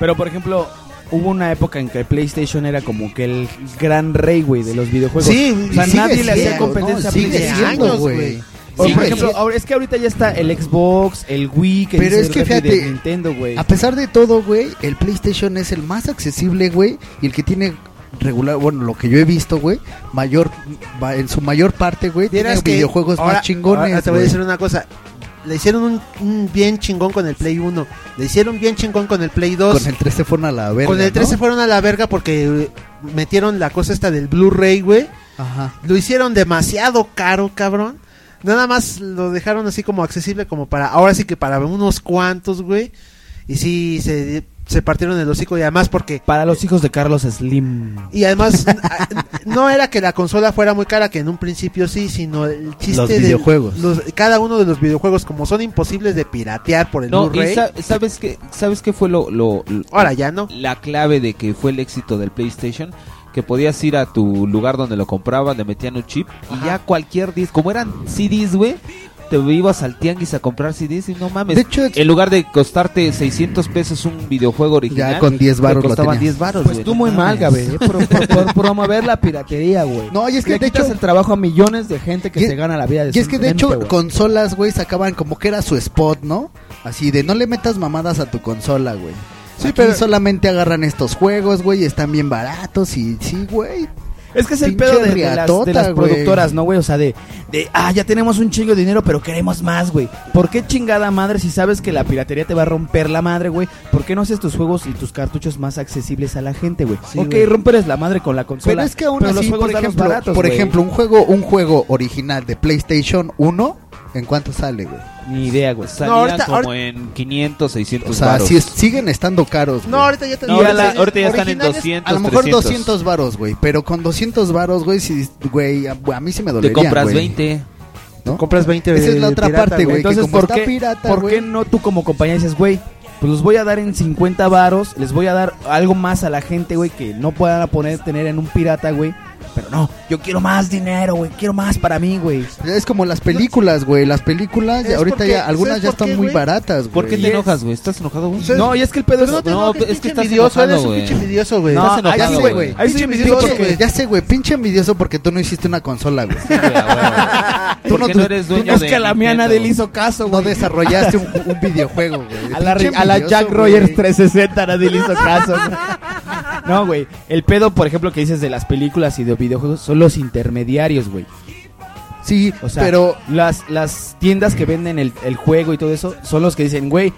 K: Pero por ejemplo, hubo una época en que PlayStation era como que el gran rey, güey, de los videojuegos.
D: Sí,
K: o sea,
D: y sigue
K: nadie le hacía
D: siendo,
K: competencia
D: ¿no?
K: a
D: Sigue
K: PlayStation.
D: siendo,
K: Años,
D: güey.
K: O
D: Sigue
K: por ejemplo,
D: siendo.
K: ahora, es que ahorita ya está el Xbox, el Wii, que
H: Pero
K: dice
H: es que
K: el refri de
H: fíjate,
K: Nintendo, güey.
H: A pesar de todo, güey, el PlayStation es el más accesible, güey, y el que tiene regular, bueno, lo que yo he visto, güey, mayor, va- en su mayor parte, güey, tiene
D: Vieras que
H: videojuegos
D: ahora-
H: más chingones.
D: ahora te voy a
H: güey.
D: decir una cosa. Le hicieron un, un bien chingón con el Play 1. Le hicieron bien chingón con el Play 2.
H: Con el 3 se fueron a la verga.
D: Con el 3 se
H: ¿no?
D: fueron a la verga porque eh, metieron la cosa esta del Blu-ray, güey.
H: Ajá.
D: Lo hicieron demasiado caro, cabrón. Nada más lo dejaron así como accesible como para... Ahora sí que para unos cuantos, güey. Y sí, se, se partieron el hocico y además porque...
K: Para los hijos de Carlos Slim.
D: Y además, a- no era que la consola fuera muy cara, que en un principio sí, sino el chiste
H: Los
D: del-
H: videojuegos.
D: los- cada uno de los videojuegos, como son imposibles de piratear por el
B: No, y
D: Blu-ray.
B: sa- sabes que sabes qué fue lo, lo- lo-
D: Ahora ya no.
B: La clave de que fue el éxito del PlayStation que podías ir a tu lugar donde lo compraban, le metían un chip y ya cualquier disco, como eran CDs, güey, te ibas al tianguis a comprar CDs y no mames.
H: De hecho,
B: en lugar de costarte 600 pesos un videojuego original,
H: Ya con 10
B: te
H: varos lo
B: costaban
H: tenías.
B: 10 varos,
H: Pues
B: güey,
H: tú
B: no
H: muy mal,
B: mames.
H: Gabe,
K: eh, por, por- por promover la piratería, güey.
H: No, y es que
K: Le
H: de
K: quitas
H: hecho-
K: el trabajo a millones de gente que
H: Y-
K: se gana la vida de
H: Y es que de
K: simplemente,
H: hecho,
K: güey.
H: consolas, güey, sacaban como que era su spot, ¿no? Así de no le metas mamadas a tu consola, güey. Sí, pero solamente agarran estos juegos, güey, y están bien baratos y sí, güey.
K: Es que es el
H: Pinche
K: pedo de, de las, de
H: riatota,
K: las
H: güey.
K: productoras, ¿no, güey? O sea, de, de, ah, ya tenemos un chingo de dinero, pero queremos más, güey. ¿Por qué chingada madre si sabes que la piratería te va a romper la madre, güey? ¿Por qué no haces tus juegos y tus cartuchos más accesibles a la gente, güey? ok,
H: güey.
K: romperes la madre con la consola.
H: Pero es que aún
K: pero los
H: así,
K: juegos
H: por
K: danos
H: ejemplo,
K: baratos,
H: por
K: güey.
H: ejemplo, un juego, un juego original de PlayStation 1 ¿En cuánto sale, güey?
B: Ni idea, güey. Salía
H: ahorita-
B: como
H: ahorita-
B: en 500, 600
H: O sea,
B: varos.
H: si es- siguen estando caros. güey.
B: No, ahorita ya te- No, ahorita ya- ahorita ya están en
H: Originales,
B: 200,
H: A lo mejor
B: 300.
H: 200 varos, güey. Pero con 200 varos, güey, si, güey, a, a mí sí me dolería,
B: compras
H: güey.
B: 20.
H: ¿No?
D: Compras 20
H: Esa es la otra parte, güey.
K: Entonces, ¿por qué,
H: pirata,
K: ¿por
H: güey?
K: qué no tú como compañía dices, güey, pues los voy a dar en 50 varos, les voy a dar algo más a la gente, güey, que no puedan poner, tener en un pirata, güey? Pero no, yo quiero más dinero, güey, quiero más para mí, güey.
H: Pues Es como las películas, güey. Las películas,
K: Es
H: ya, ahorita
K: porque-
H: ya, algunas
K: ¿sabes
H: ya
K: por
H: están
K: qué,
H: muy
K: güey?
H: baratas, güey.
B: ¿Por qué te enojas, güey? ¿Estás enojado, güey?
K: No, y es que el pedo es...
H: Pero no te
B: No,
H: enojes,
B: es que
H: pinche
B: estás
H: envidioso,
B: enojado,
H: eres un
B: güey.
H: pinche envidioso, güey.
B: Estás enojado,
H: sí,
B: güey.
H: Ahí sí
K: Pinche
H: envidioso,
K: envidioso,
H: güey.
K: güey.
H: Ya sé, güey, pinche envidioso porque tú no hiciste una consola, güey. Tú
K: Porque no eres
H: tú
K: dueño
H: es
K: de
H: que a la mía
K: Nintendo,
H: nadie
K: güey.
H: le
K: hizo caso,
H: güey. No desarrollaste un, un videojuego, güey.
K: A la,
H: Pinche
K: a la
H: envidioso,
K: Jack
H: güey.
K: Rogers 360 nadie le hizo caso. güey. No, güey. El pedo, por ejemplo, que dices de las películas y de videojuegos son los intermediarios, güey.
H: Sí,
K: o sea,
H: pero-
K: las, las tiendas que venden el, el juego y todo eso son los que dicen, güey,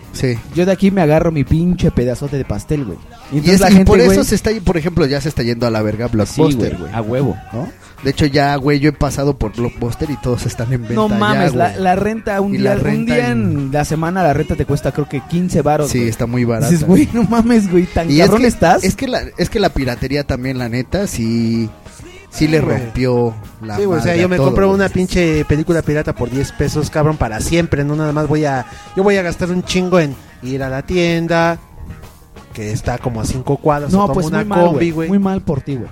K: yo de aquí me agarro mi pinche pedazote de pastel, güey.
H: Y,
K: entonces
H: es-
K: la
H: y
K: gente,
H: por eso
K: güey,
H: se está, por ejemplo, ya se está yendo a la verga
K: Sí,
H: Blockbuster,
K: güey,
H: güey.
K: a huevo,
H: ¿no? De hecho, ya, güey, yo he pasado por Blockbuster y todos están en venta.
K: No
H: ya,
K: mames, la,
H: güey.
K: la renta un
H: Y
K: día,
H: la
K: un
H: renta
K: día en la semana la renta te cuesta creo que 15 baros.
H: Sí, está muy barata.
K: Dices, güey, no mames, güey, tan
H: Y
K: cabrón
H: es que, este
K: estás.
H: Es que, la, es que la piratería también, la neta, sí, sí le
D: Sí, güey.
H: rompió la
D: Sí, güey, o sea,
H: madre
D: yo
H: a
D: me
H: todo,
D: compro
H: güey.
D: una pinche película pirata por 10 pesos, cabrón, para siempre, no nada más voy a yo voy a gastar un chingo en ir a la tienda que está como a 5 cuadras, o
K: No,
D: tomo
K: pues
D: una
K: muy mal,
D: combi,
K: güey.
D: güey.
K: Muy mal por ti, güey.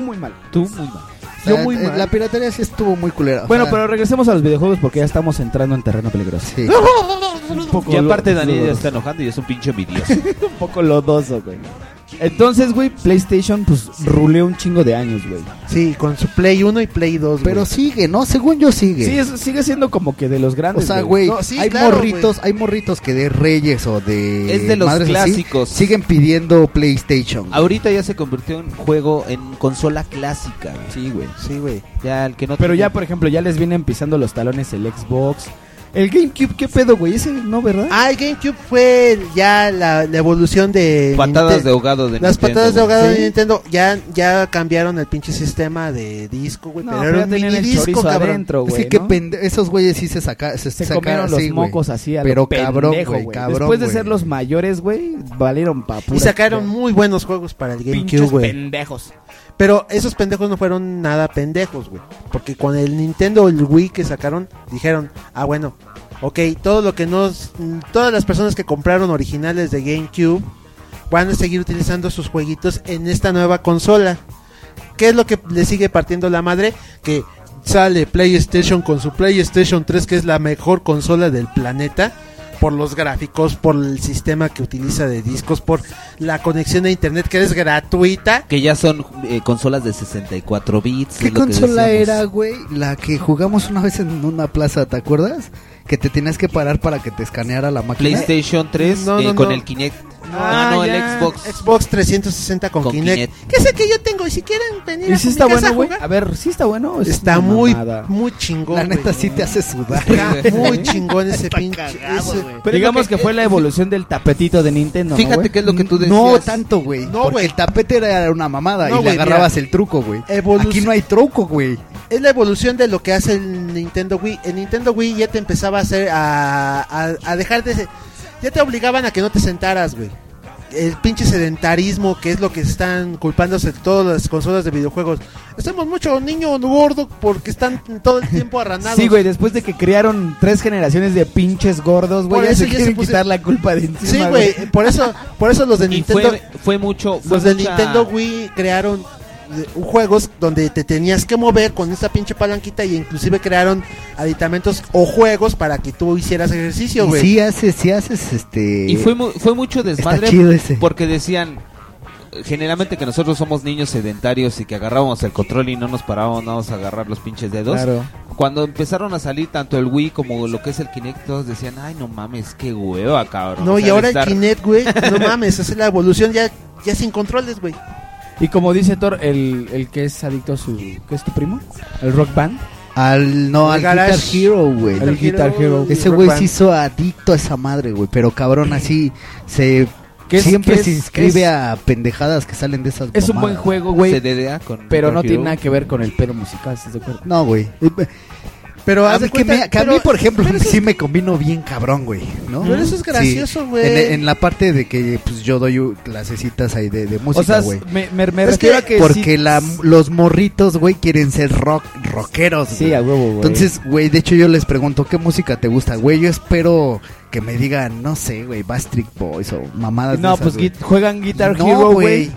K: Muy mal. Tú muy mal. Yo muy
H: eh,
K: mal.
H: La piratería sí estuvo muy culera. o
K: Bueno,
H: sea,
K: pero regresemos a los videojuegos porque ya estamos entrando en terreno peligroso.
H: Sí.
B: Y aparte Daniel ya está enojando y es un pinche envidioso.
K: un poco lodoso, güey. Entonces, güey, PlayStation pues ruleó un chingo de años, güey.
D: Sí, con su Play 1 y Play 2,
H: Pero sigue, ¿no? Según yo sigue.
K: Sí, es- sigue siendo como que de los
H: O
K: grandes.
H: sea, güey,
K: No, sí,
H: hay
K: claro,
H: morritos, hay morritos que de Reyes o de
B: Es de los
H: madres así,
B: clásicos.
H: siguen pidiendo PlayStation. güey.
B: Ahorita ya se convirtió en juego en consola clásica.
K: Sí, güey.
D: Sí, güey.
B: Ya el que no
K: Pero ya, por ejemplo, ya les vienen pisando los talones el Xbox. El GameCube, ¿qué pedo, güey? Ese no, ¿verdad?
D: Ah, el GameCube fue ya la, la evolución de
B: Patadas
D: Ninte-
B: de ahogado de
D: Las
B: Nintendo,
D: patadas de
B: güey.
D: ahogado
B: Sí.
D: de Nintendo ya, ya cambiaron el pinche sistema de disco, güey.
K: No,
D: pero
K: pero
D: era
K: ya
D: un
K: tenían
D: mini
K: el
D: disco,
K: chorizo
D: cabrón.
K: adentro,
H: Es
K: güey,
H: que qué
K: ¿no?
H: pende- esos güeyes sí se sacaron, se,
K: Se
H: sacaron
K: comieron los
H: así, güey.
K: mocos así a lo
H: Pero cabrón,
K: pendejo,
H: güey, cabrón,
K: Después de
H: güey.
K: ser los mayores, güey, valieron pa'
D: Y
K: pura
D: sacaron muy buenos juegos para el GameCube,
K: Pinches
D: güey.
K: pendejos.
D: Pero esos pendejos no fueron nada pendejos, güey. Porque con el Nintendo, el Wii que sacaron, dijeron, ah, bueno, ok, todo lo que nos. Todas las personas que compraron originales de GameCube van a seguir utilizando sus jueguitos en esta nueva consola. ¿Qué es lo que le sigue partiendo la madre? Que sale PlayStation con su PlayStation 3, que es la mejor consola del planeta. Por los gráficos, por el sistema que utiliza de discos, por la conexión a internet que es gratuita.
B: Que ya son eh, consolas de 64 bits.
H: ¿Qué
B: es lo que
H: consola
B: decíamos.
H: era, güey? La que jugamos una vez en una plaza, ¿te acuerdas? Que te tenías que parar para que te escaneara la máquina.
B: PlayStation 3
H: No,
B: eh,
H: no,
B: con
H: no.
B: el Kinect. No,
D: Ah,
B: no,
D: ya.
B: el Xbox.
D: Xbox 360 con,
B: Con
D: Kinect.
B: Kinect.
D: ¿Qué es el que yo tengo? Y si quieren venir
K: ¿Y
D: a
K: si
D: mi
K: está
D: casa
K: bueno,
D: a
K: güey?
D: jugar,
K: A ver, ¿sí está bueno? o es
D: Está
K: una
D: muy,
K: mamada?
D: muy chingón.
H: La neta
D: güey.
H: sí te hace sudar.
D: Está muy
H: güey.
D: chingón ese pinche. ese-
K: Pero digamos que, fue la evolución del tapetito de Nintendo.
H: Fíjate
K: ¿no,
H: que es lo que tú decías. No tanto, güey. porque el tapete era una mamada
D: No,
H: y
D: güey,
H: le agarrabas
D: mira.
H: el truco, güey.
D: Evoluc-
H: Aquí no hay truco, güey.
D: Es la evolución de lo que hace el Nintendo Wii. El Nintendo Wii ya te empezaba a hacer a, a, a dejar de... se- Ya te obligaban a que no te sentaras, güey. El pinche sedentarismo que es lo que están culpándose todas las consolas de videojuegos. Hacemos mucho niño gordo porque están todo el tiempo arranados.
K: Sí, güey, después de que crearon tres generaciones de pinches gordos, güey,
D: Por
K: ya
D: eso
K: se
D: ya se
K: quieren
D: puso-
K: quitar la culpa de encima,
D: Sí, güey, por eso, por eso los de
B: Y
D: Nintendo,
B: fue, fue mucho. fue
D: los de
B: mucha-
D: Nintendo Wii crearon eh, juegos donde te tenías que mover con esa pinche palanquita y inclusive crearon aditamentos o juegos para que tú hicieras ejercicio,
H: Y
D: güey.
H: sí haces, sí haces este.
B: Y fue, mu- fue mucho desmadre
H: chido ese.
B: porque decían eh, generalmente que nosotros somos niños sedentarios y que agarrábamos el control y no nos parábamos nada más a agarrar los pinches dedos.
K: Claro.
B: Cuando empezaron a salir tanto el Wii como lo que es el Kinect, todos decían, ay, no mames, qué hueva, cabrón.
D: No,
B: O
D: y
B: sea,
D: ahora
B: estar-
D: el Kinect, güey, no mames, esa es la evolución ya, ya sin controles, güey.
K: Y como dice Thor, el, el que es adicto a su... ¿Qué es tu primo? ¿El Rock Band?
H: Al, no,
K: El
H: al
K: Garage-
H: Guitar Hero, güey.
K: El Guitar Hero.
H: Ese
K: Rock
H: güey
K: Band.
H: se hizo adicto a esa madre, güey. Pero cabrón, así se.
K: ¿Qué es-
H: siempre
K: qué
H: se
K: es-
H: inscribe
K: es-
H: a pendejadas que salen de esas
K: Es un buen
H: mamadas.
K: juego, güey.
B: CDDA con
K: Pero
B: Guitar
K: no tiene
B: Hero.
K: nada que ver con el pedo musical, ¿estás de acuerdo?
H: No, güey. Pero
D: haz
H: a mí,
D: de
H: que,
D: cuenta-
H: me- que a
D: pero-
H: mí, por ejemplo,
D: pero eso
H: sí me combino bien cabrón, güey. ¿no?
D: Pero eso es
H: Sí.
D: gracioso, güey.
H: En, en la parte de que pues, yo doy u- clasecitas ahí de, de música,
K: sea,
H: güey.
K: me- me- me Es refiero que- a que
H: Porque
K: sí-
H: la- los morritos, güey, quieren ser rock, rockeros. Sí, a huevo,
K: güey.
H: Entonces, güey, de hecho yo les pregunto, ¿qué música te gusta, güey? Yo espero que me digan, no sé, güey, Bastric Boys o mamadas de
K: No,
H: esas,
K: pues
H: güey.
K: gui- juegan Guitar
H: No,
K: Hero, güey.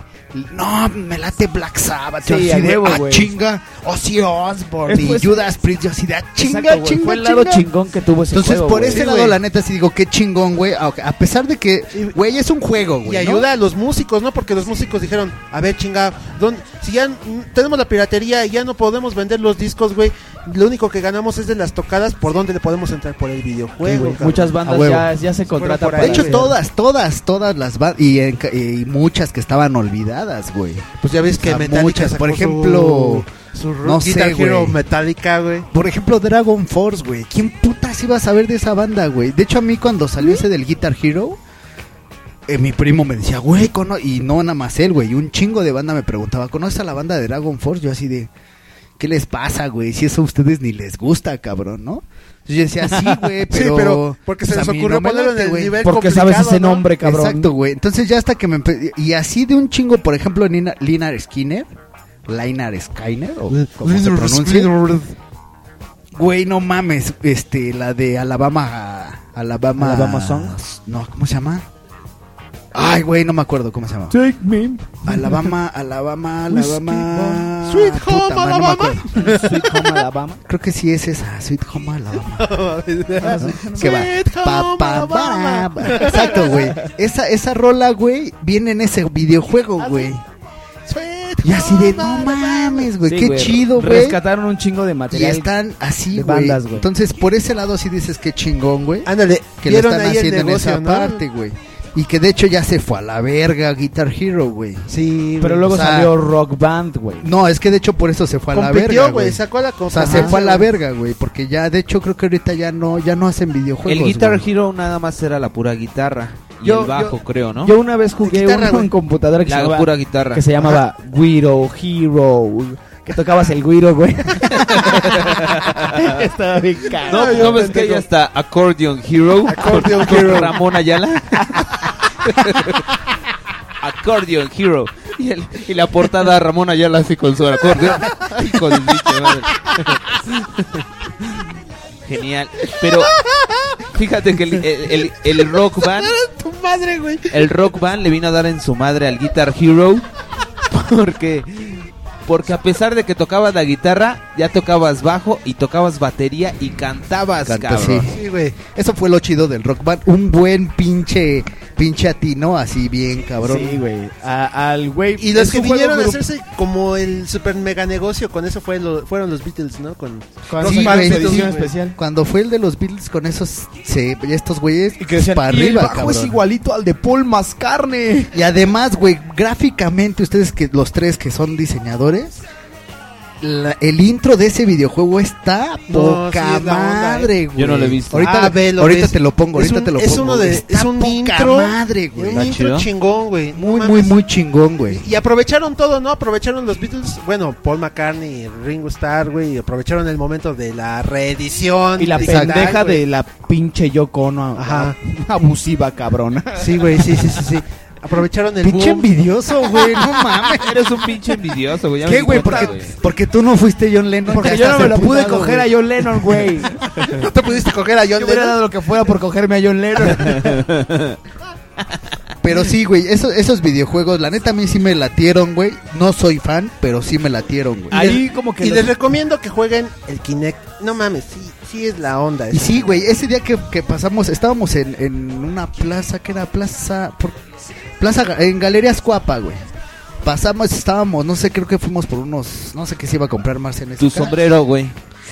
H: No, me late Black Sabbath. yo
K: Sí,
H: así
K: a
H: de,
K: huevo,
H: ah,
K: güey.
H: chinga, Ozzy Osbourne
K: Es
H: y
K: pues-
H: Judas Priest. Yo así de, ah, chinga,
K: Exacto, güey,
H: chinga,
K: Fue el lado
H: chinga.
K: chingón que tuvo ese
H: Entonces,
K: juego,
H: por
K: güey.
H: ese lado, la neta, sí digo, qué chingón, güey. Ah, ok, A pesar de que, güey, es un juego, güey.
D: Y
H: ¿no?
D: ayuda a los músicos, ¿no? Porque los músicos dijeron, a ver, chinga, ¿dónde- si ya mm, tenemos la piratería y ya no podemos vender los discos, güey, lo único que ganamos es de las tocadas, ¿por dónde le podemos entrar? Por el videojuego.
K: Sí, güey.
D: cabrón. Ah,
K: Muchas bandas A huevo. ya- ya se
D: Fueron
K: contratan
D: por ahí.
H: De hecho, todas, todas, todas las bandas. Y, en ca- y muchas que estaban olvidadas, güey.
D: Pues ya ves que Metallica
H: Muchas,
D: sacó
H: por ejemplo.
D: su- su
H: no
D: Guitar
H: sé,
D: Hero
H: güey.
D: Metallica, güey.
H: Por ejemplo, Dragon Force, güey. ¿Quién putas iba a saber de esa banda, güey? De hecho, a mí cuando salió ese del Guitar Hero, eh, mi primo me decía, güey, cono-" y no nada más él, güey. y Un chingo de banda me preguntaba, ¿conoces a la banda de Dragon Force? Yo así de, ¿qué les pasa, güey? Si eso a ustedes ni les gusta, cabrón, ¿no? Entonces yo decía, sí, güey,
D: Sí,
H: pero...
D: pero porque se
H: pues,
D: les
H: a mí
D: ocurrió
H: me
D: ponerlo en
H: late,
D: el
H: güey".
D: nivel Porque sabes complicado, ese ¿no? nombre, cabrón.
H: Exacto, güey. Entonces ya hasta que me... empe- Y así de un chingo, por ejemplo, Nina- Linar Skinner... Linar Skinner, o como se
D: Linar
H: pronuncia.
D: Skinner.
H: Güey, no mames, este, la de Alabama, Alabama,
K: Alabama Song.
H: no, ¿cómo se llama? Ay, güey, no me acuerdo cómo se llama.
K: Take me.
H: Alabama, Alabama, Alabama.
K: Sweet Home
H: Puta madre, no me
K: Alabama.
H: acuerdo. Sweet Home Alabama. Creo que sí es esa, Sweet Home Alabama. Ah, Que va.
D: Sweet Home
H: Pa, pa,
D: Alabama.
H: pa. Exacto, güey. Esa, esa rola, güey, viene en ese videojuego,
D: Ah,
H: güey. Y así de, no mames, güey,
K: Sí,
H: qué chido, güey.
K: Rescataron un chingo de
H: Y
K: material.
H: están así,
K: de
H: güey.
K: bandas, güey.
H: Entonces, por ese lado sí dices que chingón, güey.
D: Ándale,
H: que le
D: Ah, vieron
H: están
D: ahí el
H: haciendo
D: negocio,
H: en
D: ¿no?
H: esa parte, güey. Y que de hecho ya se fue a la verga Guitar Hero, güey.
D: Sí,
H: güey.
K: Pero luego
H: O sea,
K: salió Rock Band, güey.
H: No, es que de hecho por eso se fue a la
K: Compitió,
H: verga,
K: güey,
H: güey.
K: sacó la
H: O sea, se
K: competencia,
H: fue a la
K: güey.
H: verga, güey, porque ya de hecho creo que ahorita ya no ya no hacen videojuegos.
B: El Guitar
H: güey.
B: Hero nada más era la pura guitarra y
K: Yo-
B: el bajo, creo, ¿no?
K: Yo una vez jugué
B: Guitarra,
K: uno
B: güey.
K: en computadora que
B: La
K: se llamaba,
B: pura guitarra.
K: Que se llamaba Guiro Hero. Que tocabas el Guiro, güey. Estaba bien
B: No,
H: Ah,
B: pues,
K: caro.
B: no ves que hay hasta Accordion Hero. Accordion Hero. Ramón Ayala. Accordion Hero. Y, el- y la portada Ramón Ayala así con su acordeón. Hijo de pinche madre. Genial. Pero fíjate que el, el- el- el rock band,
D: tu madre, güey.
B: el rock band le vino a dar en su madre al Guitar Hero. Porque, porque a pesar de que tocabas la guitarra, ya tocabas bajo y tocabas batería y cantabas,
H: Canta,
B: cabrón.
H: sí. Eso fue lo chido del Rock Band, un buen pinche pinche atino así bien cabrón.
K: Sí, güey. A- Al güey.
D: Y los
K: es
D: que
K: un juego
D: vinieron a
K: grup-
D: hacerse como el super mega negocio con eso fue lo- fueron los Beatles, ¿no? Con
H: Cuando,
D: Rock
H: sí,
D: Band
H: güey,
D: Beatles,
H: sí,
D: güey.
H: Cuando fue el de los Beatles con esos se, estos güeyes
D: que decían,
H: para
D: "Y el
H: arriba,
D: bajo
H: cabrón.
D: es
H: igualito al de Paul más carne. Y además, güey, gráficamente ustedes que los tres que son diseñadores la- el intro de ese videojuego
D: No,
H: está
D: sí,
H: poca
D: es la onda,
H: madre,
D: eh.
H: güey.
D: Yo no lo he visto.
H: Ahorita,
D: Ah, velo,
H: ahorita
D: ves.
H: te lo pongo,
D: Es
H: ahorita
D: un-
H: te lo
D: es
H: pongo.
D: uno de-
H: Está
D: es un
H: poca
D: intro-
H: madre, güey.
D: un intro chingón, güey.
H: Muy, muy, muy chingón, güey.
D: Y aprovecharon todo, ¿no? Aprovecharon los Beatles, bueno, Paul McCartney, Ringo Starr, güey, y aprovecharon el momento de la reedición.
K: Y la
D: digital,
K: pendeja
D: güey.
K: de la pinche Yoko Ono,
D: Ajá.
K: abusiva cabrona.
D: Sí, güey, sí, sí, sí, sí. Aprovecharon el
H: Pinche
D: boom.
H: envidioso, güey, no mames.
B: Eres un pinche envidioso, güey. ya me
H: ¿Qué,
B: di
H: güey?
B: cuenta,
H: Porque, porque tú no fuiste John Lennon.
K: Porque
H: Ya
K: yo no
H: estás
K: me lo pude
H: emputado,
K: coger
H: güey.
K: a John Lennon, güey.
D: ¿No te pudiste coger a John
K: Yo hubiera dado lo que fuera por cogerme a John Lennon.
H: Pero sí, güey, eso- esos videojuegos, la neta a mí sí me latieron, güey. No soy fan, pero sí me latieron, güey.
D: Ahí como que y les recomiendo que jueguen el Kinect. No mames, sí, sí es la onda.
H: Y
D: esa.
H: sí, güey, ese día que, que pasamos, estábamos en, en una plaza, que era plaza, por- plaza Ga- en Galerías Cuapa, güey. Pasamos, estábamos, no sé, creo que fuimos por unos, no sé qué se iba a comprar más en ese
B: Tu sombrero, güey.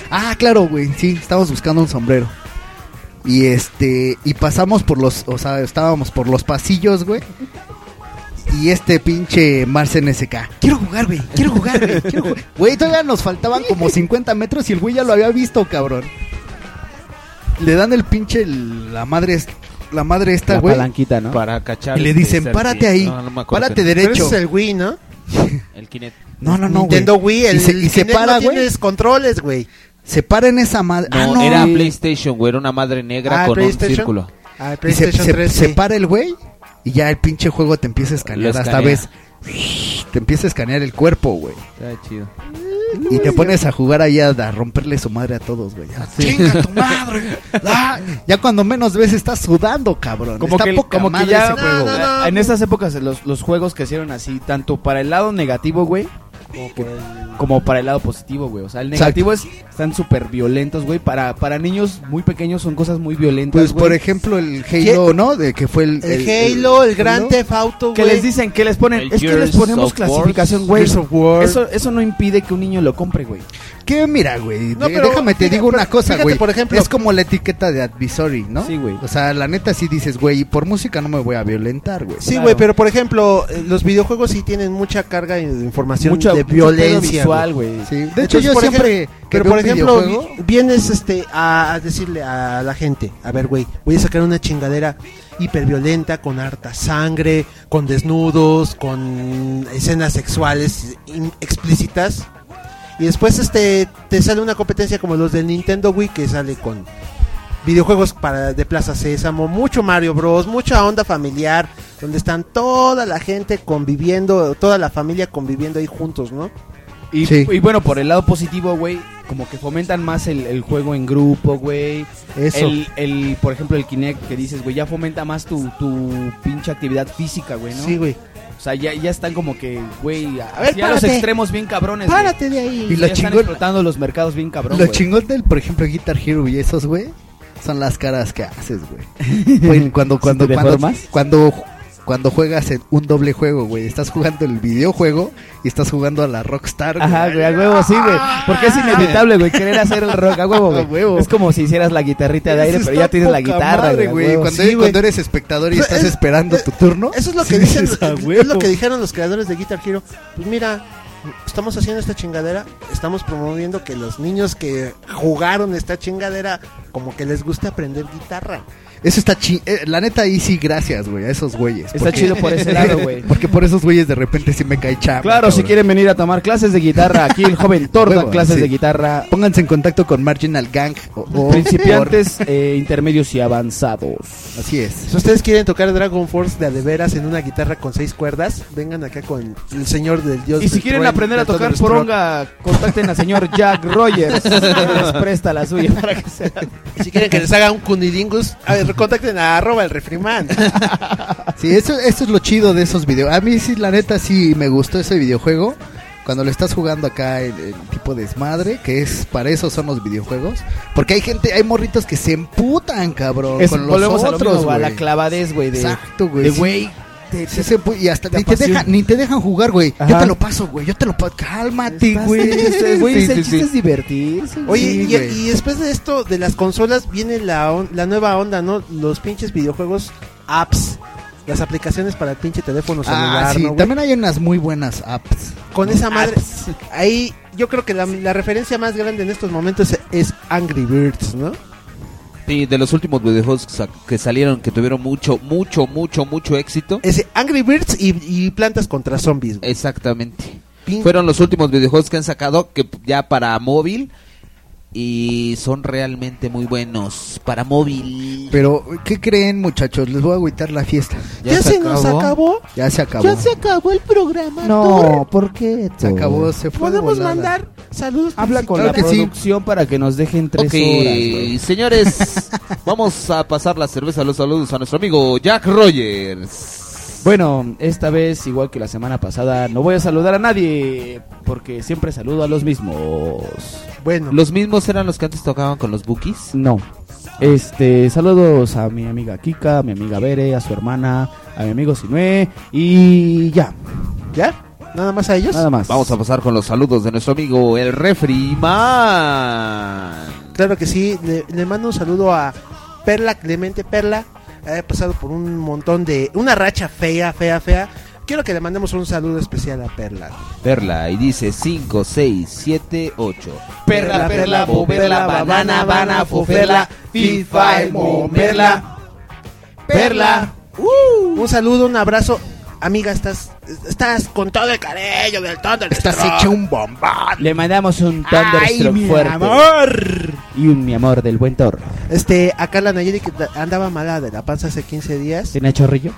H: Ah, claro, güey, sí, estábamos buscando un sombrero. Y este, y pasamos por los, o sea, estábamos por los pasillos, güey. Y este pinche Marcen SK, quiero jugar, güey, quiero jugar, güey, quiero jugar. Güey, todavía nos faltaban como 50 metros y el güey ya lo había visto, cabrón. Le dan el pinche, el- la madre, es- la madre esta,
K: La
H: güey.
K: palanquita, ¿no?
B: Para cachar.
H: Y le
B: este,
H: dicen,
B: ser-
H: párate ahí,
B: No, no me acuerdo qué-
H: párate derecho.
D: Pero ese es el Wii, ¿no?
B: El Kinect.
H: No, no, no, güey.
D: Nintendo Wii, el
H: y se, y se
D: Kinect
H: para,
D: no
H: güey.
D: tienes controles, güey.
H: se para en esa madre.
B: No,
H: ah, no.
B: era PlayStation, güey. Era una madre negra
H: Ah,
B: con un
H: PlayStation.
B: círculo.
H: Ah, el
B: Y se-
H: PlayStation
B: se-
H: 3,
B: se
H: se para el güey y ya el pinche juego te empieza a escanear.
B: Lo
H: Hasta
B: escanea.
H: ves, te empieza a escanear el cuerpo, güey.
B: Está chido.
H: Y te pones a jugar ahí a, a romperle su madre a todos, güey.
K: Ah,
H: Ya, ¡Chinga tu madre! Ah, ya cuando menos ves estás sudando, cabrón.
K: Como
H: Está
K: que,
H: poca
K: como que
H: madre
K: ya
H: ese juego.
K: en esas épocas los, los juegos crecieron así, tanto para el lado negativo, güey, como para el lado positivo, güey. O sea, el negativo es están súper violentos, güey. Para, para niños muy pequeños son cosas muy violentas.
H: Pues,
K: güey.
H: por ejemplo, el Halo, ¿no? De que fue el...
K: El
D: Halo, el Grand
H: ¿no?
D: Theft Auto,
K: Que
D: güey.
K: les dicen, que les ponen,
D: El
K: es que les
D: Gears
K: ponemos
D: of War.
K: clasificación, güey.
D: Gears of War.
K: Eso, eso no impide que un niño lo compre, güey.
H: Que mira, güey,
K: No,
H: de-
K: pero
H: déjame te
K: fíjate,
H: digo una
K: pero
H: cosa,
K: fíjate,
H: güey.
K: por ejemplo-
H: es como la etiqueta de advisory, ¿no? Sí,
K: güey.
H: O sea, la neta sí dices, güey, por música no me voy a violentar, güey.
D: Sí, güey, pero por ejemplo, eh, los videojuegos sí tienen mucha carga de información
H: Mucha-
D: de
H: mucho pedo
D: violencia.
H: visual, güey. Sí. De hecho, yo siempre que
D: pero
H: veo
D: por
H: un
D: ejemplo,
H: videojuego-
D: vi- vienes este a decirle a la gente, a ver, güey, voy a sacar una chingadera hiperviolenta con harta sangre, con desnudos, con escenas sexuales in- explícitas. Y después este te sale una competencia como los del Nintendo Wii que sale con videojuegos para de Plaza Sésamo, mucho Mario Bros, mucha onda familiar, donde están toda la gente conviviendo, toda la familia conviviendo ahí juntos, ¿no?
K: Y, y bueno, por el lado positivo, güey, como que fomentan más el, el juego en grupo, güey.
H: Eso.
K: El, el, por ejemplo, el Kinect que dices, güey, ya fomenta más tu, tu pinche actividad física, güey, ¿no?
D: Sí, güey.
K: O sea, ya, ya están como que, güey, a,
H: ver,
K: hacia los
H: párate.
K: extremos bien cabrones.
H: Párate
K: güey.
H: de ahí.
K: Y
H: Y lo
K: ya están
H: chingón-
K: explotando los mercados bien cabrón,
H: Lo
K: güey.
H: chingón del, por ejemplo, Guitar Hero y esos, güey, son las caras que haces, güey. Güey, cuando, cuando,
K: te
H: cuando,
K: deformas?
H: cuando, cuando juegas en un doble juego, güey, estás jugando el videojuego y estás jugando a la Rockstar, güey.
K: Ajá, güey, a huevo, sí, güey. Porque
H: Ah.
K: es inevitable, güey, querer hacer el rock a huevo, güey. Es como si hicieras la guitarrita de aire,
H: Eso
K: pero ya
H: está
K: tienes la
H: poca
K: guitarra,
H: madre,
K: güey. a huevo.
H: Cuando,
K: Sí, güey.
H: cuando eres espectador y
D: Pero
H: estás
D: es-
H: esperando tu turno.
D: Eso es lo
H: sí
D: que dicen,
H: dices, "A
D: es lo
H: huevo".
D: que dijeron los creadores de Guitar Hero. Pues mira, estamos haciendo esta chingadera, estamos promoviendo que los niños que jugaron esta chingadera como que les gusta aprender guitarra.
H: Eso está chi eh, la neta ahí sí gracias, güey, a esos güeyes.
K: Está chido por ese lado, güey.
H: Porque por esos güeyes de repente sí me cae chamba.
K: Claro, si quieren venir a tomar clases de guitarra, aquí el joven Torda,
H: Huevo,
K: clases
H: sí.
K: de guitarra.
H: Pónganse en contacto con Marginal Gang o, o-
K: Principiantes, eh, intermedios y avanzados.
H: Así es.
D: Si ustedes quieren tocar Dragon Force de a de veras en una guitarra con seis cuerdas, vengan acá con el señor del dios.
K: Y si
D: del
K: quieren
D: trueno,
K: aprender a
D: del
K: tocar
D: Thunderstruck.
K: poronga, contacten al señor Jack Rogers. Él les presta la suya para que se
D: Si quieren que les haga un cunilingus, a ver, contacten a arroba el refriman.
H: Sí, eso, eso es lo chido de esos videos. A mí sí, la neta sí me gustó ese videojuego. Cuando lo estás jugando acá el, el tipo desmadre, que es para eso son los videojuegos, porque hay gente, hay morritos que se emputan, cabrón,
K: Es-
H: con los
K: volvemos a lo
H: otros,
K: mismo, a la
H: güey.
K: clavadez, güey, de-
H: Exacto, güey.
K: de
H: sí.
K: güey,
H: Sí se pu- y hasta ni te,
K: apasiona.
H: dejan, ni te dejan jugar, güey. Yo
K: Ajá.
H: te lo paso, güey. Yo te lo paso. Cálmate,
K: Estás-
H: güey.
K: estás- güey,
H: Sí,
K: es el
H: sí,
K: chiste
H: sí.
K: es divertirse, güey.
D: Oye,
K: Sí,
D: y,
K: güey.
D: y después de esto, de las consolas, viene la, on- la nueva onda, ¿no? Los pinches videojuegos, apps, las aplicaciones para el pinche teléfono celular,
H: Ah, sí.
D: ¿no, güey?
H: También hay unas muy buenas apps.
D: Con
K: Ah,
D: esa madre,
K: pues,
D: ahí yo creo que la, la referencia más grande en estos momentos es Angry Birds, ¿no?
B: Sí, de los últimos videojuegos que sa- que salieron, que tuvieron mucho, mucho, mucho, mucho éxito.
D: Ese Angry Birds y, y Plantas contra Zombies.
B: Exactamente. Fueron los últimos videojuegos que han sacado que p- ya para móvil y son realmente muy buenos para móvil.
H: Pero, ¿qué creen, muchachos? Les voy a agüitar la fiesta.
B: ¿Ya ¿Ya se se nos acabó?
D: acabó?
H: Ya se acabó.
D: acabó el programa.
H: No, ¿por qué? Se acabó,
K: Oh.
H: se fue. de
D: Podemos
H: volada.
D: mandar saludos.
K: Habla con la
D: publicitarios?
K: producción para que nos dejen tres
B: Ok,
K: horas, güey.
B: señores, vamos a pasar la cerveza, los saludos a nuestro amigo Jack Rogers.
K: Bueno, esta vez, igual que la semana pasada, no voy a saludar a nadie, porque siempre saludo a los mismos.
D: Bueno.
B: ¿Los mismos eran los que antes tocaban con los Bookies?
K: No. Este, saludos a mi amiga Kika, a mi amiga Bere, a su hermana, a mi amigo Sinue, y ya.
D: ¿Ya? ¿Nada más a ellos?
K: Nada más.
B: Vamos a pasar con los saludos de nuestro amigo el Refri Man.
D: Claro que sí, le, le mando un saludo a Perla Clemente Perla. Ha pasado por un montón de. Una racha fea, fea, fea. Quiero que le mandemos un saludo especial a Perla.
B: Perla y dice 5, 6, 7, 8.
D: Perla, perla, boberla, babana, bana, foferla,
K: Uh.
D: fifa, momerla. Perla. Un saludo, un abrazo.
V: amiga, estás, estás con todo el cabello del todo el
K: Estás
V: strong.
K: hecha un bombón. Le mandamos un Thunderstroke
V: Ay, mi
K: fuerte.
V: amor.
K: Y un mi amor del buen toro.
V: Este, acá la Nayeli que ta- andaba mala de la panza hace 15 días.
K: ¿Tiene chorrillo?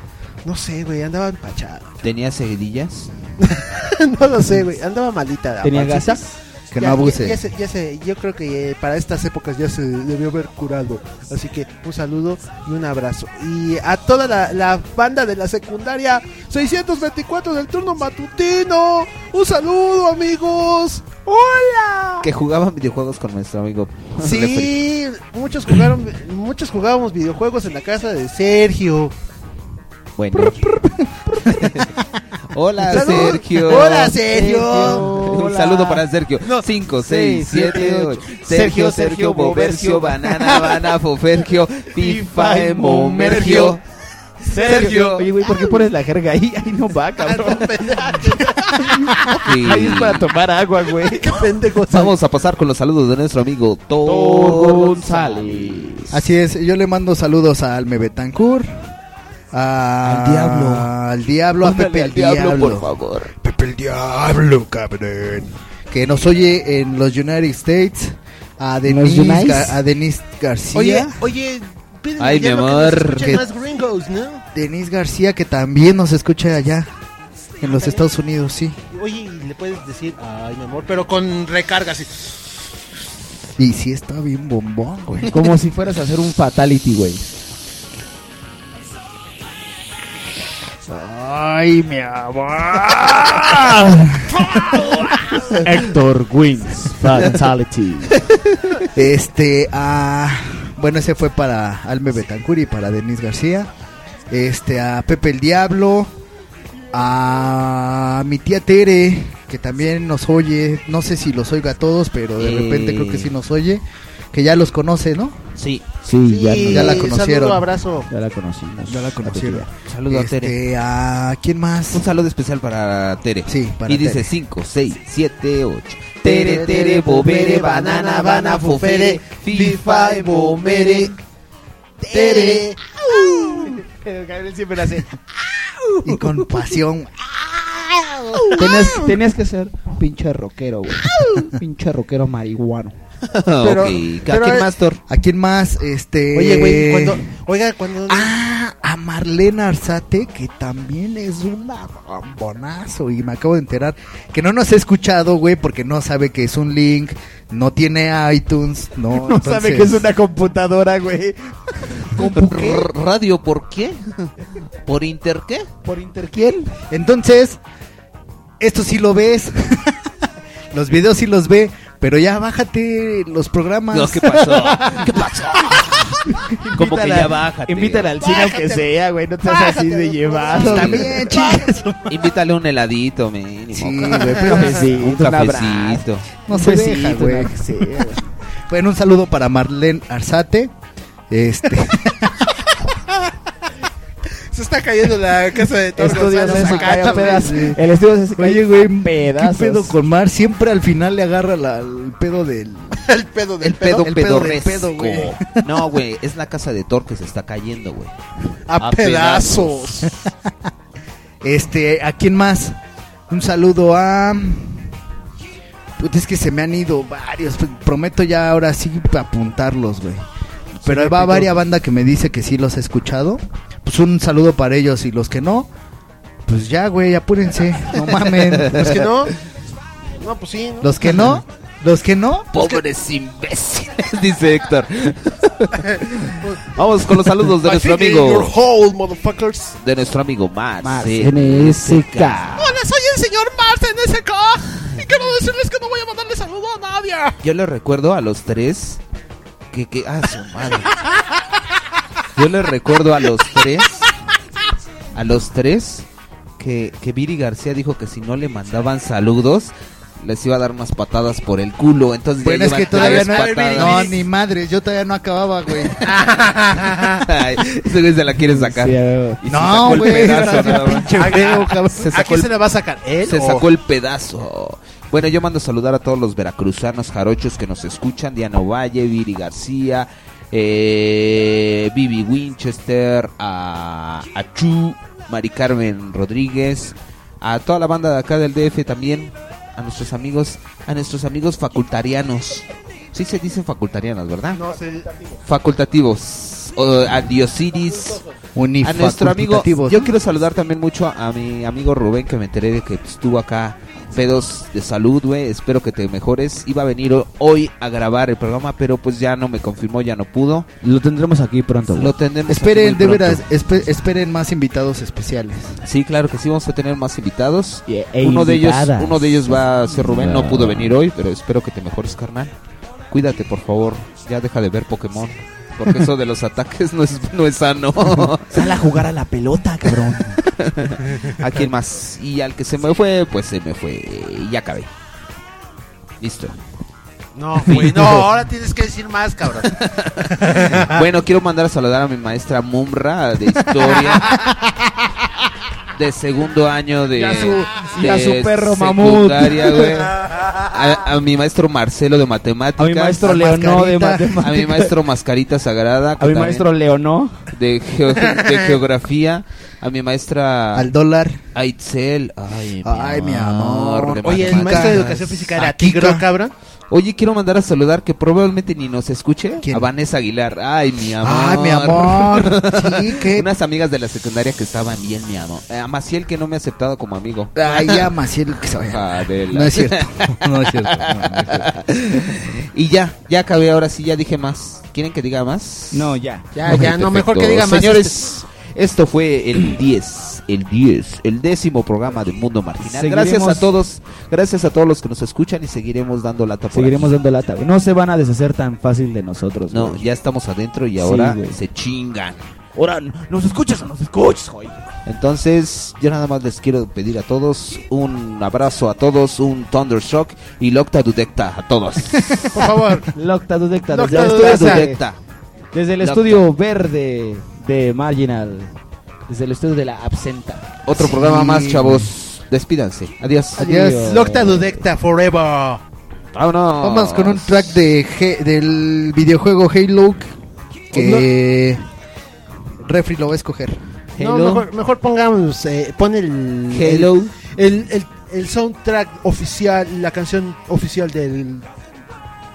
V: No sé, güey, andaba empachada.
B: ¿Tenía ceguillas?
V: no lo sé, güey, andaba malita. la
B: ¿Tenía
V: pancita.
B: gasas? Que
V: Ya-
B: no abuse.
V: Ya, ya sé, ya sé, yo creo que eh, para estas épocas ya se debió haber curado. Así que un saludo y un abrazo. Y a toda la, la banda de la secundaria 624 del turno matutino. Un saludo, amigos. ¡Hola!
B: Que jugaban videojuegos con nuestro amigo. Referee.
V: Sí, muchos jugaron, muchos jugábamos videojuegos en la casa de Sergio.
B: Bueno. Hola,
V: Salud.
B: Sergio.
V: Hola, Sergio.
B: Un
V: Hola.
B: saludo para Sergio. 5, 6,
V: seis,
B: 7,
V: siete,
B: 8.
V: ocho.
B: Sergio,
V: Sergio,
B: Sergio,
V: Sergio, Bobercio,
B: Bobercio, Banana, Banana, Fofergio, Pifa, Momergio.
K: Sergio. Oye, güey, ¿por qué pones la jerga ahí? Ahí no va,
H: Ah,
K: cabrón.
B: Sí.
K: Ahí es para tomar agua, güey.
B: Vamos a pasar con los saludos de nuestro amigo Thor González.
H: Así es, yo le mando saludos a Alme Betancourt, a-
B: Al diablo.
H: al diablo, a
B: Ándale
H: Pepe
B: al
H: el diablo,
B: diablo, por favor.
H: Pepe el diablo, cabrón. Que nos oye en los United States, a Denise,
K: Unites?
H: Gar- a Denise García.
V: Oye, oye, pídele
H: Ay,
V: ya
H: mi
V: no que nos
H: amor.
V: escuchen
H: Que-
V: más gringos, ¿no?
H: Denise García que también nos escucha allá en los Estados Unidos, sí.
V: Oye, y le puedes decir, ay, mi amor, pero con recarga así.
H: Y sí está bien bombón, güey.
K: Como si fueras a hacer un fatality, güey.
H: Ay, mi amor.
K: Héctor Wins Fatality.
H: Este, ah, bueno, ese fue para Alme Betancur y para Denise García. Este, a Pepe el Diablo. A mi tía Tere, que también nos oye. No sé si los oiga a todos, pero de
K: Eh.
H: repente creo que sí nos oye. Que ya los conoce, ¿no?
B: Sí.
K: Sí, ya,
H: ya la conocieron.
K: Ya la conocimos.
H: Ya la conocieron.
B: Saludo a Tere.
H: Este, a- ¿Quién más?
B: Un saludo especial para Tere.
H: Sí, para
B: Y dice
H: Tere.
B: 5, 6, 7, 8. Tere, Tere, Bobere, Banana, Bana, Fofere, FIFA, Bomere.
H: Tere.
K: Gabriel siempre la hace.
H: Y con pasión.
K: Tenías, tenías que ser pinche rockero, güey. pinche rockero marihuano.
B: Ah,
H: Pero- pero, eh,
K: Thor?
H: ¿A quién más? Este.
K: Oye, güey, cuando-
H: Oiga, cuando. Ah, a Marlena Arzate, que también es una bombonazo. Y me acabo de enterar que no nos ha escuchado, güey, porque no sabe que es un link. No tiene iTunes. No,
K: No sabe que es una computadora, güey.
B: R- ¿Radio por qué? ¿Por inter qué?
H: Por Interquiel. Entonces, esto sí lo ves. los videos sí los ve. Pero ya bájate los programas.
B: No, ¿qué pasó? ¿Qué pasó? Como que
K: Invítala-
B: ya bájate.
K: Invítala al cine aunque sea, güey. No te hagas así de llevado.
B: Está
K: güey.
B: bien, Invítale un heladito, mínimo.
H: güey, pero-
B: un
H: Un
B: cafecito.
H: abrazo. No se deja, güey. Bueno, un saludo para Marlene Arzate. Este.
V: Se está cayendo la casa de todos
H: Estudios
V: Gonzalo
H: se
V: Zacata,
H: cae a
V: güey.
H: pedazos.
K: El estudio se
H: Oye, güey,
K: pedazos.
H: ¿qué pedo con Mar? Siempre al final le agarra la- el pedo del.
V: El pedo del
B: El pedo,
H: El pedo del
B: pedorresco.
H: pedo, güey.
B: no, güey, es la casa de Thor que se está cayendo, güey.
H: A pedazos. Este, ¿a quién más? Un saludo a. Puta, es que se me han ido varios. pues, Prometo ya ahora sí apuntarlos, güey. Pero ahí va
K: repito.
H: varias banda que me dice que sí los he escuchado. Pues un saludo para ellos y los que no. Pues ya, güey, apúrense. No mamen.
V: Los que no. No, pues sí.
H: Los que no. Los que no.
B: Pobres imbéciles, dice Héctor. Vamos con los saludos de
V: I
B: nuestro
V: think in your
B: amigo.
V: hole, motherfuckers.
B: De nuestro amigo Mars.
K: Mars,
B: eh.
K: NSK.
V: Hola, soy el señor Mars en SK. Y quiero decirles que no voy a mandarle saludo a nadie.
B: Yo le recuerdo a los tres que, que ah, su madre. Yo le recuerdo a los tres, a los tres que, que Viri García dijo que si no le mandaban saludos les iba a dar unas patadas por el culo. Entonces ya
H: Bueno, es
B: llevan
H: que todavía
B: tres
H: no.
B: patadas.
H: No, ni madres. Yo todavía no acababa, güey.
B: Ay, ese güey se la quiere sacar. Y se
H: No,
B: sacó el
H: güey,
B: pedazo,
H: ahora
B: nada
H: sí,
B: más.
H: pinche feo, cabrón.
B: Se
H: ¿A
B: sacó
H: quién
B: el-
H: se la va a sacar, él
B: Se
H: o-
B: sacó el pedazo. Bueno, yo mando a saludar a todos los veracruzanos jarochos que nos escuchan: Diana Valle, Viri García, eh, Vivi Winchester, a, a Chu, Mari Carmen Rodríguez, a toda la banda de acá del DF también, a nuestros amigos, a nuestros amigos facultarianos. Sí se dicen facultarianos, ¿verdad?
V: No, se-
B: Facultativos. o a Diosiris. A nuestro amigo.
K: Unifacultativos.
B: Yo quiero saludar también mucho a mi amigo Rubén, que me enteré de que estuvo acá. Pedos de salud, güey. Espero que te mejores. Iba a venir ho- hoy a grabar el programa, pero pues ya no me confirmó, ya no pudo.
K: Lo tendremos aquí pronto. güey.
B: Lo tendremos. aquí
H: Esperen,
B: muy
H: de
B: pronto.
H: veras, espe- esperen más invitados especiales.
B: Sí, claro que sí, vamos a tener más invitados.
H: e
B: uno, de ellos,
H: invitadas.
B: uno de ellos va a ser Rubén, no
K: Ah.
B: pudo venir hoy, pero espero que te mejores, carnal. Cuídate, por favor, ya deja de ver Pokémon, porque eso de los ataques no es, no es sano.
K: Sal a jugar a la pelota, cabrón.
B: ¿A quién más? Y al que se me fue, pues se me fue. Y ya acabé. Listo.
V: No, güey, no, ahora tienes que decir más, cabrón.
B: bueno, quiero mandar a saludar a mi maestra Mumra de historia. De segundo año de.
K: Y a su- y a
B: de
K: su perro
B: secundaria,
K: mamut.
B: güey. A, a mi maestro Marcelo de matemáticas.
K: A mi maestro
B: A
K: Leonó de
B: Mascarita.
K: matemáticas.
B: A mi maestro Mascarita Sagrada.
K: A mi
B: también
K: maestro Leonó.
B: De, geo- de geografía. A mi maestra. Al
H: dólar. Ah,
B: A Itzel. Ay,
H: Ay, mi amor.
B: de
V: Oye, el maestro de
B: matemáticas.
V: educación física era tigro, cabrón.
B: Oye, quiero mandar a saludar que probablemente ni nos escuche a Vanessa Aguilar. Ay, mi amor.
H: Ay, mi amor. Sí,
V: Eh,
B: Unas amigas de la secundaria que estaban bien, mi amor. Eh, A Maciel que no me ha aceptado como amigo.
H: Ay, ya, Maciel, que se vaya.
B: Ah, Adela.
H: No es cierto, no es cierto, no, no es
B: y ya, ya acabé. Ahora sí, ya dije más. ¿Quieren que diga más?
K: No, ya.
V: Ya, ya, no, mejor que diga más Este
B: Señores, esto fue el 10, el 10, el décimo programa de Mundo Marginal. Gracias
K: Seguiremos-
B: a todos, gracias a todos los que nos escuchan y seguiremos dando lata por
K: Seguiremos
B: aquí.
K: dando lata, güey. No se van a deshacer tan fácil de nosotros,
B: No,
K: güey.
B: ya estamos adentro y
K: Pues Sí,
B: ahora
K: güey.
B: se chingan.
K: Ahora, ¿nos escuchas o nos escuchas, güey?
B: Entonces, yo nada más les quiero pedir a todos un abrazo a todos, un Thundershock y Locta Dudecta a todos.
K: Por favor. Locta Dudecta. Desde,
B: Locta
K: el estudio-
B: Dudecta.
K: desde el
B: Locta.
K: estudio verde de Marginal. Desde el estudio de la Absenta.
B: Otro
K: Sí.
B: programa más, chavos. Despídanse. Adiós.
H: Adiós.
V: Locta Dudecta Forever.
B: Vámonos.
H: Vamos con un track de Ge- del videojuego Halo que Refri lo va a escoger.
V: No, mejor, mejor pongamos, eh, pon el...
H: Hello.
V: El, el, el- el soundtrack oficial, la canción oficial del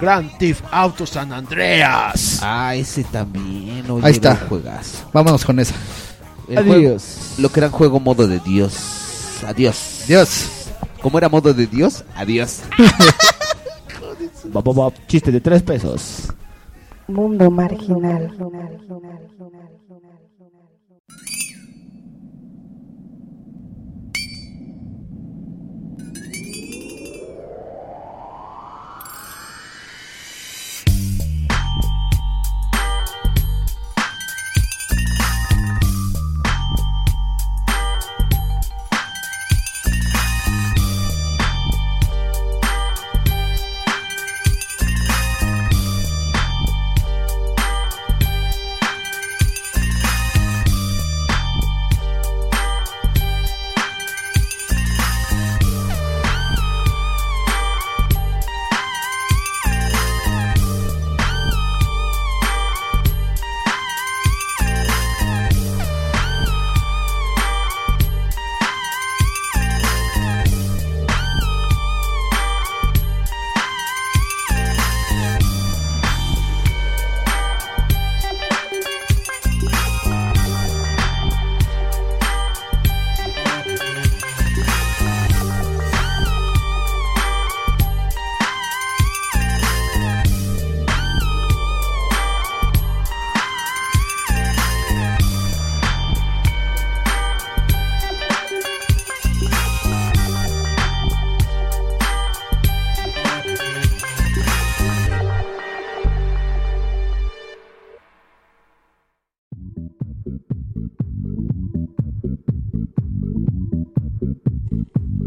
V: Grand Theft Auto San Andreas.
B: Ah, ese también. oye,
H: Ahí está.
B: era un juegazo.
H: Vámonos con esa.
B: El juego- lo que era juego modo de Dios. Adiós.
H: Dios.
B: ¿Cómo era modo de Dios? Adiós.
K: Ba, ba, ba, Chiste de tres pesos.
Q: Mundo marginal.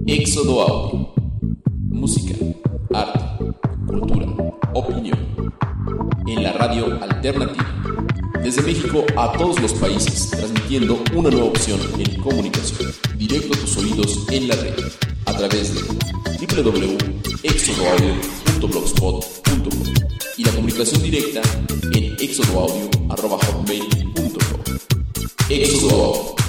O: Éxodo Audio. Música, arte, cultura, opinión. En la radio alternativa. Desde México a todos los países, transmitiendo una nueva opción en comunicación. Directo a tus oídos en la red. A través de www.exodoaudio.blogspot.com y la comunicación directa en exodoaudio.com. Éxodo Audio.